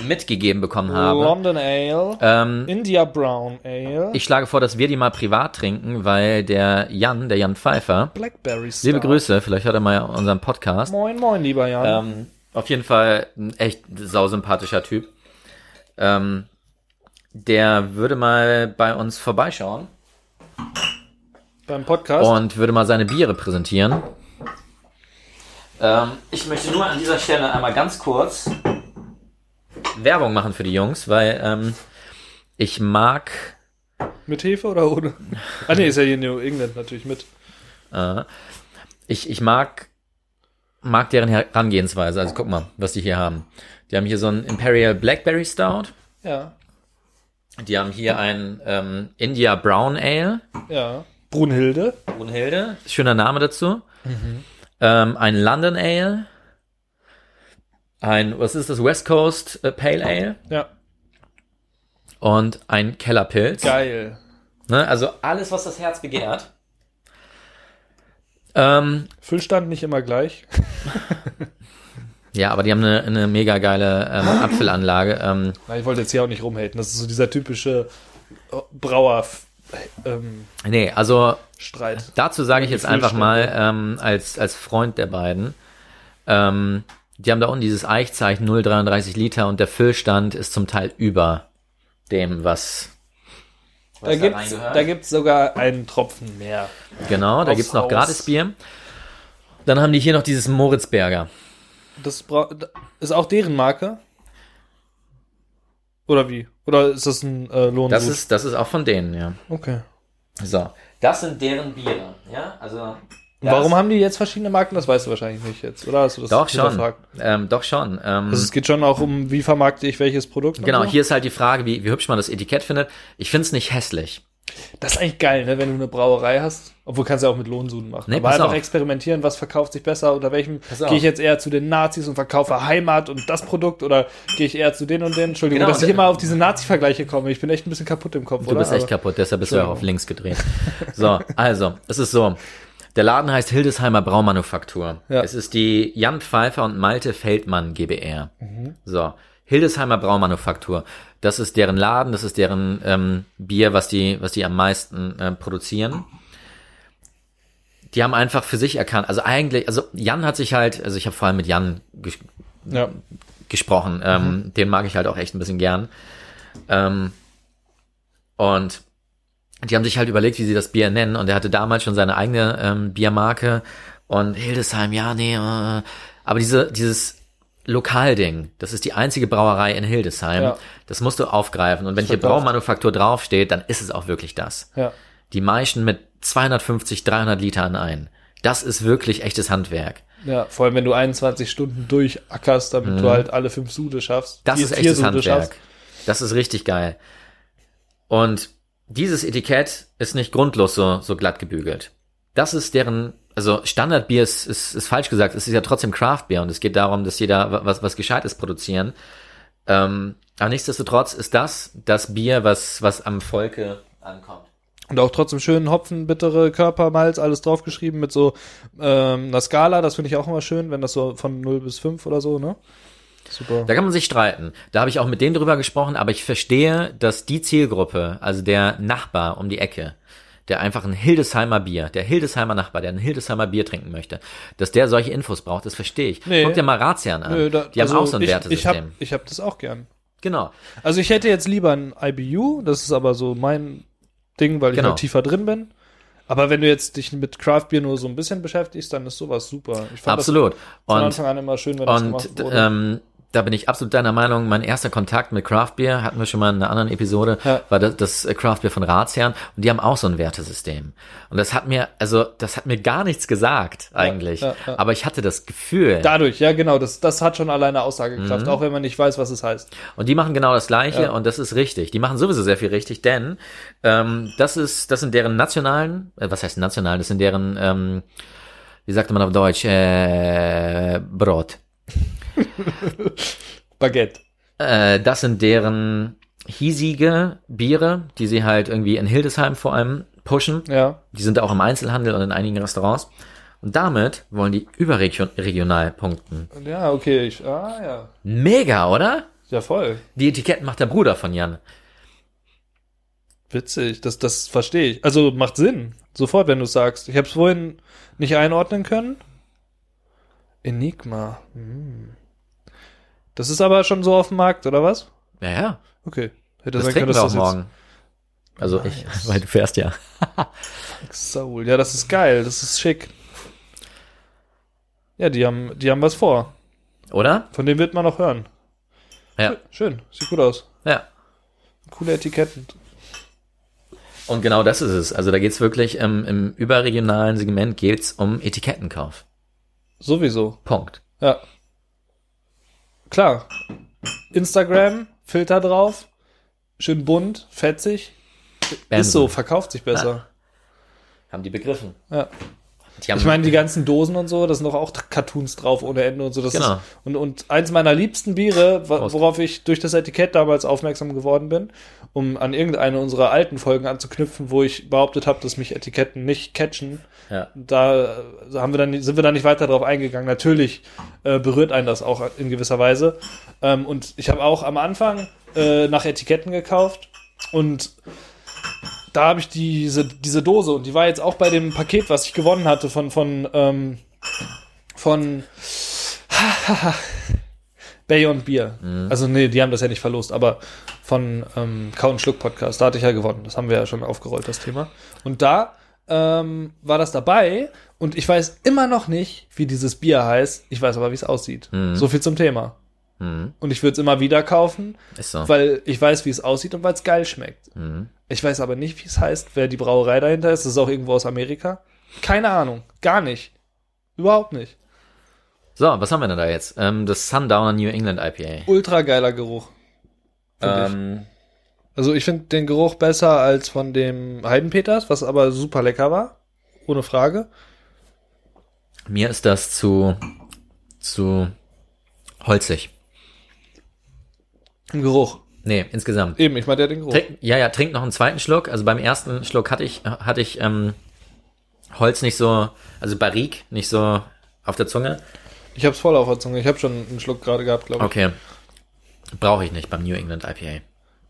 Speaker 1: mitgegeben bekommen habe.
Speaker 2: London Ale.
Speaker 1: Ähm,
Speaker 2: Mhm. India Brown Ale.
Speaker 1: ich schlage vor, dass wir die mal privat trinken, weil der Jan, der Jan Pfeiffer,
Speaker 2: Blackberry Star.
Speaker 1: liebe Grüße, vielleicht hört er mal unseren Podcast.
Speaker 2: Moin, moin, lieber Jan.
Speaker 1: Ähm, auf jeden Fall ein echt sausympathischer Typ. Ähm, der würde mal bei uns vorbeischauen
Speaker 2: Beim Podcast.
Speaker 1: und würde mal seine Biere präsentieren. Ähm, ich möchte nur an dieser Stelle einmal ganz kurz Werbung machen für die Jungs, weil ähm, ich mag.
Speaker 2: Mit Hefe oder ohne? Ah, nee, ist ja hier in New England natürlich mit.
Speaker 1: Äh, ich, ich mag, mag deren Herangehensweise. Also guck mal, was die hier haben. Die haben hier so einen Imperial Blackberry Stout.
Speaker 2: Ja,
Speaker 1: Die haben hier einen ähm, India Brown Ale.
Speaker 2: ja. Brunhilde.
Speaker 1: Brunhilde. Schöner Name dazu. Ähm, ein London Ale. Ein, was ist das? West Coast äh, Pale Ale.
Speaker 2: Ja,
Speaker 1: Und ein Kellerpilz.
Speaker 2: geil.
Speaker 1: Ne? Also alles, was das Herz begehrt. Ähm,
Speaker 2: Füllstand nicht immer gleich.
Speaker 1: ja, aber die haben eine, eine mega geile ähm, Apfelanlage. Ähm,
Speaker 2: Na, ich wollte jetzt hier auch nicht rumhaten. Das ist so dieser typische Brauer-Streit. Ähm,
Speaker 1: nee, also
Speaker 2: Streit.
Speaker 1: Dazu sage ich
Speaker 2: Die
Speaker 1: jetzt einfach
Speaker 2: Füllstände.
Speaker 1: mal ähm, als, als Freund der beiden. Ähm, die haben da unten dieses Eichzeichen 0,33 Liter und der Füllstand ist zum Teil über dem, was.
Speaker 2: da gibt's, da gibt's sogar einen Tropfen mehr.
Speaker 1: genau, da
Speaker 2: aus
Speaker 1: gibt's noch
Speaker 2: Haus.
Speaker 1: Gratisbier. Dann haben die hier noch dieses Moritzberger.
Speaker 2: Das Brau- da- ist auch deren Marke. Oder wie? Oder ist das ein äh, Lohn?
Speaker 1: Das ist, das ist auch von denen, ja.
Speaker 2: Okay.
Speaker 1: So. Das sind deren Biere, ja? Also.
Speaker 2: Warum haben die jetzt verschiedene Marken? Das weißt du wahrscheinlich nicht jetzt, oder? Hast du das
Speaker 1: Doch schon.
Speaker 2: hinterfragt?
Speaker 1: Ähm, doch schon. Ähm,
Speaker 2: Also es geht schon auch um, wie vermarkte ich welches Produkt. und
Speaker 1: genau,
Speaker 2: so.
Speaker 1: hier ist halt die Frage, wie, wie hübsch man das Etikett findet. Ich find's nicht hässlich.
Speaker 2: Das ist eigentlich geil, ne? wenn du eine Brauerei hast. Obwohl kannst du ja auch mit Lohnsuden machen.
Speaker 1: Nee,
Speaker 2: Aber
Speaker 1: pass
Speaker 2: einfach
Speaker 1: auf.
Speaker 2: experimentieren, was verkauft sich besser, unter welchem
Speaker 1: auf.
Speaker 2: gehe ich jetzt eher zu den Nazis und verkaufe Heimat und das Produkt oder gehe ich eher zu den und den. Entschuldigung,
Speaker 1: Genau,
Speaker 2: dass ich
Speaker 1: und-
Speaker 2: immer auf diese Nazi-Vergleiche komme. Ich bin echt ein bisschen kaputt im Kopf,
Speaker 1: Du
Speaker 2: oder?
Speaker 1: bist echt
Speaker 2: Aber-
Speaker 1: kaputt, deshalb bist du ja auch auf links gedreht. So, also, es ist so. Der Laden heißt Hildesheimer Braumanufaktur.
Speaker 2: Ja.
Speaker 1: Es ist die Jan Pfeiffer und Malte Feldmann GbR.
Speaker 2: Mhm.
Speaker 1: So. Hildesheimer Braumanufaktur. Das ist deren Laden, das ist deren ähm, Bier, was die, was die am meisten äh, produzieren. Die haben einfach für sich erkannt, also eigentlich, also Jan hat sich halt, also ich habe vor allem mit Jan ges
Speaker 2: Ja.
Speaker 1: gesprochen. Ähm, Den mag ich halt auch echt ein bisschen gern. Ähm, und die haben sich halt überlegt, wie sie das Bier nennen. Und er hatte damals schon seine eigene ähm, Biermarke. Und Hildesheim, ja, nee. Äh. Aber diese, dieses Lokalding, das ist die einzige Brauerei in Hildesheim.
Speaker 2: Ja.
Speaker 1: Das musst du aufgreifen. Und wenn hier
Speaker 2: verkauft.
Speaker 1: Braumanufaktur draufsteht, dann ist es auch wirklich das.
Speaker 2: Ja.
Speaker 1: Die meischen mit 250, 300 Litern ein. Das ist wirklich echtes Handwerk.
Speaker 2: Ja, vor allem wenn du 21 Stunden durchackerst, damit du halt alle fünf Sude schaffst.
Speaker 1: Mhm. Das
Speaker 2: vier-
Speaker 1: ist
Speaker 2: vier
Speaker 1: echtes
Speaker 2: Sude
Speaker 1: Handwerk.
Speaker 2: schaffst.
Speaker 1: Das ist richtig geil. Und dieses Etikett ist nicht grundlos so, so glatt gebügelt. Das ist deren, also Standardbier ist, ist, ist falsch gesagt, es ist ja trotzdem Craftbier und es geht darum, dass jeder wa- was, was Gescheites produzieren. Ähm, aber nichtsdestotrotz ist das das Bier, was, was am Volke ankommt.
Speaker 2: Und auch trotzdem schön Hopfen, bittere Körper, Malz, alles draufgeschrieben mit so ähm, einer Skala. Das finde ich auch immer schön, wenn das so von 0 bis 5 oder so, ne? Super.
Speaker 1: Da kann man sich streiten. Da habe ich auch mit denen drüber gesprochen, aber ich verstehe, dass die Zielgruppe, also der Nachbar um die Ecke, der einfach ein Hildesheimer Bier, der Hildesheimer Nachbar, der ein Hildesheimer Bier trinken möchte, dass der solche Infos braucht, das verstehe ich.
Speaker 2: Nee.
Speaker 1: Guck dir mal Razian an.
Speaker 2: Nö, da-
Speaker 1: die haben
Speaker 2: also
Speaker 1: auch so ein
Speaker 2: Ich, ich habe
Speaker 1: Wertesystem.
Speaker 2: ich hab das auch gern.
Speaker 1: genau.
Speaker 2: Also ich hätte jetzt lieber ein IBU, das ist aber so mein Ding, weil ich
Speaker 1: Genau.
Speaker 2: noch tiefer drin bin. Aber wenn du jetzt dich mit Craft Beer nur so ein bisschen beschäftigst, dann ist sowas super. Ich fand
Speaker 1: Absolut.
Speaker 2: das von
Speaker 1: Und
Speaker 2: Anfang an immer schön, wenn das
Speaker 1: Und
Speaker 2: gemacht wurde.
Speaker 1: ähm, da bin ich absolut deiner Meinung. Mein erster Kontakt mit Craft Beer, hatten wir schon mal in einer anderen Episode,
Speaker 2: Ja.
Speaker 1: war das, das Craft Beer von Ratsherren. Und die haben auch so ein Wertesystem. Und das hat mir, also, das hat mir gar nichts gesagt, eigentlich.
Speaker 2: ja, ja.
Speaker 1: Aber ich hatte das Gefühl.
Speaker 2: Dadurch, ja genau, das, das hat schon alleine Aussagekraft,
Speaker 1: Mhm.
Speaker 2: auch wenn man nicht weiß, was es heißt.
Speaker 1: Und die machen genau das Gleiche und das ist richtig. Die machen sowieso sehr viel richtig, denn ähm, das ist, das sind deren nationalen, äh, was heißt nationalen, das sind deren, ähm, wie sagt man auf Deutsch, äh, Brot.
Speaker 2: Baguette.
Speaker 1: Äh, das sind deren hiesige Biere, die sie halt irgendwie in Hildesheim vor allem pushen.
Speaker 2: Ja,
Speaker 1: Die sind auch im Einzelhandel und in einigen Restaurants. Und damit wollen die überregional punkten.
Speaker 2: ja, okay. Ich, ah ja,
Speaker 1: Mega, oder?
Speaker 2: ja voll.
Speaker 1: Die Etiketten macht der Bruder von Jan.
Speaker 2: Witzig, das, das verstehe ich. Also macht Sinn, sofort, wenn du es sagst. Ich habe es vorhin nicht einordnen können. Enigma. Hm. Das ist aber schon so auf dem Markt, oder was?
Speaker 1: Ja, ja.
Speaker 2: Okay. Hätte
Speaker 1: Das
Speaker 2: sein
Speaker 1: trinken
Speaker 2: können,
Speaker 1: wir auch
Speaker 2: dass das Ah,
Speaker 1: morgen. Also ich, weil du fährst ja.
Speaker 2: jetzt Soul. Ja, das ist geil, das ist schick. Ja, die haben, die haben was vor.
Speaker 1: Oder?
Speaker 2: Von dem wird man noch hören.
Speaker 1: Ja.
Speaker 2: Schön, sieht gut aus.
Speaker 1: Ja.
Speaker 2: Coole Etiketten.
Speaker 1: Und genau das ist es. Also da geht's wirklich ähm, im überregionalen Segment geht's um Etikettenkauf.
Speaker 2: Sowieso.
Speaker 1: Punkt.
Speaker 2: Ja. Klar. Instagram, Filter drauf, schön bunt, fetzig. Ist so, verkauft sich besser.
Speaker 1: Haben die begriffen.
Speaker 2: Ja.
Speaker 1: Die haben,
Speaker 2: Ich meine, die ganzen Dosen und so, da sind doch auch Cartoons drauf ohne Ende und so. Das
Speaker 1: Genau.
Speaker 2: ist, und, und eins meiner liebsten Biere, wa-
Speaker 1: Prost.
Speaker 2: worauf ich durch das Etikett damals aufmerksam geworden bin, um an irgendeine unserer alten Folgen anzuknüpfen, wo ich behauptet habe, dass mich Etiketten nicht catchen,
Speaker 1: ja.
Speaker 2: da äh, haben wir dann, sind wir dann nicht weiter drauf eingegangen. Natürlich äh, berührt einen das auch in gewisser Weise. Ähm, und ich habe auch am Anfang äh, nach Etiketten gekauft und da habe ich diese, diese Dose und die war jetzt auch bei dem Paket, was ich gewonnen hatte von, von, ähm, von Beyond Beer. Also nee, die haben das ja nicht verlost, aber von ähm, Kau und Schluck Podcast, da hatte ich ja gewonnen. Das haben wir ja schon aufgerollt, das Thema. Und da ähm, war das dabei und ich weiß immer noch nicht, wie dieses Bier heißt. Ich weiß aber, wie es aussieht. So viel zum Thema.
Speaker 1: Mhm.
Speaker 2: Und ich würde es immer wieder kaufen,
Speaker 1: Ist so.
Speaker 2: weil ich weiß, wie es aussieht und weil es geil schmeckt.
Speaker 1: Mhm.
Speaker 2: Ich weiß aber nicht, wie es heißt, wer die Brauerei dahinter ist. Das ist auch irgendwo aus Amerika. Keine Ahnung. Gar nicht. Überhaupt nicht.
Speaker 1: So, was haben wir denn da jetzt? Ähm, das Sundowner New England IPA.
Speaker 2: Ultra geiler Geruch. Find ich.
Speaker 1: Ähm,
Speaker 2: Also ich finde den Geruch besser als von dem Heidenpeters, was aber super lecker war. Ohne Frage.
Speaker 1: mir ist das zu, zu holzig.
Speaker 2: Im Geruch.
Speaker 1: Nee, insgesamt.
Speaker 2: Eben, ich meinte ja den Geruch.
Speaker 1: Trink, ja, ja, trink noch einen zweiten Schluck. Also beim ersten Schluck hatte ich, hatte ich ähm, Holz nicht so, also Barrique nicht so auf der Zunge.
Speaker 2: Ich hab's voll auf der Zunge. Ich habe schon einen Schluck gerade gehabt, glaube ich.
Speaker 1: Okay. Brauche ich nicht beim New England IPA.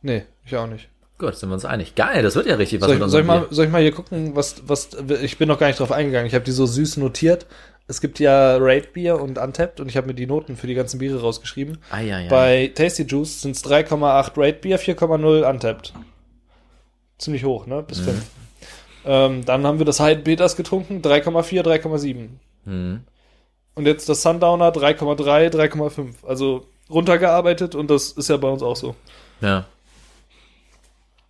Speaker 2: Nee, ich auch nicht.
Speaker 1: Gut, sind wir uns einig. Geil, das wird ja richtig was
Speaker 2: Soll
Speaker 1: mit
Speaker 2: ich, soll,
Speaker 1: unserem
Speaker 2: ich mal, soll ich mal hier gucken, was, was, ich bin noch gar nicht drauf eingegangen. Ich habe die so süß notiert. Es gibt ja Raid Bier und Untapped und ich habe mir die Noten für die ganzen Biere rausgeschrieben.
Speaker 1: Bier. Ah, ja, ja.
Speaker 2: Bei Tasty Juice sind es 3,8 Raid Bier, 4,0 Untapped. Ziemlich hoch, ne? Bis 5. Ähm, dann haben wir das Hyde Betas getrunken, 3,4, 3,7.
Speaker 1: Hm.
Speaker 2: Und jetzt das Sundowner 3,3, 3,5. Also runtergearbeitet und das ist ja bei uns auch so.
Speaker 1: ja.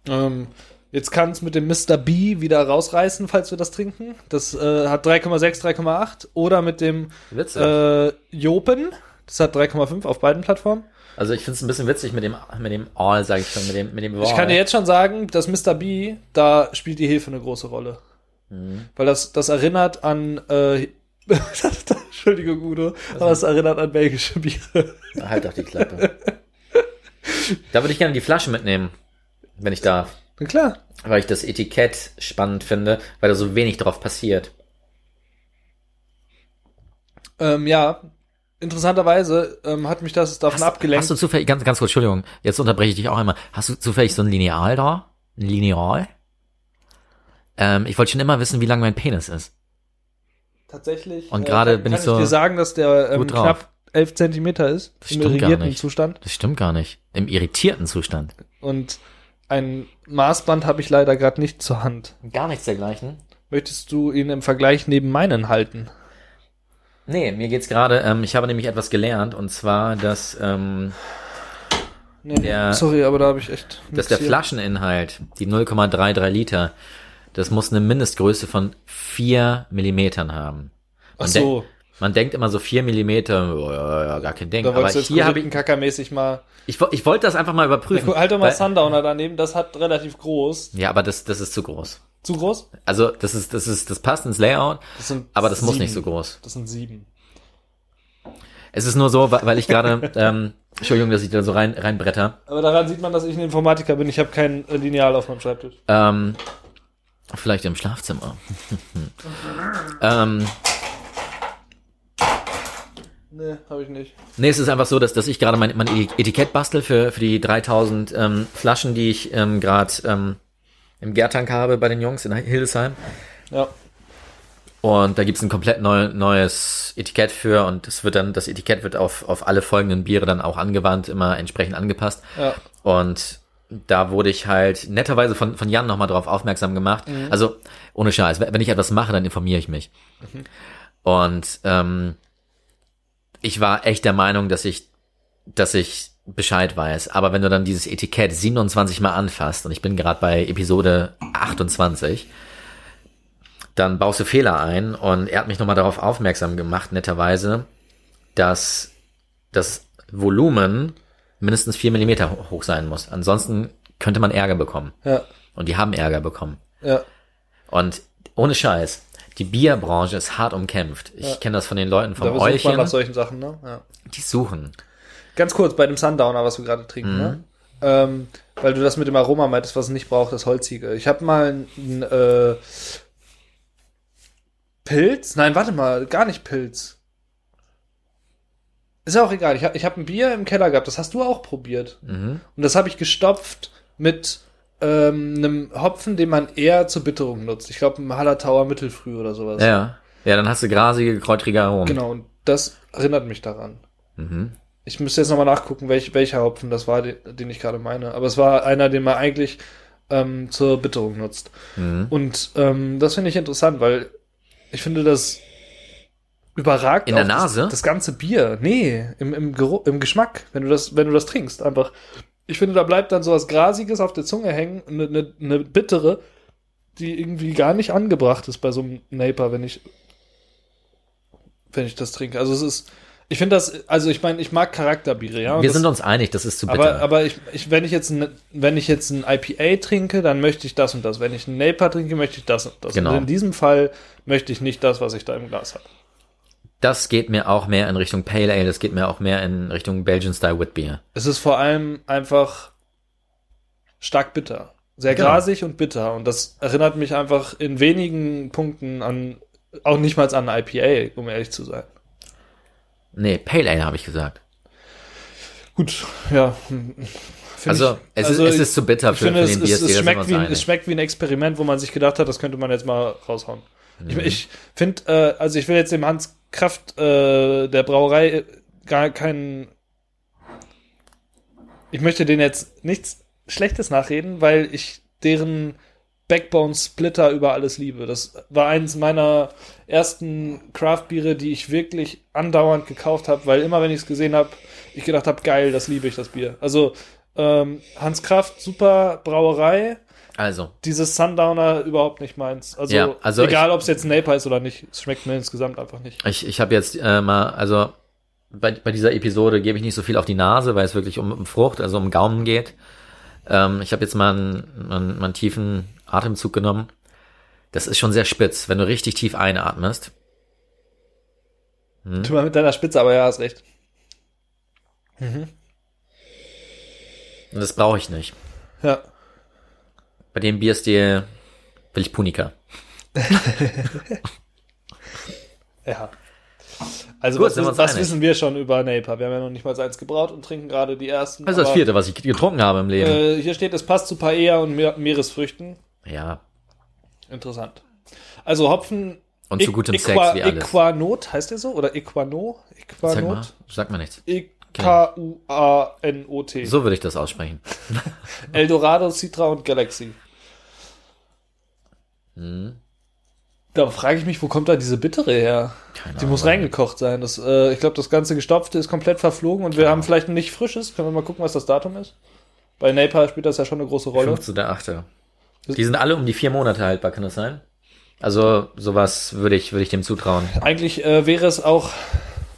Speaker 2: Ähm, jetzt kann es mit dem Mr. B wieder rausreißen, falls wir das trinken. Das äh, hat 3,6, 3,8. Oder mit dem
Speaker 1: Witzig.
Speaker 2: äh, Jopen. Das hat 3,5 auf beiden Plattformen.
Speaker 1: also ich finde es ein bisschen witzig mit dem, mit dem All, sage ich schon, mit dem, mit dem
Speaker 2: Ich kann dir jetzt schon sagen, dass Mr. B, da spielt die Hefe eine große Rolle.
Speaker 1: Mhm.
Speaker 2: Weil das, das erinnert an. Äh, Entschuldigung, Udo, aber das erinnert an belgische Biere.
Speaker 1: Halt doch die Klappe. da würde ich gerne die Flasche mitnehmen, wenn ich darf.
Speaker 2: Na klar.
Speaker 1: Weil ich das Etikett spannend finde, weil da so wenig drauf passiert.
Speaker 2: Ähm, ja, interessanterweise ähm, hat mich das davon abgelenkt.
Speaker 1: Hast du zufällig, ganz, ganz kurz, Entschuldigung, jetzt unterbreche ich dich auch einmal. Hast du zufällig so ein Lineal da? Ein Lineal? Ähm, ich wollte schon immer wissen, wie lang mein Penis ist.
Speaker 2: Tatsächlich. äh,
Speaker 1: Und gerade
Speaker 2: kann-
Speaker 1: bin
Speaker 2: kann
Speaker 1: ich so
Speaker 2: dir sagen, dass der ähm,
Speaker 1: gut drauf.
Speaker 2: knapp 11 Zentimeter ist
Speaker 1: Das
Speaker 2: im
Speaker 1: stimmt gar
Speaker 2: irrigierten
Speaker 1: nicht.
Speaker 2: Zustand.
Speaker 1: Das stimmt gar nicht. Im irritierten Zustand.
Speaker 2: Und ein Maßband habe ich leider gerade nicht zur Hand.
Speaker 1: Gar nichts dergleichen.
Speaker 2: Möchtest du ihn im Vergleich neben meinen halten?
Speaker 1: Nee, mir geht's gerade, ähm, ich habe nämlich etwas gelernt, und zwar, dass, ähm,
Speaker 2: Nee,
Speaker 1: Der-
Speaker 2: sorry, aber da habe ich echt.
Speaker 1: dass
Speaker 2: nix
Speaker 1: der
Speaker 2: hier.
Speaker 1: Flascheninhalt, die 0,33 Liter, das muss eine Mindestgröße von 4 Millimetern haben.
Speaker 2: Ach
Speaker 1: Man
Speaker 2: so,
Speaker 1: Man denkt immer so 4 Millimeter, oh, ja, ja, gar kein Ding.
Speaker 2: da
Speaker 1: Aber
Speaker 2: wolltest du jetzt
Speaker 1: hier habe ich,
Speaker 2: Kackermäßig mal.
Speaker 1: ich, wo- ich wollte das einfach mal überprüfen.
Speaker 2: Halt doch mal
Speaker 1: weil-
Speaker 2: Sundowner daneben, das hat relativ groß.
Speaker 1: Ja, aber das, das ist zu groß.
Speaker 2: Zu groß?
Speaker 1: Also, das ist, das ist, das passt ins Layout,
Speaker 2: Das sind
Speaker 1: aber das muss
Speaker 2: sieben.
Speaker 1: nicht so groß.
Speaker 2: Das sind sieben.
Speaker 1: Es ist nur so, weil weil ich gerade, ähm, Entschuldigung, dass ich da so rein, reinbretter.
Speaker 2: Aber daran sieht man, dass ich ein Informatiker bin. Ich habe kein äh, Lineal auf meinem Schreibtisch.
Speaker 1: Ähm, vielleicht im Schlafzimmer. ähm,
Speaker 2: Nee, habe ich nicht.
Speaker 1: nee, es ist einfach so, dass, dass ich gerade mein, mein Etikett bastel für, für die 3000 ähm, Flaschen, die ich ähm, gerade ähm, im Gärtank habe bei den Jungs in Hildesheim.
Speaker 2: Ja.
Speaker 1: Und da gibt's ein komplett neu, neues Etikett für und es wird dann, das Etikett wird auf, auf alle folgenden Biere dann auch angewandt, immer entsprechend angepasst.
Speaker 2: Ja.
Speaker 1: Und da wurde ich halt netterweise von, von Jan nochmal drauf aufmerksam gemacht. Also, ohne Scheiß, wenn wenn ich etwas mache, dann informiere ich mich. Und ähm, ich war echt der Meinung, dass ich, dass ich Bescheid weiß. Aber wenn du dann dieses Etikett 27 mal anfasst, und ich bin gerade bei Episode 28, dann baust du Fehler ein. Und er hat mich nochmal darauf aufmerksam gemacht, netterweise, dass das Volumen mindestens 4 Millimeter ho- hoch sein muss. Ansonsten könnte man Ärger bekommen.
Speaker 2: Ja.
Speaker 1: Und die haben Ärger bekommen.
Speaker 2: Ja.
Speaker 1: Und ohne Scheiß, die Bierbranche ist hart umkämpft. Ich kenne das von den Leuten vom
Speaker 2: Da versucht man
Speaker 1: Eulchen.
Speaker 2: nach solchen Sachen, ne? Ja.
Speaker 1: Die suchen.
Speaker 2: Ganz kurz, bei dem Sundowner, was wir gerade trinken, ne? Ähm, weil du das mit dem Aroma meintest, was es nicht braucht, das Holzige. Ich habe mal einen äh, Pilz? Nein, warte mal, gar nicht Pilz. Ist ja auch egal. Ich habe ich hab ein Bier im Keller gehabt, das hast du auch probiert.
Speaker 1: Mhm.
Speaker 2: Und das habe ich gestopft mit ähm, einem Hopfen, den man eher zur Bitterung nutzt. Ich glaube, einem Hallertauer Mittelfrüh oder sowas.
Speaker 1: Ja. Ja, dann hast du grasige, kräutrige Aromen.
Speaker 2: Genau, und das erinnert mich daran.
Speaker 1: Mhm.
Speaker 2: Ich müsste jetzt nochmal nachgucken, welch, welcher Hopfen das war, den, den ich gerade meine. Aber es war einer, den man eigentlich ähm, zur Bitterung nutzt.
Speaker 1: Mhm.
Speaker 2: Und ähm, das finde ich interessant, weil ich finde, das überragt
Speaker 1: In der
Speaker 2: auch
Speaker 1: Nase?
Speaker 2: Das, das ganze Bier. Nee, im, im, Geruch, im Geschmack, wenn du, das, wenn du das trinkst. Einfach. Ich finde, da bleibt dann sowas Grasiges auf der Zunge hängen, eine ne, ne bittere, die irgendwie gar nicht angebracht ist bei so einem Naper, wenn ich, wenn ich das trinke. Also es ist. Ich finde das, also ich meine, ich mag Charakterbiere, ja. und
Speaker 1: Wir
Speaker 2: das,
Speaker 1: sind uns einig, das ist zu bitter.
Speaker 2: aber, aber ich, ich, wenn ich jetzt ein, wenn ich jetzt ein IPA trinke, dann möchte ich das und das. Wenn ich einen Napa trinke, möchte ich das und das.
Speaker 1: Genau.
Speaker 2: Und in diesem Fall möchte ich nicht das, was ich da im Glas habe.
Speaker 1: das geht mir auch mehr in Richtung Pale Ale, das geht mir auch mehr in Richtung Belgian Style Wheat Beer.
Speaker 2: Es ist vor allem einfach stark bitter. Sehr
Speaker 1: Genau.
Speaker 2: grasig und bitter. Und das erinnert mich einfach in wenigen Punkten an, auch nicht mal an IPA, um ehrlich zu sein.
Speaker 1: Nee, Pale Ale habe ich gesagt.
Speaker 2: Gut, ja. hm, find
Speaker 1: Also,
Speaker 2: ich-
Speaker 1: es, ist, es ist zu bitter
Speaker 2: ich
Speaker 1: für,
Speaker 2: finde,
Speaker 1: für
Speaker 2: es,
Speaker 1: den
Speaker 2: es,
Speaker 1: BSD,
Speaker 2: es,
Speaker 1: da sind wir
Speaker 2: schmeckt
Speaker 1: uns
Speaker 2: wie, ein-
Speaker 1: einig.
Speaker 2: es schmeckt wie ein Experiment, wo man sich gedacht hat, das könnte man jetzt mal raushauen. Ich, ich finde, äh, also ich will jetzt dem Hans Kraft äh, der Brauerei äh, gar keinen. Ich möchte denen jetzt nichts Schlechtes nachreden, weil ich deren Backbone Splitter über alles liebe. Das war eins meiner ersten Craft-Biere, die ich wirklich andauernd gekauft habe, weil immer, wenn ich es gesehen habe, ich gedacht habe, geil, das liebe ich, das Bier. Also ähm, Hans Kraft, super Brauerei.
Speaker 1: Also,
Speaker 2: Dieses Sundowner überhaupt nicht meins. Also,
Speaker 1: Ja, also
Speaker 2: egal, ob es jetzt ein Naper ist oder nicht, es schmeckt mir insgesamt einfach nicht.
Speaker 1: ich, ich habe jetzt äh, mal, also bei, bei dieser Episode gebe ich nicht so viel auf die Nase, weil es wirklich um, um Frucht, also um Gaumen geht. Ähm, ich habe jetzt mal einen, einen, mal einen tiefen Atemzug genommen. Das ist schon sehr spitz, wenn du richtig tief einatmest. Mhm.
Speaker 2: Tu mal mit deiner Spitze, aber ja, hast recht.
Speaker 1: Und das brauche ich nicht.
Speaker 2: Ja.
Speaker 1: Bei dem Bierstil will ich Punika.
Speaker 2: ja. Also,
Speaker 1: Gut,
Speaker 2: was,
Speaker 1: sind wir
Speaker 2: wissen,
Speaker 1: uns
Speaker 2: was
Speaker 1: einig.
Speaker 2: wissen wir schon über Naper? Wir haben ja noch nicht mal eins gebraut und trinken gerade die ersten.
Speaker 1: Also Das ist das
Speaker 2: aber,
Speaker 1: vierte, was ich getrunken habe im Leben.
Speaker 2: Äh, hier steht, es passt zu Paella und Meer- Meeresfrüchten.
Speaker 1: ja.
Speaker 2: Interessant. Also Hopfen.
Speaker 1: Und zu
Speaker 2: Iq-
Speaker 1: gutem
Speaker 2: Iqua-
Speaker 1: Sex wie alles.
Speaker 2: Iquanot heißt der so? Oder E Iquano?
Speaker 1: Sag mal,
Speaker 2: Iquanot?
Speaker 1: sag mal nichts.
Speaker 2: I-K-U-A-N-O-T.
Speaker 1: So würde ich das aussprechen.
Speaker 2: Eldorado, Citra und Galaxy.
Speaker 1: Hm,
Speaker 2: Da frage ich mich, wo kommt da diese bittere her? die muss reingekocht sein. Das, äh, ich glaube, das ganze Gestopfte ist komplett verflogen und wir haben vielleicht ein nicht frisches. Können wir mal gucken, was das Datum ist? Bei Napa spielt das ja schon eine große Rolle.
Speaker 1: 15.8. Die sind alle um die vier Monate haltbar, kann das sein? Also sowas würde ich, würde ich dem zutrauen.
Speaker 2: Eigentlich äh, wäre es auch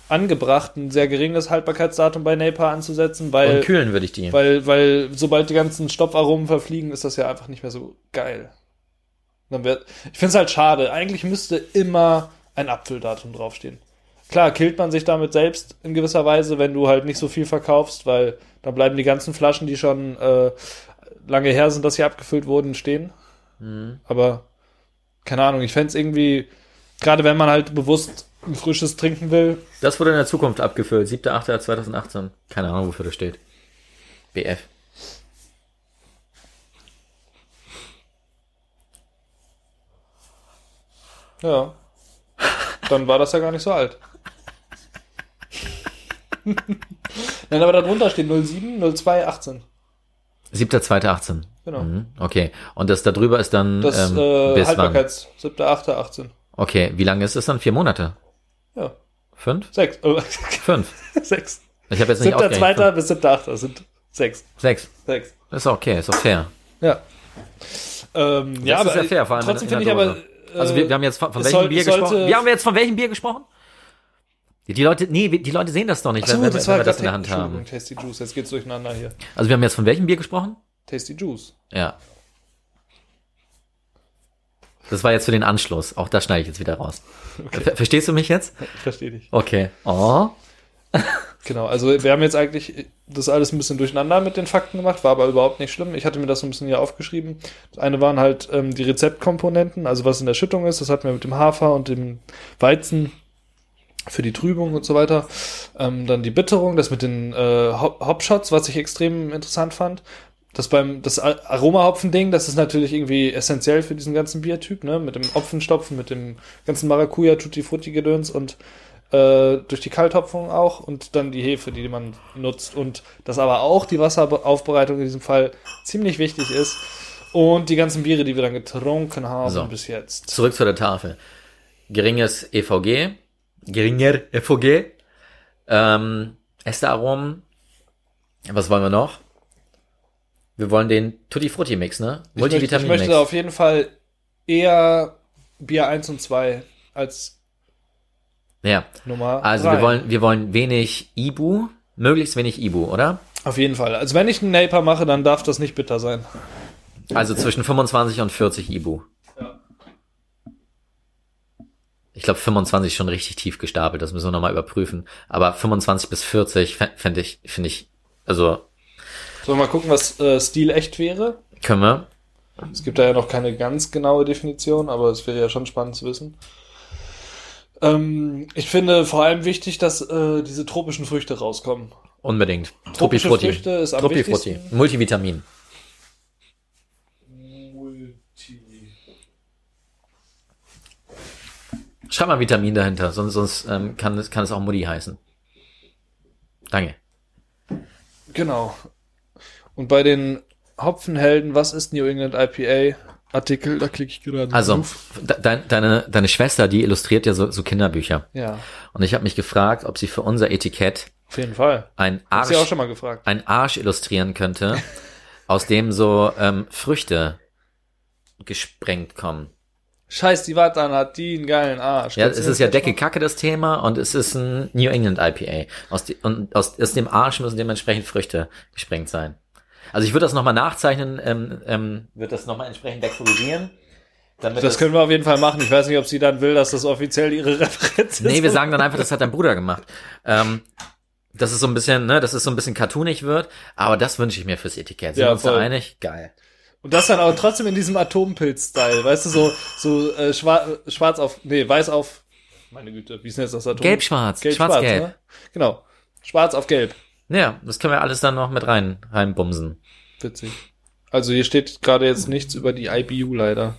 Speaker 2: angebracht, ein sehr geringes Haltbarkeitsdatum bei Napa anzusetzen,
Speaker 1: Und
Speaker 2: weil,
Speaker 1: kühlen würde ich die.
Speaker 2: weil, weil sobald die ganzen Stopfaromen verfliegen, ist das ja einfach nicht mehr so geil. Dann wär, ich finde es halt schade. Eigentlich müsste immer ein Apfeldatum draufstehen. Klar, killt man sich damit selbst in gewisser Weise, wenn du halt nicht so viel verkaufst, weil dann bleiben die ganzen Flaschen, die schon äh, lange her sind, dass sie abgefüllt wurden, stehen. Aber keine Ahnung, ich fände es irgendwie, gerade wenn man halt bewusst ein frisches trinken will,
Speaker 1: Das wurde in der Zukunft abgefüllt. 7.8.2018. Keine Ahnung, wofür das steht. BF.
Speaker 2: ja, dann war das ja gar nicht so alt. Nein, aber darunter steht 07, 02, 18.
Speaker 1: 7.2.18.
Speaker 2: Genau.
Speaker 1: Mhm, okay. Und das da drüber ist dann
Speaker 2: Das
Speaker 1: ähm,
Speaker 2: äh,
Speaker 1: bis wann?
Speaker 2: Haltbarkeits, 7, 8, 18.
Speaker 1: Okay, wie lange ist das dann? Vier Monate?
Speaker 2: Ja,
Speaker 1: Fünf?
Speaker 2: 6. Äh,
Speaker 1: Fünf.
Speaker 2: 6.
Speaker 1: Ich habe jetzt nicht
Speaker 2: 7.
Speaker 1: aufgerechnet.
Speaker 2: 2. bis 7. 8. Das sind 6.
Speaker 1: Fünf. Sechs.
Speaker 2: 6.
Speaker 1: Ist okay, ist auch fair.
Speaker 2: Ja. Ähm, ja,
Speaker 1: das
Speaker 2: aber
Speaker 1: ist ja fair, vor allem
Speaker 2: trotzdem
Speaker 1: in
Speaker 2: finde
Speaker 1: der
Speaker 2: ich aber. äh,
Speaker 1: Dose. Also wir, wir haben jetzt von, von welchem
Speaker 2: soll-
Speaker 1: Bier
Speaker 2: es sollte-
Speaker 1: gesprochen? Wir haben jetzt von welchem Bier gesprochen? Die, die Leute, nee, die Leute sehen das doch nicht,
Speaker 2: Achso,
Speaker 1: wenn, wenn,
Speaker 2: das
Speaker 1: wenn
Speaker 2: war
Speaker 1: wir das in
Speaker 2: grad
Speaker 1: der Hand
Speaker 2: Tasty- Entschuldigung,
Speaker 1: haben.
Speaker 2: Tasty Juice. Jetzt geht's durcheinander hier.
Speaker 1: Also wir haben jetzt von welchem Bier gesprochen?
Speaker 2: Tasty Juice.
Speaker 1: Ja. Das war jetzt für den Anschluss. Auch das schneide ich jetzt wieder raus. Ver Verstehst du mich jetzt?
Speaker 2: Ich verstehe dich.
Speaker 1: Okay. Oh.
Speaker 2: Genau, also wir haben jetzt eigentlich das alles ein bisschen durcheinander mit den Fakten gemacht, war aber überhaupt nicht schlimm. Ich hatte mir das so ein bisschen hier aufgeschrieben. Das eine waren halt ähm, die Rezeptkomponenten, also was in der Schüttung ist, das hatten wir mit dem Hafer und dem Weizen für die Trübung und so weiter. Ähm, dann die Bitterung, das mit den äh, Hop- Hopshots, was ich extrem interessant fand. Das beim das A- Aromahopfending, das ist natürlich irgendwie essentiell für diesen ganzen Biertyp, ne? Mit dem Opfenstopfen, mit dem ganzen Maracuja, Tutti Frutti Gedöns und äh, durch die Kalthopfung auch und dann die Hefe, die man nutzt und das aber auch die Wasseraufbereitung in diesem Fall ziemlich wichtig ist und die ganzen Biere, die wir dann getrunken haben
Speaker 1: So.
Speaker 2: bis jetzt.
Speaker 1: Zurück zu der Tafel. Geringes E EVG, geringer EVG, ähm, Esteraromen. Was wollen wir noch? Wir wollen den Tutti Frutti Mix, ne?
Speaker 2: Ich möchte, ich
Speaker 1: Multivitamin Mix.
Speaker 2: möchte auf jeden Fall eher Bier 1 und 2 als
Speaker 1: Ja,
Speaker 2: Nummer.
Speaker 1: also
Speaker 2: drei.
Speaker 1: wir wollen, wir wollen wenig Ibu, möglichst wenig Ibu, oder?
Speaker 2: Auf jeden Fall. Also wenn ich einen Naper mache, dann darf das nicht bitter sein.
Speaker 1: Also zwischen 25 und 40 Ibu. Ich glaube, 25 ist schon richtig tief gestapelt, das müssen wir nochmal überprüfen. Aber 25 bis 40 fände ich, finde ich, also
Speaker 2: Sollen wir mal gucken, was äh, Stil echt wäre?
Speaker 1: können wir.
Speaker 2: Es gibt da ja noch keine ganz genaue Definition, aber es wäre ja schon spannend zu wissen. Ähm, ich finde vor allem wichtig, dass äh, diese tropischen Früchte rauskommen.
Speaker 1: Unbedingt.
Speaker 2: Tropische
Speaker 1: Tropifrutti.
Speaker 2: Früchte ist am
Speaker 1: Tropifrutti.
Speaker 2: wichtigsten.
Speaker 1: Multivitamin. Hm. Schreib mal Vitamin dahinter, sonst, sonst ähm, kann, es, kann es auch Mutti heißen. Danke.
Speaker 2: Genau. Und bei den Hopfenhelden, was ist New England IPA? Artikel, da klicke ich gerade.
Speaker 1: Also,
Speaker 2: drauf.
Speaker 1: de, dein- deine, deine Schwester, die illustriert ja so, so Kinderbücher.
Speaker 2: Ja,
Speaker 1: Und ich habe mich gefragt, ob sie für unser Etikett
Speaker 2: auf jeden Fall.
Speaker 1: ein
Speaker 2: Hab sie auch
Speaker 1: Arsch,
Speaker 2: schon mal gefragt.
Speaker 1: ein Arsch illustrieren könnte, aus dem so ähm, Früchte gesprengt kommen.
Speaker 2: Scheiß, die Watan hat die einen geilen Arsch.
Speaker 1: Ja,
Speaker 2: Kannst
Speaker 1: es
Speaker 2: du
Speaker 1: ist ja
Speaker 2: das
Speaker 1: Decke Kacke das Thema und es ist ein New England IPA. Aus, die, und aus, aus dem Arsch müssen dementsprechend Früchte gesprengt sein. Also ich würde das nochmal nachzeichnen, ähm, ähm, würde das nochmal entsprechend dekorieren. Damit
Speaker 2: Das können wir auf jeden Fall machen. Ich weiß nicht, ob sie dann will, dass das offiziell ihre Referenz ist.
Speaker 1: Nee, wir sagen dann einfach, das hat dein Bruder gemacht. Ähm, das ist so ein bisschen, ne, dass es so ein bisschen cartoonig wird, aber das wünsche ich mir fürs Etikett. Sind
Speaker 2: Ja,
Speaker 1: wir uns da
Speaker 2: voll.
Speaker 1: einig? Geil.
Speaker 2: Und das dann auch trotzdem in diesem Atompilz-Style. Weißt du, so, so äh, schwa schwarz auf, nee, weiß auf, meine Güte, wie ist denn jetzt das Atom?
Speaker 1: Gelb-schwarz,
Speaker 2: Gelb,
Speaker 1: schwarz-gelb.
Speaker 2: ne? Genau. Schwarz auf gelb.
Speaker 1: Ja, das können wir alles dann noch mit rein, reinbumsen.
Speaker 2: Witzig. Also hier steht gerade jetzt nichts über die IBU leider.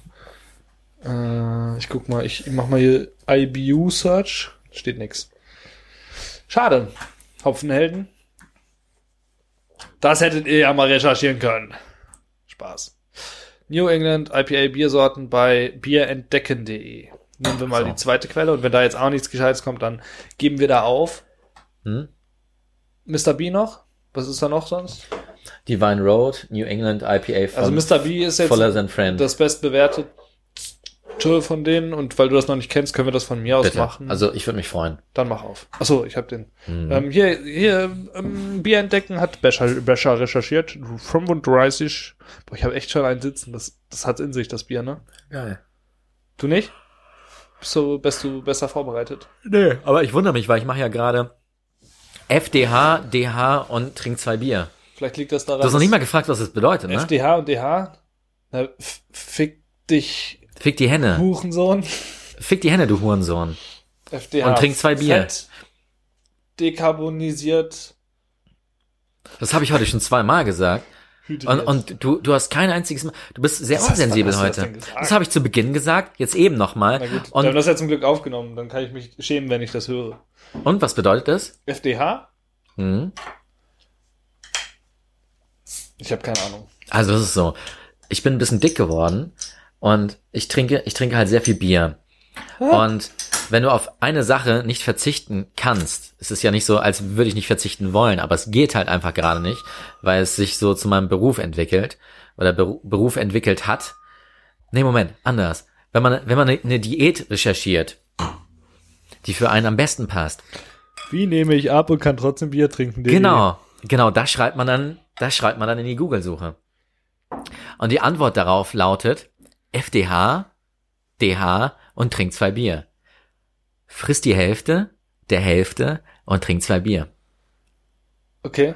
Speaker 2: Äh, ich guck mal, ich mach mal hier IBU-Search. Steht nix. Schade. Hopfenhelden. Das hättet ihr ja mal recherchieren können. Spaß. New England IPA Biersorten bei bierentdecken.de. Nehmen wir mal
Speaker 1: So.
Speaker 2: die zweite Quelle und wenn da jetzt auch nichts Gescheites kommt, dann geben wir da auf.
Speaker 1: Hm?
Speaker 2: Mr. B noch? Was ist da noch sonst?
Speaker 1: Divine Road, New England IPA
Speaker 2: Also
Speaker 1: von
Speaker 2: Mr. B ist jetzt
Speaker 1: Fuller Than Friend.
Speaker 2: das bestbewertete von denen und weil du das noch nicht kennst, können wir das von mir aus
Speaker 1: Bitte.
Speaker 2: machen.
Speaker 1: Also ich würde mich freuen. Mhm.
Speaker 2: dann mach auf. Achso, ich habe den. Ähm, hier, hier ähm, Bier entdecken hat Bescher, Bescher recherchiert. 35. Boah, ich habe echt schon einen sitzen. Das, das hat in sich, das Bier, ne?
Speaker 1: Geil.
Speaker 2: Du nicht? Bist du, bist du besser vorbereitet?
Speaker 1: Nee, aber ich wundere mich, weil ich mache ja gerade FDH, DH und trink zwei Bier.
Speaker 2: Vielleicht liegt das daran.
Speaker 1: Du hast noch
Speaker 2: dass
Speaker 1: nicht mal gefragt, was das bedeutet, ne?
Speaker 2: FDH und DH? Na, f- fick dich,
Speaker 1: Fick die Henne.
Speaker 2: Hurensohn.
Speaker 1: Fick die Henne, du Hurensohn.
Speaker 2: FDH.
Speaker 1: Und trink zwei Bier.
Speaker 2: Fett, dekarbonisiert.
Speaker 1: Das habe ich heute schon zweimal gesagt.
Speaker 2: Hüte
Speaker 1: Und,
Speaker 2: jetzt.
Speaker 1: und du, du hast kein einziges Mal. Du bist sehr
Speaker 2: Was hast-
Speaker 1: unsensibel
Speaker 2: wann hast du das
Speaker 1: heute.
Speaker 2: denn gesagt?
Speaker 1: Das habe ich zu Beginn gesagt, jetzt eben
Speaker 2: Na
Speaker 1: nochmal.
Speaker 2: gut, wir haben
Speaker 1: Und,
Speaker 2: das ja zum Glück aufgenommen, dann kann ich mich schämen, wenn ich das höre.
Speaker 1: und was bedeutet das?
Speaker 2: FDH?
Speaker 1: Hm?
Speaker 2: Ich habe keine Ahnung.
Speaker 1: Also es ist so, ich bin ein bisschen dick geworden und ich trinke, ich trinke halt sehr viel Bier. Und wenn du auf eine Sache nicht verzichten kannst, es ist ja nicht so, als würde ich nicht verzichten wollen, aber es geht halt einfach gerade nicht, weil es sich so zu meinem Beruf entwickelt oder Beru- Beruf entwickelt hat. Nee, Moment, anders. Wenn man, wenn man eine, eine Diät recherchiert, die für einen am besten passt,
Speaker 2: Wie nehme ich ab und kann trotzdem Bier trinken?
Speaker 1: Genau, genau, das schreibt man dann, das schreibt man dann in die Google-Suche. Und die Antwort darauf lautet FDH, DH und trink zwei Bier. Friss die Hälfte der Hälfte und trink zwei Bier.
Speaker 2: Okay,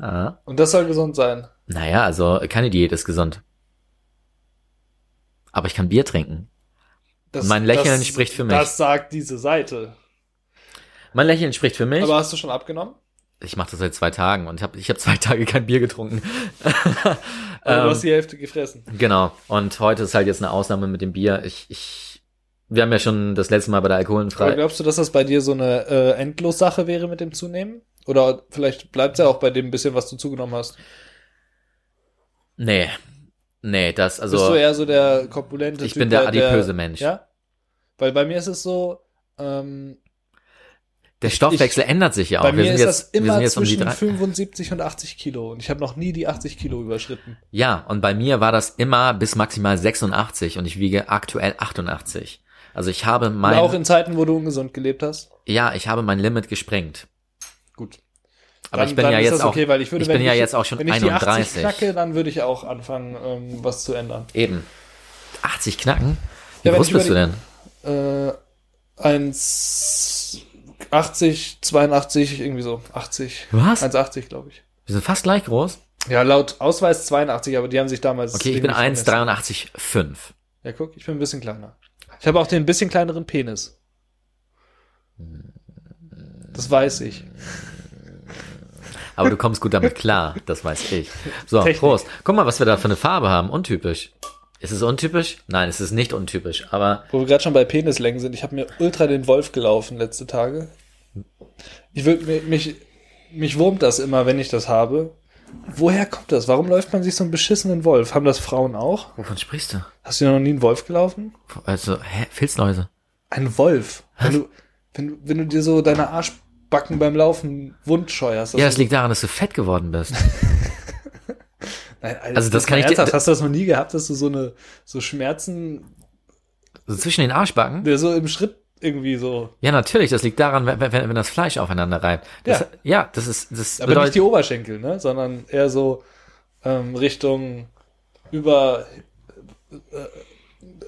Speaker 1: Ah.
Speaker 2: und das soll gesund sein.
Speaker 1: Naja, also keine Diät ist gesund. Aber ich kann Bier trinken.
Speaker 2: Das,
Speaker 1: Mein Lächeln spricht für mich.
Speaker 2: Das sagt diese Seite.
Speaker 1: Mein Lächeln spricht für mich.
Speaker 2: Aber hast du schon abgenommen?
Speaker 1: ich mache das seit zwei Tagen und hab, ich habe zwei Tage kein Bier getrunken.
Speaker 2: Oder
Speaker 1: Ähm.
Speaker 2: du hast die Hälfte gefressen.
Speaker 1: Genau. Und heute ist halt jetzt eine Ausnahme mit dem Bier. Ich, ich, wir haben ja schon das letzte Mal bei der
Speaker 2: Aber
Speaker 1: Alkoholenfrei.
Speaker 2: glaubst du, dass das bei dir so eine äh, Endlossache wäre mit dem Zunehmen? Oder vielleicht bleibt ja auch bei dem bisschen, was du zugenommen hast.
Speaker 1: Nee. Nee, das, also.
Speaker 2: Bist du eher so der korpulente
Speaker 1: Ich
Speaker 2: Typ,
Speaker 1: bin der adipöse Mensch.
Speaker 2: Ja? Weil bei mir ist es so, ähm,
Speaker 1: der Stoffwechsel ändert sich ja auch.
Speaker 2: Bei mir ist das
Speaker 1: wir
Speaker 2: immer
Speaker 1: sind jetzt um die
Speaker 2: zwischen
Speaker 1: drei.
Speaker 2: 75 und 80 Kilo und ich habe noch nie die 80 Kilo überschritten.
Speaker 1: Ja, und bei mir war das immer bis maximal 86 und ich wiege aktuell 88. Also ich habe
Speaker 2: Und auch
Speaker 1: mein,
Speaker 2: in Zeiten, wo du ungesund gelebt hast.
Speaker 1: ja, ich habe mein Limit gesprengt.
Speaker 2: Gut.
Speaker 1: Aber
Speaker 2: Dann-
Speaker 1: ich bin
Speaker 2: dann
Speaker 1: ja
Speaker 2: ist
Speaker 1: jetzt
Speaker 2: das
Speaker 1: auch,
Speaker 2: okay, weil ich, würde,
Speaker 1: bin
Speaker 2: wenn
Speaker 1: ja jetzt auch schon
Speaker 2: wenn ich Die 80
Speaker 1: 31.
Speaker 2: knacke, dann würde ich auch anfangen, ähm, was zu ändern.
Speaker 1: Eben. 80 knacken? Wie
Speaker 2: Ja, wenn
Speaker 1: groß
Speaker 2: ich
Speaker 1: bist du
Speaker 2: überleg-
Speaker 1: denn?
Speaker 2: Äh, 1, 80, 82, irgendwie so. 80.
Speaker 1: Was?
Speaker 2: 1,80, glaube ich.
Speaker 1: Wir sind fast gleich groß.
Speaker 2: Ja, laut Ausweis 82, aber die haben sich damals.
Speaker 1: Okay, ich bin 1,83,5.
Speaker 2: Ja, guck, ich bin ein bisschen kleiner. Ich habe auch den bisschen kleineren Penis. Das weiß ich.
Speaker 1: Aber du kommst gut damit klar, das weiß ich. So,
Speaker 2: Technik.
Speaker 1: Prost. Guck mal, was wir da für eine Farbe haben. Untypisch. Ist es untypisch? Nein, es ist nicht untypisch. Aber
Speaker 2: Wo wir gerade schon bei Penislängen sind, ich habe mir ultra den Wolf gelaufen letzte Tage. Ich würd, mi- mich, mich wurmt das immer, wenn ich das habe. Woher kommt das? Warum läuft man sich so einen beschissenen Wolf? Haben das Frauen auch?
Speaker 1: wovon sprichst du?
Speaker 2: Hast du noch nie einen Wolf gelaufen?
Speaker 1: Also, hä? Filzläuse.
Speaker 2: Ein Wolf. Wenn du, wenn, du- wenn du dir so deine Arschbacken beim Laufen wund scheuerst.
Speaker 1: Ja, das liegt daran, dass du fett geworden bist.
Speaker 2: Nein, Alter,
Speaker 1: also das
Speaker 2: ist
Speaker 1: kann
Speaker 2: mal
Speaker 1: ich dir-
Speaker 2: ernsthaft. Hast du das noch nie gehabt, dass du so eine so Schmerzen,
Speaker 1: So zwischen den Arschbacken?
Speaker 2: der so im Schritt irgendwie so.
Speaker 1: Ja, natürlich. Das liegt daran, wenn, wenn, wenn das Fleisch aufeinander reibt. Das,
Speaker 2: Ja.
Speaker 1: ja. ja, das ist, das
Speaker 2: Aber nicht
Speaker 1: bedeutet,
Speaker 2: die Oberschenkel, ne? Sondern eher so ähm, Richtung über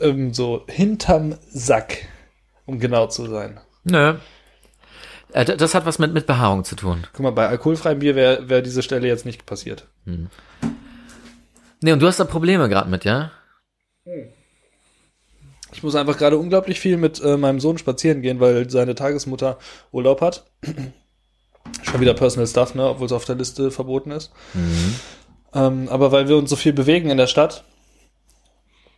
Speaker 2: äh, ähm, so hinterm Sack, um genau zu sein.
Speaker 1: nö. Äh, d- Das hat was mit, mit Behaarung zu tun.
Speaker 2: Guck mal, bei alkoholfreiem Bier wäre wär diese Stelle jetzt nicht passiert.
Speaker 1: Nee, und du hast da Probleme gerade mit, ja?
Speaker 2: Ich muss einfach gerade unglaublich viel mit äh, meinem Sohn spazieren gehen, weil seine Tagesmutter Urlaub hat. Schon wieder Personal Stuff, ne? Obwohl es auf der Liste verboten ist.
Speaker 1: Mhm.
Speaker 2: Ähm, aber weil wir uns so viel bewegen in der Stadt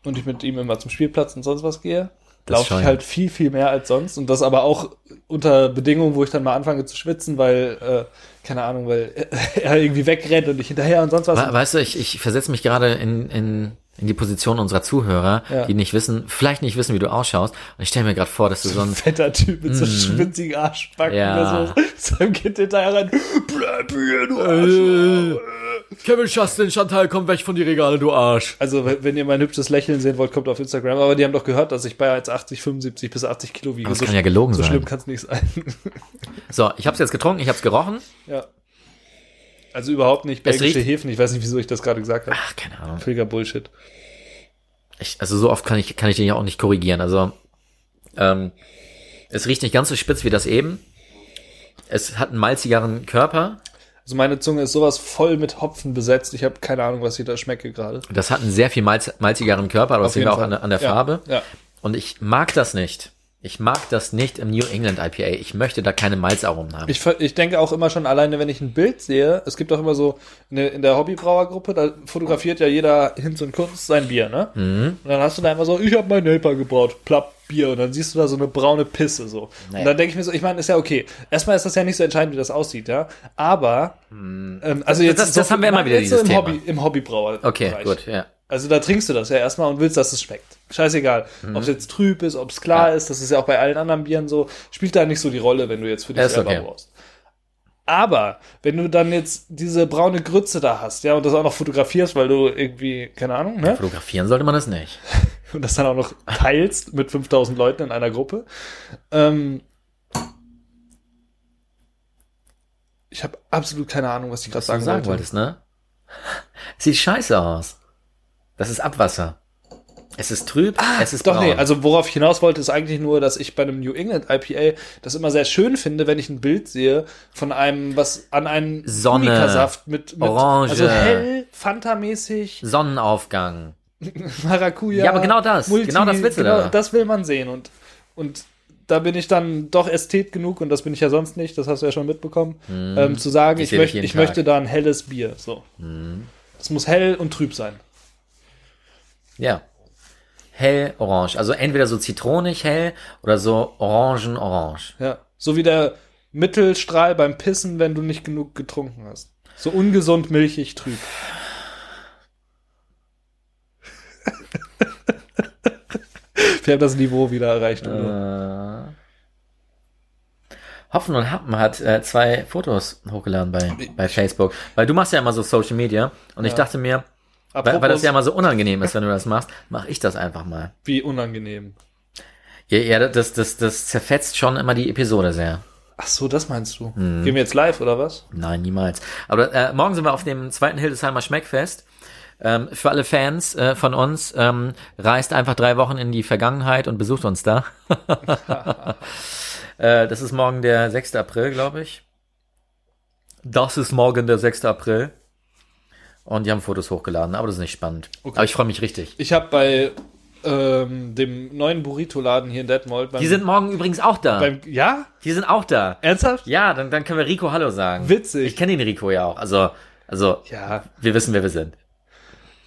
Speaker 2: und ich mit ihm immer zum Spielplatz und sonst was gehe,
Speaker 1: Das
Speaker 2: laufe ich
Speaker 1: schon.
Speaker 2: halt viel, viel mehr als sonst. Und das aber auch unter Bedingungen, wo ich dann mal anfange zu schwitzen, weil, äh, keine Ahnung, weil er irgendwie wegrennt und ich hinterher und sonst was.
Speaker 1: We- Weißt du, ich, ich versetze mich gerade in, in, in die Position unserer Zuhörer,
Speaker 2: Ja.
Speaker 1: die nicht wissen, vielleicht nicht wissen, wie du ausschaust. Und ich stelle mir gerade vor, dass du so ein
Speaker 2: fetter Typ mit so schwitzigen Arschbacken
Speaker 1: Mhm. Ja.
Speaker 2: oder so. Seinem Kind hinterher rein. Bleib hier, du Arschloch.
Speaker 1: Äh, Kevin Justin, Chantal, komm weg von die Regale, du Arsch.
Speaker 2: Also, wenn wenn ihr mein hübsches Lächeln sehen wollt, kommt auf Instagram. Aber die haben doch gehört, dass ich bei 1,80, 75 bis 80 Kilo wiege.
Speaker 1: Das kann ja gelogen
Speaker 2: so schlimm
Speaker 1: sein.
Speaker 2: kann es nicht sein.
Speaker 1: So, ich habe es jetzt getrunken, ich habe es gerochen.
Speaker 2: ja. Also überhaupt nicht
Speaker 1: Es
Speaker 2: belgische
Speaker 1: riecht-
Speaker 2: Hefen. Ich weiß nicht, wieso ich das gerade gesagt habe.
Speaker 1: Ach, keine Ahnung.
Speaker 2: Völliger Bullshit.
Speaker 1: Ich, also so oft kann ich kann ich den ja auch nicht korrigieren. Also ähm, es riecht nicht ganz so spitz wie das eben. Es hat einen malzigeren Körper.
Speaker 2: Also meine Zunge ist sowas voll mit Hopfen besetzt. Ich habe keine Ahnung, was ich da schmecke gerade.
Speaker 1: Das hat einen sehr viel malz, malzigeren Körper, aber das
Speaker 2: Auf
Speaker 1: sehen
Speaker 2: jeden
Speaker 1: wir auch
Speaker 2: Fall.
Speaker 1: an, der- an der
Speaker 2: ja.
Speaker 1: Farbe.
Speaker 2: Ja.
Speaker 1: Und ich mag das nicht. Ich mag das nicht im New England IPA. Ich möchte da keine Malzaromen haben.
Speaker 2: Ich, ver- ich denke auch immer schon alleine, wenn ich ein Bild sehe, es gibt auch immer so eine, in der Hobbybrauergruppe, da fotografiert ja jeder Hinz und Kunst sein Bier, ne?
Speaker 1: Mhm.
Speaker 2: Und dann hast du da immer so, ich habe mein Helper gebraut, plapp, Bier. Und dann siehst du da so eine braune Pisse so. Und
Speaker 1: Naja.
Speaker 2: dann denke ich mir so, ich meine, ist ja okay. Erstmal ist das ja nicht so entscheidend, wie das aussieht, ja. Aber, ähm, also jetzt.
Speaker 1: Mhm. Das- das haben wir immer wieder,
Speaker 2: jetzt so im
Speaker 1: dieses Thema.
Speaker 2: Hobby, im Hobbybrauer.
Speaker 1: okay, gut, ja.
Speaker 2: Also da trinkst du das ja erstmal und willst, dass es schmeckt. Scheißegal,
Speaker 1: Mhm.
Speaker 2: ob es jetzt trüb ist, ob es klar ist, das ist ja auch bei allen anderen Bieren so, spielt da nicht so die Rolle, wenn du jetzt für dich
Speaker 1: Ja, ist
Speaker 2: selber
Speaker 1: okay.
Speaker 2: brauchst. Aber wenn du dann jetzt diese braune Grütze da hast, ja, und das auch noch fotografierst, weil du irgendwie, keine Ahnung, ne?
Speaker 1: Fotografieren sollte man das nicht.
Speaker 2: Und das dann auch noch teilst mit 5000 Leuten in einer Gruppe. Ähm, ich habe absolut keine Ahnung, was ich gerade
Speaker 1: Was
Speaker 2: sagen,
Speaker 1: du sagen
Speaker 2: wollte.
Speaker 1: wolltest, ne? Sieht scheiße aus. Das ist Abwasser. Es ist trüb, es ist
Speaker 2: Doch,
Speaker 1: braun.
Speaker 2: nee, also worauf ich hinaus wollte, ist eigentlich nur, dass ich bei einem New England IPA das immer sehr schön finde, wenn ich ein Bild sehe von einem, was an einem
Speaker 1: Sonne,
Speaker 2: Saft mit, mit
Speaker 1: Orange.
Speaker 2: also hell, Fanta-mäßig,
Speaker 1: Sonnenaufgang.
Speaker 2: Maracuja.
Speaker 1: Ja, aber genau das, genau das willst du da.
Speaker 2: das will man sehen und, und da bin ich dann doch Ästhet genug und das bin ich ja sonst nicht, das hast du ja schon mitbekommen, ähm, zu sagen,
Speaker 1: Hm. Ich sehe
Speaker 2: ich,
Speaker 1: dich
Speaker 2: möchte,
Speaker 1: jeden
Speaker 2: ich
Speaker 1: Tag. Hm.
Speaker 2: möchte da ein helles Bier, so. Es muss hell und trüb sein.
Speaker 1: Ja. Hell orange. Also entweder so zitronig hell oder so orangen-orange.
Speaker 2: Ja, so wie der Mittelstrahl beim Pissen, wenn du nicht genug getrunken hast. So ungesund, milchig, trüb. Wir haben das Niveau wieder erreicht. Udo.
Speaker 1: Hopfen Äh, und Happen hat äh, zwei Fotos hochgeladen bei, bei Facebook. Weil du machst ja immer so Social Media und ich
Speaker 2: Ja.
Speaker 1: dachte mir, weil, weil das ja immer so unangenehm ist, wenn du das machst, mache ich das einfach mal.
Speaker 2: wie unangenehm.
Speaker 1: Ja, ja das, das, das zerfetzt schon immer die Episode sehr.
Speaker 2: Ach so, das meinst du. Mhm. Gehen wir jetzt live oder was?
Speaker 1: Nein, niemals. Aber äh, morgen sind wir auf dem zweiten Hildesheimer Schmeckfest. Ähm, für alle Fans äh, von uns, ähm, reist einfach drei Wochen in die Vergangenheit und besucht uns da. äh, das ist morgen der 6. April, glaube ich. Das ist morgen der 6. April. Und die haben Fotos hochgeladen, aber das ist nicht spannend. Aber ich freue mich richtig.
Speaker 2: Ich habe bei ähm, dem neuen Burrito-Laden hier in Detmold. Beim,
Speaker 1: Die sind morgen übrigens auch da.
Speaker 2: beim, ja?
Speaker 1: die sind auch da.
Speaker 2: Ernsthaft?
Speaker 1: Ja, dann, dann können wir Rico Hallo sagen.
Speaker 2: Witzig.
Speaker 1: Ich kenne den Rico ja auch. Also, also
Speaker 2: Ja,
Speaker 1: wir wissen, wer wir sind.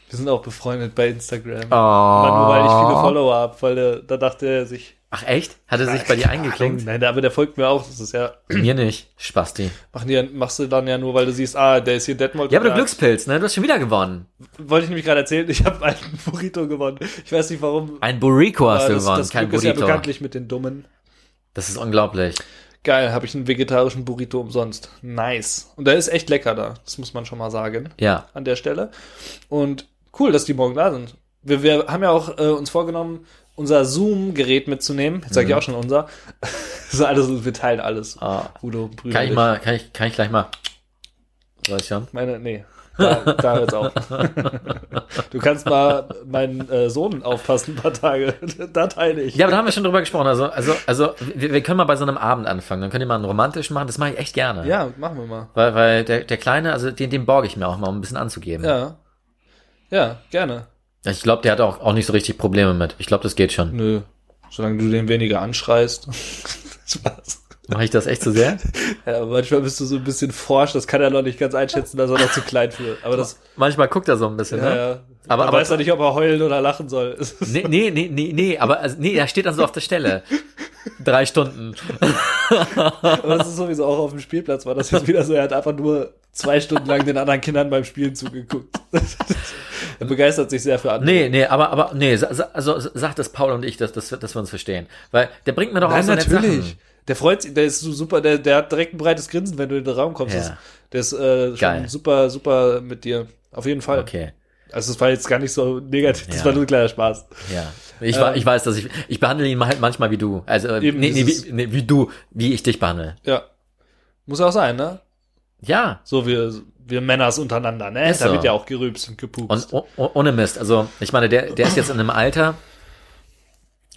Speaker 2: wir sind auch befreundet bei Instagram.
Speaker 1: Oh.
Speaker 2: Aber nur weil ich viele Follower habe, weil der, da dachte er sich.
Speaker 1: Ach echt? Hat er sich bei dir eingeklinkt?
Speaker 2: Nein, aber der folgt mir auch. Das ist ja.
Speaker 1: Mir nicht. Spasti.
Speaker 2: Machen die, ja- machst du dann ja nur, weil du siehst, ah, der ist hier in Detmold.
Speaker 1: Ja, aber du
Speaker 2: Ja,
Speaker 1: Glückspilz, ne? Du hast schon wieder gewonnen.
Speaker 2: Wollte ich nämlich gerade erzählen, ich habe einen Burrito gewonnen. Ich weiß nicht warum.
Speaker 1: Ein Burrico hast
Speaker 2: aber
Speaker 1: du
Speaker 2: das,
Speaker 1: gewonnen,
Speaker 2: das
Speaker 1: kein
Speaker 2: Glück ist ja
Speaker 1: Burrito.
Speaker 2: bekanntlich mit den Dummen.
Speaker 1: das ist unglaublich.
Speaker 2: Geil, habe ich einen vegetarischen Burrito umsonst. Nice. Und der ist echt lecker da. Das muss man schon mal sagen.
Speaker 1: Ja.
Speaker 2: an der Stelle. Und cool, dass die morgen da sind. Wir, wir haben ja auch äh, uns vorgenommen, unser Zoom-Gerät mitzunehmen. Jetzt sage ich auch schon unser. so alles, wir teilen alles.
Speaker 1: Mhm. Ah.
Speaker 2: Udo, Brüder.
Speaker 1: Kann ich
Speaker 2: dich.
Speaker 1: mal, kann ich, kann ich gleich mal. Soll ich schon?
Speaker 2: Meine, nee. Da, da hört's auf. du kannst mal meinen äh, Sohn aufpassen ein paar Tage. da teile ich.
Speaker 1: Ja, aber da haben wir schon drüber gesprochen. Also, also, also wir, wir können mal bei so einem Abend anfangen. Dann könnt ihr mal einen romantischen machen. Das mache ich echt gerne.
Speaker 2: Ja, machen wir mal.
Speaker 1: Weil, weil der, der Kleine, also den, den borge ich mir auch mal, um ein bisschen anzugeben.
Speaker 2: Ja. Ja, gerne.
Speaker 1: Ich glaube, der hat auch, auch nicht so richtig Probleme mit. Ich glaube, das geht schon.
Speaker 2: Nö. Solange du den weniger anschreist. Spaß.
Speaker 1: Mache ich das echt zu sehr?
Speaker 2: Ja, aber manchmal bist du so ein bisschen forsch, das kann er noch nicht ganz einschätzen, dass er noch zu klein für. Aber das,
Speaker 1: Manchmal guckt er so ein bisschen,
Speaker 2: ja,
Speaker 1: ne?
Speaker 2: ja.
Speaker 1: Aber-
Speaker 2: Man
Speaker 1: aber-
Speaker 2: weiß er nicht, ob er heulen oder lachen soll. Es ist-
Speaker 1: Nee, nee, nee, nee, nee, aber also, nee, er steht dann so auf der Stelle. Drei Stunden.
Speaker 2: Aber das ist sowieso auch auf dem Spielplatz, war das jetzt wieder so. Er hat einfach nur zwei Stunden lang den anderen Kindern beim Spielen zugeguckt. er begeistert sich sehr für andere.
Speaker 1: Nee, nee, aber, aber, nee, sa- sa- also sagt das Paul und ich, dass, dass, wir- dass wir uns verstehen. Weil der bringt mir doch auch
Speaker 2: Nein,
Speaker 1: Oh, so nette
Speaker 2: natürlich.
Speaker 1: Sachen.
Speaker 2: Der freut sich, der ist so super, der, der hat direkt ein breites Grinsen, wenn du in den Raum kommst.
Speaker 1: Ja.
Speaker 2: Das- Der ist äh, schon
Speaker 1: Geil.
Speaker 2: super, super mit dir. Auf jeden Fall.
Speaker 1: Okay,
Speaker 2: Also es war jetzt gar nicht so negativ, das
Speaker 1: Ja.
Speaker 2: war nur ein kleiner Spaß.
Speaker 1: ja. Ich, wa-
Speaker 2: Ähm.
Speaker 1: ich weiß, dass ich, ich behandle ihn halt manchmal wie du. Also, äh,
Speaker 2: Eben
Speaker 1: nee, nee,
Speaker 2: dieses-
Speaker 1: wie, nee, wie du, wie ich dich behandle.
Speaker 2: Ja. Muss auch sein, ne?
Speaker 1: Ja.
Speaker 2: So, wir, wir Männers untereinander, ne?
Speaker 1: Ist
Speaker 2: da
Speaker 1: so.
Speaker 2: wird ja auch gerübst und gepupst.
Speaker 1: Und oh, oh, ohne Mist, also ich meine, der, der ist jetzt in einem Alter,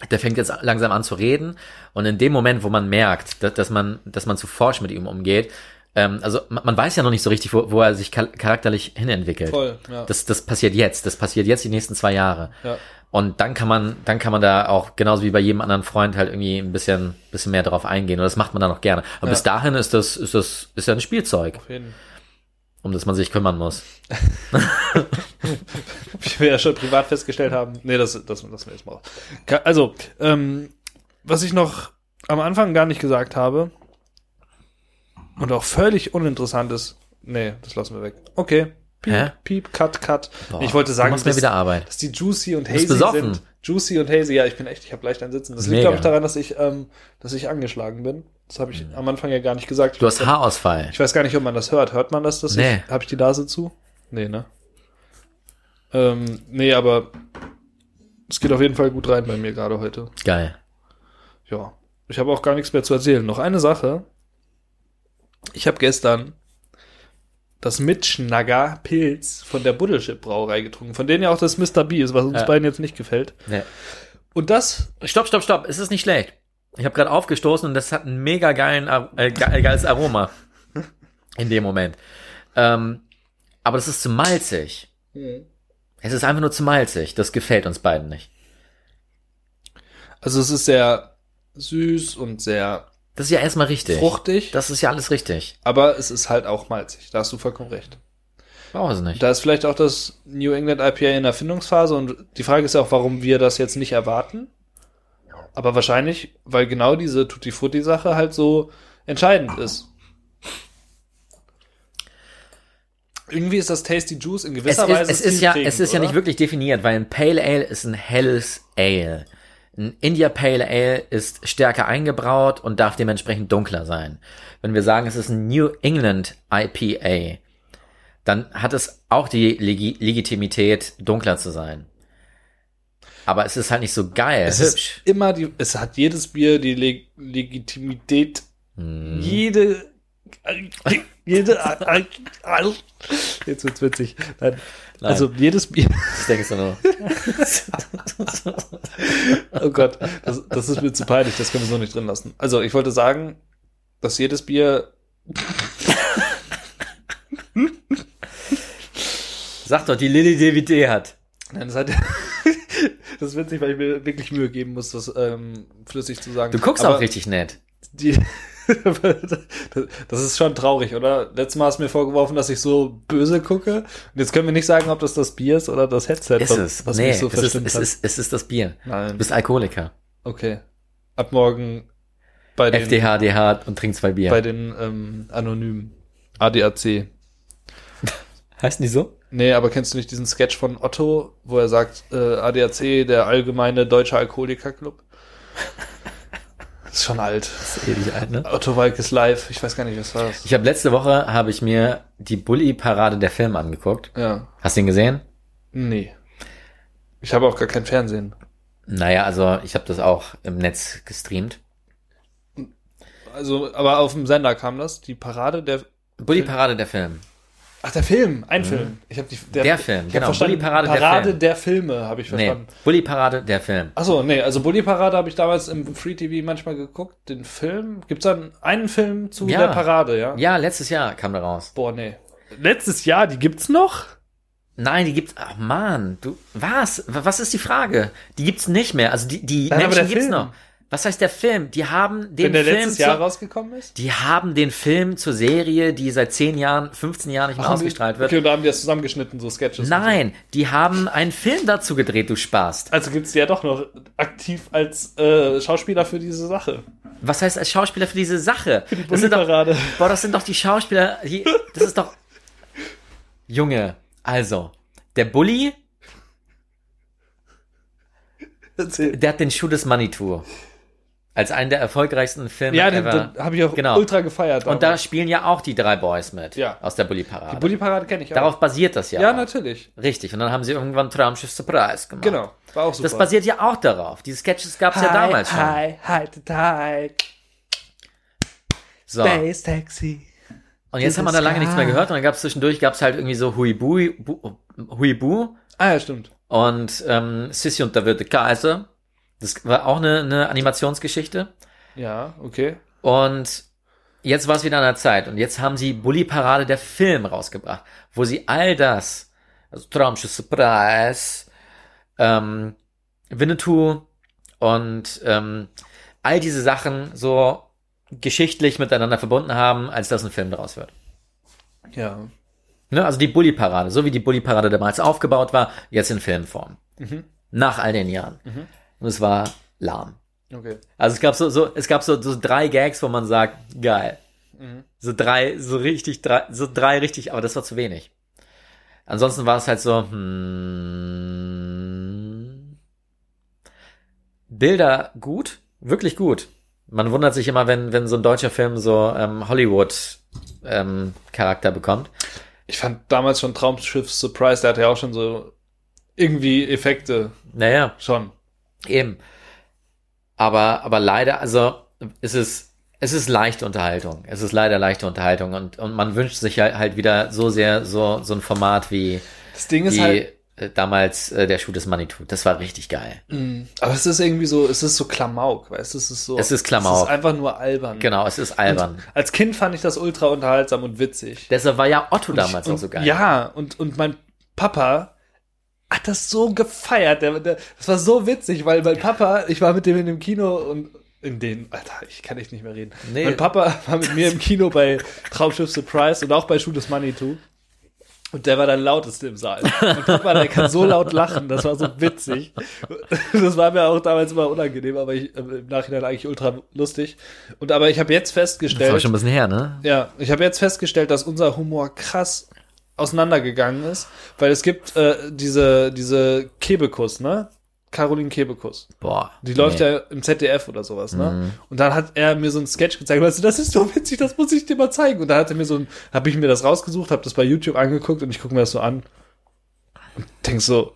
Speaker 1: der fängt jetzt langsam an zu reden und in dem Moment, wo man merkt, dass, dass man, dass man zu forsch mit ihm umgeht, ähm, also man, man weiß ja noch nicht so richtig, wo, wo er sich char- charakterlich hinentwickelt.
Speaker 2: Voll, ja.
Speaker 1: Das, das passiert jetzt, das passiert jetzt die nächsten zwei Jahre.
Speaker 2: Ja.
Speaker 1: Und dann kann man, dann kann man da auch genauso wie bei jedem anderen Freund halt irgendwie ein bisschen, bisschen mehr drauf eingehen. Und das macht man dann auch gerne. Aber
Speaker 2: Ja.
Speaker 1: bis dahin ist das, ist das, ist ja ein Spielzeug,
Speaker 2: Hin.
Speaker 1: um das man sich kümmern muss.
Speaker 2: Wie wir ja schon privat festgestellt haben. Nee, das, das lassen wir jetzt mal. raus. Ka- Also, ähm, was ich noch am Anfang gar nicht gesagt habe und auch völlig uninteressant ist. Nee, das lassen wir weg. Okay. Piep,
Speaker 1: Hä?
Speaker 2: piep, cut, cut.
Speaker 1: Boah,
Speaker 2: ich wollte
Speaker 1: du
Speaker 2: sagen,
Speaker 1: machst mir
Speaker 2: dass,
Speaker 1: wieder Arbeit.
Speaker 2: dass die Juicy und
Speaker 1: bist
Speaker 2: Hazy
Speaker 1: besoffen.
Speaker 2: sind. Juicy und Hazy, ja, ich bin echt, ich habe leicht ein Sitzen. Das liegt,
Speaker 1: Mega.
Speaker 2: glaube ich, daran, dass ich, ähm, dass ich angeschlagen bin. Das habe ich am Anfang ja gar nicht gesagt. Ich
Speaker 1: Mhm. Du hast
Speaker 2: hab-
Speaker 1: Haarausfall.
Speaker 2: Ich weiß gar nicht, ob man das hört. Hört man das? Dass
Speaker 1: Nee.
Speaker 2: Ich, hab ich die Nase zu? Nee, ne? Ähm, nee, aber es geht auf jeden Fall gut rein bei mir gerade heute.
Speaker 1: Geil.
Speaker 2: Ja. Ich habe auch gar nichts mehr zu erzählen. Noch eine Sache. Ich habe gestern das Mitschnagger Pilz von der Buddelchip Brauerei getrunken, von denen ja auch das Mr. B ist, was uns
Speaker 1: Ja.
Speaker 2: beiden jetzt nicht gefällt.
Speaker 1: Nee.
Speaker 2: Und das,
Speaker 1: Stopp, stopp, stopp. Es ist nicht schlecht. Ich habe gerade aufgestoßen und das hat ein mega geilen, Ar- äh, ge- geiles Aroma in dem Moment. Ähm, aber das ist zu malzig. Es ist einfach nur zu malzig. Das gefällt uns beiden nicht.
Speaker 2: also es ist sehr süß und sehr
Speaker 1: Das ist ja erstmal richtig.
Speaker 2: fruchtig,
Speaker 1: Das ist ja alles richtig.
Speaker 2: aber es ist halt auch malzig. Da hast du vollkommen recht.
Speaker 1: Brauchen sie nicht.
Speaker 2: Da ist vielleicht auch das New England IPA in Erfindungsphase und die Frage ist ja auch, warum wir das jetzt nicht erwarten. Aber wahrscheinlich, weil genau diese Tutti Frutti Sache halt so entscheidend ist. Irgendwie ist das Tasty Juice in
Speaker 1: es
Speaker 2: gewisser
Speaker 1: ist,
Speaker 2: Weise
Speaker 1: es ist ja,
Speaker 2: zielführend,
Speaker 1: es ist ja
Speaker 2: oder?
Speaker 1: nicht wirklich definiert, weil ein Pale Ale ist ein helles Ale. Ein India Pale Ale ist stärker eingebraut und darf dementsprechend dunkler sein. Wenn wir sagen, es ist ein New England IPA, dann hat es auch die Legi Legitimität, dunkler zu sein. Aber es ist halt nicht so geil.
Speaker 2: es ist immer die, es hat jedes Bier die Leg Legitimität,
Speaker 1: Mhm. Hm.
Speaker 2: jede, jede, jetzt wird's witzig. Nein.
Speaker 1: Nein.
Speaker 2: Also jedes Bier,
Speaker 1: Das denkst du nur.
Speaker 2: Oh Gott, das, das ist mir zu peinlich, das können wir so nicht drin lassen. Also, ich wollte sagen, dass jedes Bier.
Speaker 1: Sag doch, die Lilly DVD hat.
Speaker 2: Nein, das hat das ist witzig, weil ich mir wirklich Mühe geben muss, das ähm, flüssig zu sagen.
Speaker 1: Du guckst
Speaker 2: Aber
Speaker 1: auch richtig nett.
Speaker 2: Die, das ist schon traurig, oder? Letztes Mal hast du mir vorgeworfen, dass ich so böse gucke. Und jetzt können wir nicht sagen, ob das das Bier ist oder das Headset,
Speaker 1: Ist es.
Speaker 2: was
Speaker 1: nee,
Speaker 2: mich so
Speaker 1: es, ist,
Speaker 2: verstimmt
Speaker 1: es,
Speaker 2: hat.
Speaker 1: ist, es ist das Bier. Du
Speaker 2: Nein.
Speaker 1: bist Alkoholiker.
Speaker 2: Okay. Ab morgen bei den,
Speaker 1: FDH, DH und trink zwei Bier.
Speaker 2: bei den ähm, Anonymen. ADAC.
Speaker 1: Heißen die so?
Speaker 2: Nee, aber kennst du nicht diesen Sketch von Otto, wo er sagt, äh, ADAC, der allgemeine deutsche Alkoholikerclub? ist schon alt.
Speaker 1: Das ist ewig alt, ne?
Speaker 2: Otto Walk ist live. Ich weiß gar nicht, was war das.
Speaker 1: Ich habe letzte Woche habe ich mir die Bully-Parade der Film angeguckt.
Speaker 2: Ja.
Speaker 1: Hast du ihn gesehen?
Speaker 2: Nee. Ich habe auch gar kein Fernsehen.
Speaker 1: Naja, also ich habe das auch im Netz gestreamt.
Speaker 2: Also, aber auf dem Sender kam das. Die Parade der.
Speaker 1: Bully-Parade der Film.
Speaker 2: Ach, der Film. Ein Film. Ich habe die.
Speaker 1: Mhm. Der Film, genau.
Speaker 2: Ich genau. Verstanden,
Speaker 1: Bulli Parade
Speaker 2: Parade,
Speaker 1: der Film.
Speaker 2: der Filme habe ich
Speaker 1: Nee,
Speaker 2: verstanden.
Speaker 1: Bully-Parade der Film.
Speaker 2: Ach so, nee, also Bully Parade habe ich damals im Free TV manchmal geguckt, den Film. Gibt's dann einen Film zu
Speaker 1: Ja.
Speaker 2: der Parade, ja?
Speaker 1: Ja, letztes Jahr kam da raus.
Speaker 2: Boah, nee. Letztes Jahr, die gibt's noch?
Speaker 1: Nein, die gibt's. Ach Mann, du. Was? W- Was ist die Frage? Die gibt's nicht mehr. Also die, die
Speaker 2: Nein, aber
Speaker 1: Menschen
Speaker 2: der
Speaker 1: gibt's
Speaker 2: Film.
Speaker 1: noch. Was heißt der Film? Die haben den
Speaker 2: Wenn der
Speaker 1: Film.
Speaker 2: letztes Jahr
Speaker 1: zur-
Speaker 2: rausgekommen ist?
Speaker 1: die haben den Film zur Serie, die seit 10 Jahren, 15 Jahren nicht mehr
Speaker 2: Haben die-
Speaker 1: ausgestrahlt wird.
Speaker 2: Okay, und da haben die das zusammengeschnitten, so Sketches. und
Speaker 1: Nein, die haben einen Film dazu gedreht, du Spaß.
Speaker 2: So. Also gibt's die ja doch noch aktiv als äh, Schauspieler für diese Sache.
Speaker 1: Was heißt als Schauspieler für diese Sache?
Speaker 2: Die
Speaker 1: Das sind doch,
Speaker 2: Bulli-Parade.
Speaker 1: boah, das sind doch die Schauspieler, die, das ist doch, Junge, also, der Bully,
Speaker 2: Erzähl.
Speaker 1: der hat den Schuh des Manitou. Als einen der erfolgreichsten Filme
Speaker 2: Ja, den,
Speaker 1: ever.
Speaker 2: den habe ich auch
Speaker 1: Genau.
Speaker 2: ultra gefeiert.
Speaker 1: Und da
Speaker 2: damals.
Speaker 1: spielen ja auch die drei Boys mit.
Speaker 2: Ja.
Speaker 1: Aus der
Speaker 2: die
Speaker 1: Bully-Parade.
Speaker 2: Bully Parade kenne ich
Speaker 1: Darauf
Speaker 2: auch.
Speaker 1: basiert das ja.
Speaker 2: Ja,
Speaker 1: auch.
Speaker 2: natürlich.
Speaker 1: Richtig. Und dann haben sie irgendwann Traumschiff Surprise gemacht.
Speaker 2: Genau. War auch super.
Speaker 1: Das basiert ja auch darauf. Diese Sketches gab es ja damals schon.
Speaker 2: Hi, hi, hi,
Speaker 1: So.
Speaker 2: Space Taxi.
Speaker 1: Und jetzt haben wir da lange nichts mehr gehört und dann gab es zwischendurch gab's halt irgendwie so Huibu, Bu, Huibu
Speaker 2: Ah, ja, stimmt.
Speaker 1: und ähm, Sissy und der Wirte Kaiser. Das war auch eine, eine Animationsgeschichte.
Speaker 2: Ja, okay.
Speaker 1: Und jetzt war es wieder an der Zeit. Und jetzt haben sie Bully Parade der Film rausgebracht, wo sie all das, also Traumschiff Surprise, ähm, Winnetou und ähm, all diese Sachen so geschichtlich miteinander verbunden haben, als dass ein Film draus wird.
Speaker 2: Ja.
Speaker 1: Ne, also die Bully-Parade, so wie die Bully-Parade damals aufgebaut war, jetzt in Filmform.
Speaker 2: Mhm.
Speaker 1: Nach all den Jahren. Und es war lahm.
Speaker 2: Okay.
Speaker 1: Also es gab so, so es gab so, so drei Gags, wo man sagt, geil.
Speaker 2: Mhm.
Speaker 1: So drei, so richtig, drei, so drei richtig, aber das war zu wenig. Ansonsten war es halt so, hm, Bilder gut, wirklich gut. Man wundert sich immer, wenn, wenn so ein deutscher Film so ähm, Hollywood-Charakter bekommt.
Speaker 2: Ich fand damals schon Traumschiff Surprise, der hatte ja auch schon so irgendwie Effekte.
Speaker 1: Naja,
Speaker 2: Schon.
Speaker 1: Eben. Aber, aber leider, also es ist, es ist leichte Unterhaltung. Es ist leider leichte Unterhaltung und, und man wünscht sich halt, halt wieder so sehr so, so ein Format wie,
Speaker 2: Das Ding ist
Speaker 1: wie
Speaker 2: halt.
Speaker 1: äh, damals äh, der Schuh des Manitou. Das war richtig geil.
Speaker 2: Mh, mm, aber es ist irgendwie so, es ist so Klamauk, weißt du? Es ist so.
Speaker 1: Es ist Klamauk.
Speaker 2: Es ist einfach nur albern.
Speaker 1: Genau, es ist albern.
Speaker 2: Als Kind fand ich das ultra unterhaltsam und witzig.
Speaker 1: Deshalb war ja Otto damals
Speaker 2: und,
Speaker 1: auch so geil.
Speaker 2: Ja, und, und mein Papa hat das so gefeiert. Der, der, das war so witzig, weil mein Papa, ich war mit dem in dem Kino und in den, Alter, ich kann echt nicht mehr reden.
Speaker 1: Nee.
Speaker 2: Mein Papa war mit mir im Kino bei Traumschiff Surprise und auch bei Schuh des Manitou. Und der war der lauteste im Saal. Mein Papa, der kann so laut lachen, das war so witzig. Das war mir auch damals immer unangenehm, aber ich, äh, im Nachhinein eigentlich ultra lustig. Und aber ich habe jetzt
Speaker 1: Das
Speaker 2: festgestellt,
Speaker 1: war schon ein bisschen her, ne?
Speaker 2: ja, ich habe jetzt festgestellt, dass unser Humor krass auseinandergegangen ist, weil es gibt äh, diese, diese Kebekus, ne? Caroline Kebekus.
Speaker 1: Boah.
Speaker 2: Die läuft
Speaker 1: nee. Mhm.
Speaker 2: ja im ZDF oder sowas, ne? Und dann hat er mir so einen Sketch gezeigt, weißt du, das ist so witzig, das muss ich dir mal zeigen. Und da hat er mir so ein, habe ich mir das rausgesucht, habe das bei YouTube angeguckt und ich gucke mir das so an und denk so,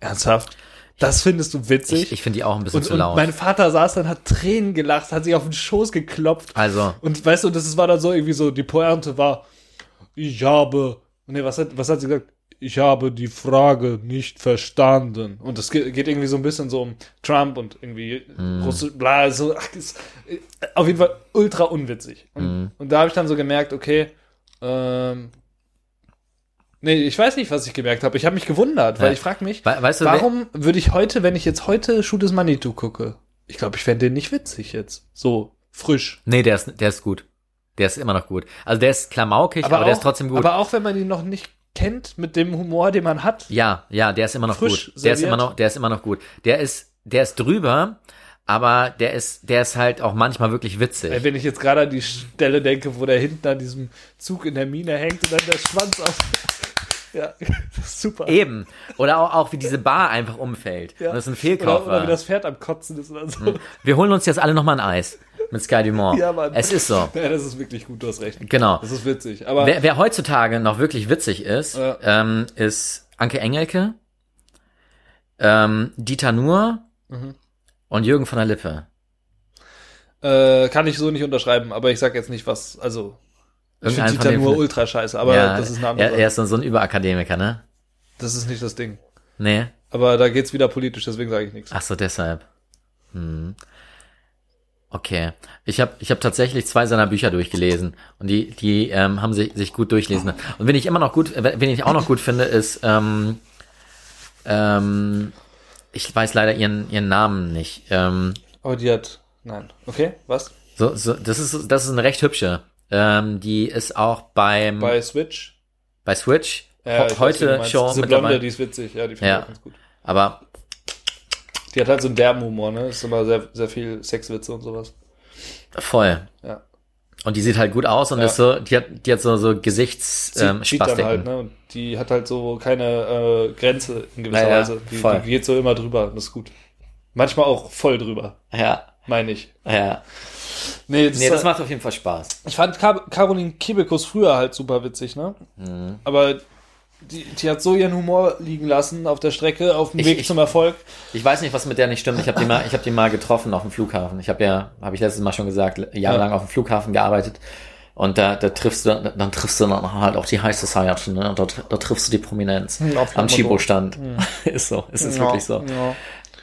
Speaker 2: ernsthaft, das findest du witzig?
Speaker 1: Ich, ich finde die auch ein bisschen
Speaker 2: und,
Speaker 1: zu
Speaker 2: und
Speaker 1: laut.
Speaker 2: mein Vater saß dann, hat Tränen gelacht, hat sich auf den Schoß geklopft.
Speaker 1: also,
Speaker 2: Und weißt du, das war dann so irgendwie so, die Pointe war, ich habe, nee, was hat, was hat sie gesagt? Ich habe die Frage nicht verstanden. Und es ge- geht irgendwie so ein bisschen so um Trump und irgendwie
Speaker 1: Hm.
Speaker 2: Russland, bla, so, ach, ist, äh, auf jeden Fall ultra
Speaker 1: Hm. mhm.
Speaker 2: unwitzig. Und, und da habe ich dann so gemerkt, okay, ähm, Nee, ich weiß nicht, was ich gemerkt habe. Ich habe mich gewundert, weil
Speaker 1: Ja.
Speaker 2: ich frage mich,
Speaker 1: We weißt du, wer-
Speaker 2: warum würde ich heute, wenn ich jetzt heute Shoot is Manitou gucke? Ich glaube, ich fände den nicht witzig jetzt. So, frisch.
Speaker 1: Nee, der ist, der ist gut. Der ist immer noch gut. Also der ist klamaukig, aber, der ist trotzdem gut.
Speaker 2: Aber auch wenn man ihn noch nicht kennt mit dem Humor, den man hat.
Speaker 1: ja, ja, der ist immer noch
Speaker 2: Frisch
Speaker 1: gut. Der ist
Speaker 2: serviert.
Speaker 1: immer noch, der ist immer noch gut. Der ist, der ist drüber, aber der ist, der ist halt auch manchmal wirklich witzig.
Speaker 2: Ey, Wenn ich jetzt gerade an die Stelle denke, wo der hinten an diesem Zug in der Mine hängt und dann der Schwanz auf. Ja, das ist super.
Speaker 1: Eben. Oder auch, auch wie diese Bar einfach umfällt.
Speaker 2: Ja.
Speaker 1: Und das ist ein
Speaker 2: Oder,
Speaker 1: Fehlkauf
Speaker 2: oder wie
Speaker 1: war.
Speaker 2: das Pferd am Kotzen ist oder so.
Speaker 1: Wir holen uns jetzt alle nochmal ein Eis mit Sky Dumont.
Speaker 2: Ja, Mann.
Speaker 1: Es ist so.
Speaker 2: Ja, das ist wirklich gut, du hast recht.
Speaker 1: Genau.
Speaker 2: Das ist witzig. Aber
Speaker 1: Wer, wer heutzutage noch wirklich witzig ist,
Speaker 2: Ja.
Speaker 1: ähm, ist Anke Engelke, ähm, Dieter Nuhr
Speaker 2: Mhm.
Speaker 1: und Jürgen von der Lippe.
Speaker 2: äh, kann ich so nicht unterschreiben, aber ich sag jetzt nicht, was. Also, ich
Speaker 1: Irgendeinen
Speaker 2: finde
Speaker 1: von
Speaker 2: Dieter
Speaker 1: denen
Speaker 2: nur
Speaker 1: findet-
Speaker 2: ultra scheiße, aber
Speaker 1: ja,
Speaker 2: das ist eine andere
Speaker 1: er, er
Speaker 2: Sache.
Speaker 1: ist dann so ein Überakademiker, ne?
Speaker 2: Das ist nicht das Ding.
Speaker 1: Nee.
Speaker 2: Aber da geht's wieder politisch, deswegen sage ich nichts.
Speaker 1: Ach so, deshalb. Hm. Okay. Ich habe ich hab tatsächlich zwei seiner Bücher durchgelesen und die, die ähm, haben sich, sich gut durchlesen. lassen. Und wen ich immer noch gut, äh, wen ich auch noch gut finde, ist, ähm, ähm, ich weiß leider ihren, ihren Namen nicht. Ähm,
Speaker 2: Aber Oh, die hat. Nein. Okay, was?
Speaker 1: so, so, das, ist, das ist eine recht hübsche. Ähm, die ist auch beim bei,
Speaker 2: Bei Switch.
Speaker 1: Switch
Speaker 2: Ja, Äh,
Speaker 1: ho-
Speaker 2: ich weiß, wen du
Speaker 1: heute
Speaker 2: meinst.
Speaker 1: schon
Speaker 2: Diese
Speaker 1: mit
Speaker 2: Blonde, die
Speaker 1: dabei.
Speaker 2: ist witzig, ja, die finde
Speaker 1: Ja.
Speaker 2: ich auch ganz gut.
Speaker 1: Aber
Speaker 2: Die hat halt so einen derben Humor, ne? Ist immer sehr, sehr viel Sexwitze und sowas.
Speaker 1: voll.
Speaker 2: Ja.
Speaker 1: Und die sieht halt gut aus und
Speaker 2: Ja.
Speaker 1: ist so, die hat, die hat so, so Gesichts
Speaker 2: Zieht-
Speaker 1: ähm,
Speaker 2: zieht dann
Speaker 1: Spastiken.
Speaker 2: halt, ne? Und die hat halt so keine äh, Grenze in gewisser
Speaker 1: Naja,
Speaker 2: Weise. Die,
Speaker 1: voll.
Speaker 2: die geht so immer drüber, das ist gut. Manchmal auch voll drüber,
Speaker 1: Ja,
Speaker 2: meine ich.
Speaker 1: ja.
Speaker 2: Nee, das,
Speaker 1: Nee,
Speaker 2: ist- halt-
Speaker 1: das macht auf jeden Fall Spaß.
Speaker 2: Ich fand Kar Caroline Kebekus früher halt super witzig, ne?
Speaker 1: Mhm.
Speaker 2: Aber die, die hat so ihren Humor liegen lassen auf der Strecke, auf dem
Speaker 1: Ich-
Speaker 2: Weg
Speaker 1: ich-
Speaker 2: zum Erfolg.
Speaker 1: Ich weiß nicht, was mit der nicht stimmt. Ich habe die mal, ich habe die mal getroffen auf dem Flughafen. Ich habe ja, habe ich letztes Mal schon gesagt, jahrelang auf dem Flughafen gearbeitet. Und da, da triffst du, dann, dann triffst du dann halt auch die High Society, ne? Und da, tr- da triffst du die Prominenz
Speaker 2: Hm, auf
Speaker 1: am
Speaker 2: jeden Fall.
Speaker 1: Chibo-Stand. Ist so, es ist wirklich so.
Speaker 2: Ja. Hm.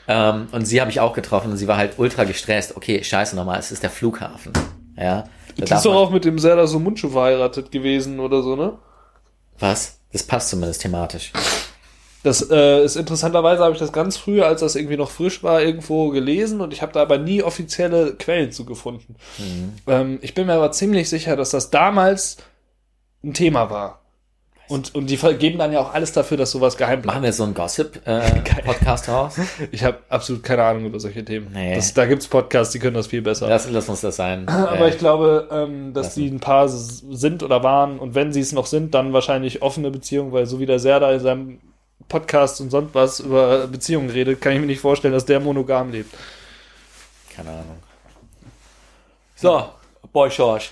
Speaker 1: Ähm, und sie habe ich auch getroffen und sie war halt ultra gestresst. Okay, scheiße nochmal, es ist der Flughafen. Ja. Da
Speaker 2: Die ist doch auch mit dem Serdar so Mundschuh verheiratet gewesen oder so, ne?
Speaker 1: was? Das passt zumindest thematisch.
Speaker 2: Das äh, ist interessanterweise, habe ich das ganz früh, als das irgendwie noch frisch war, irgendwo gelesen und ich habe da aber nie offizielle Quellen zu gefunden. Ähm, ich bin mir aber ziemlich sicher, dass das damals ein Thema war. Und, und die ver- geben dann ja auch alles dafür, dass sowas geheim bleibt.
Speaker 1: Machen wir so äh, einen Gossip-Podcast raus?
Speaker 2: Ich habe absolut keine Ahnung über solche Themen.
Speaker 1: Nee.
Speaker 2: Das, da gibt's Podcasts, die können das viel besser.
Speaker 1: Lass, lass uns das sein.
Speaker 2: Aber
Speaker 1: Äh,
Speaker 2: ich glaube, ähm, dass
Speaker 1: lassen.
Speaker 2: die ein Paar s- sind oder waren und wenn sie es noch sind, dann wahrscheinlich offene Beziehungen, weil so wie der Serda in seinem Podcast und sonst was über Beziehungen redet, kann ich mir nicht vorstellen, dass der monogam lebt.
Speaker 1: Keine Ahnung. So, Boy George.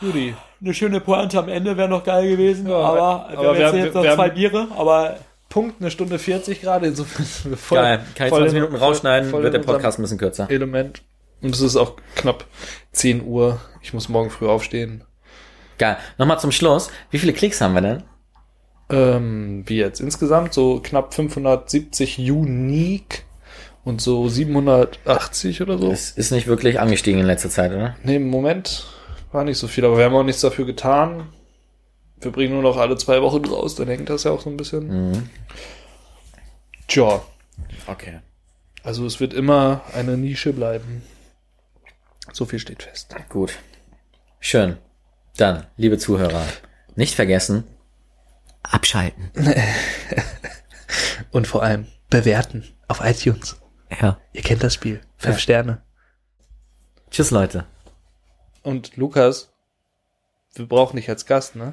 Speaker 2: Judy.
Speaker 1: Eine schöne Pointe am Ende wäre noch geil gewesen,
Speaker 2: aber wir haben jetzt jetzt noch zwei
Speaker 1: Biere, aber.
Speaker 2: Punkt, eine Stunde 40 gerade, insofern sind wir voll,
Speaker 1: Geil, kann ich
Speaker 2: voll
Speaker 1: 20
Speaker 2: in-
Speaker 1: Minuten rausschneiden,
Speaker 2: voll
Speaker 1: wird der
Speaker 2: in unserem
Speaker 1: Podcast ein bisschen kürzer.
Speaker 2: Element. Und es ist auch knapp 10 Uhr. Ich muss morgen früh aufstehen.
Speaker 1: Geil. Nochmal zum Schluss. Wie viele Klicks haben wir denn?
Speaker 2: Ähm, wie jetzt? Insgesamt so knapp 570 Unique und so 780 oder so.
Speaker 1: Es ist nicht wirklich angestiegen in letzter Zeit, oder?
Speaker 2: Nee, im Moment war nicht so viel, aber wir haben auch nichts dafür getan. Wir bringen nur noch alle zwei Wochen raus, dann hängt das ja auch so ein bisschen. Tja,
Speaker 1: Okay.
Speaker 2: also es wird immer eine Nische bleiben. So viel steht fest.
Speaker 1: Gut. Schön. Dann, liebe Zuhörer, nicht vergessen. Abschalten.
Speaker 2: Und vor allem bewerten auf iTunes.
Speaker 1: Ja.
Speaker 2: Ihr kennt das Spiel. Fünf Sterne.
Speaker 1: Tschüss, Leute.
Speaker 2: Und Lukas, wir brauchen dich als Gast, ne?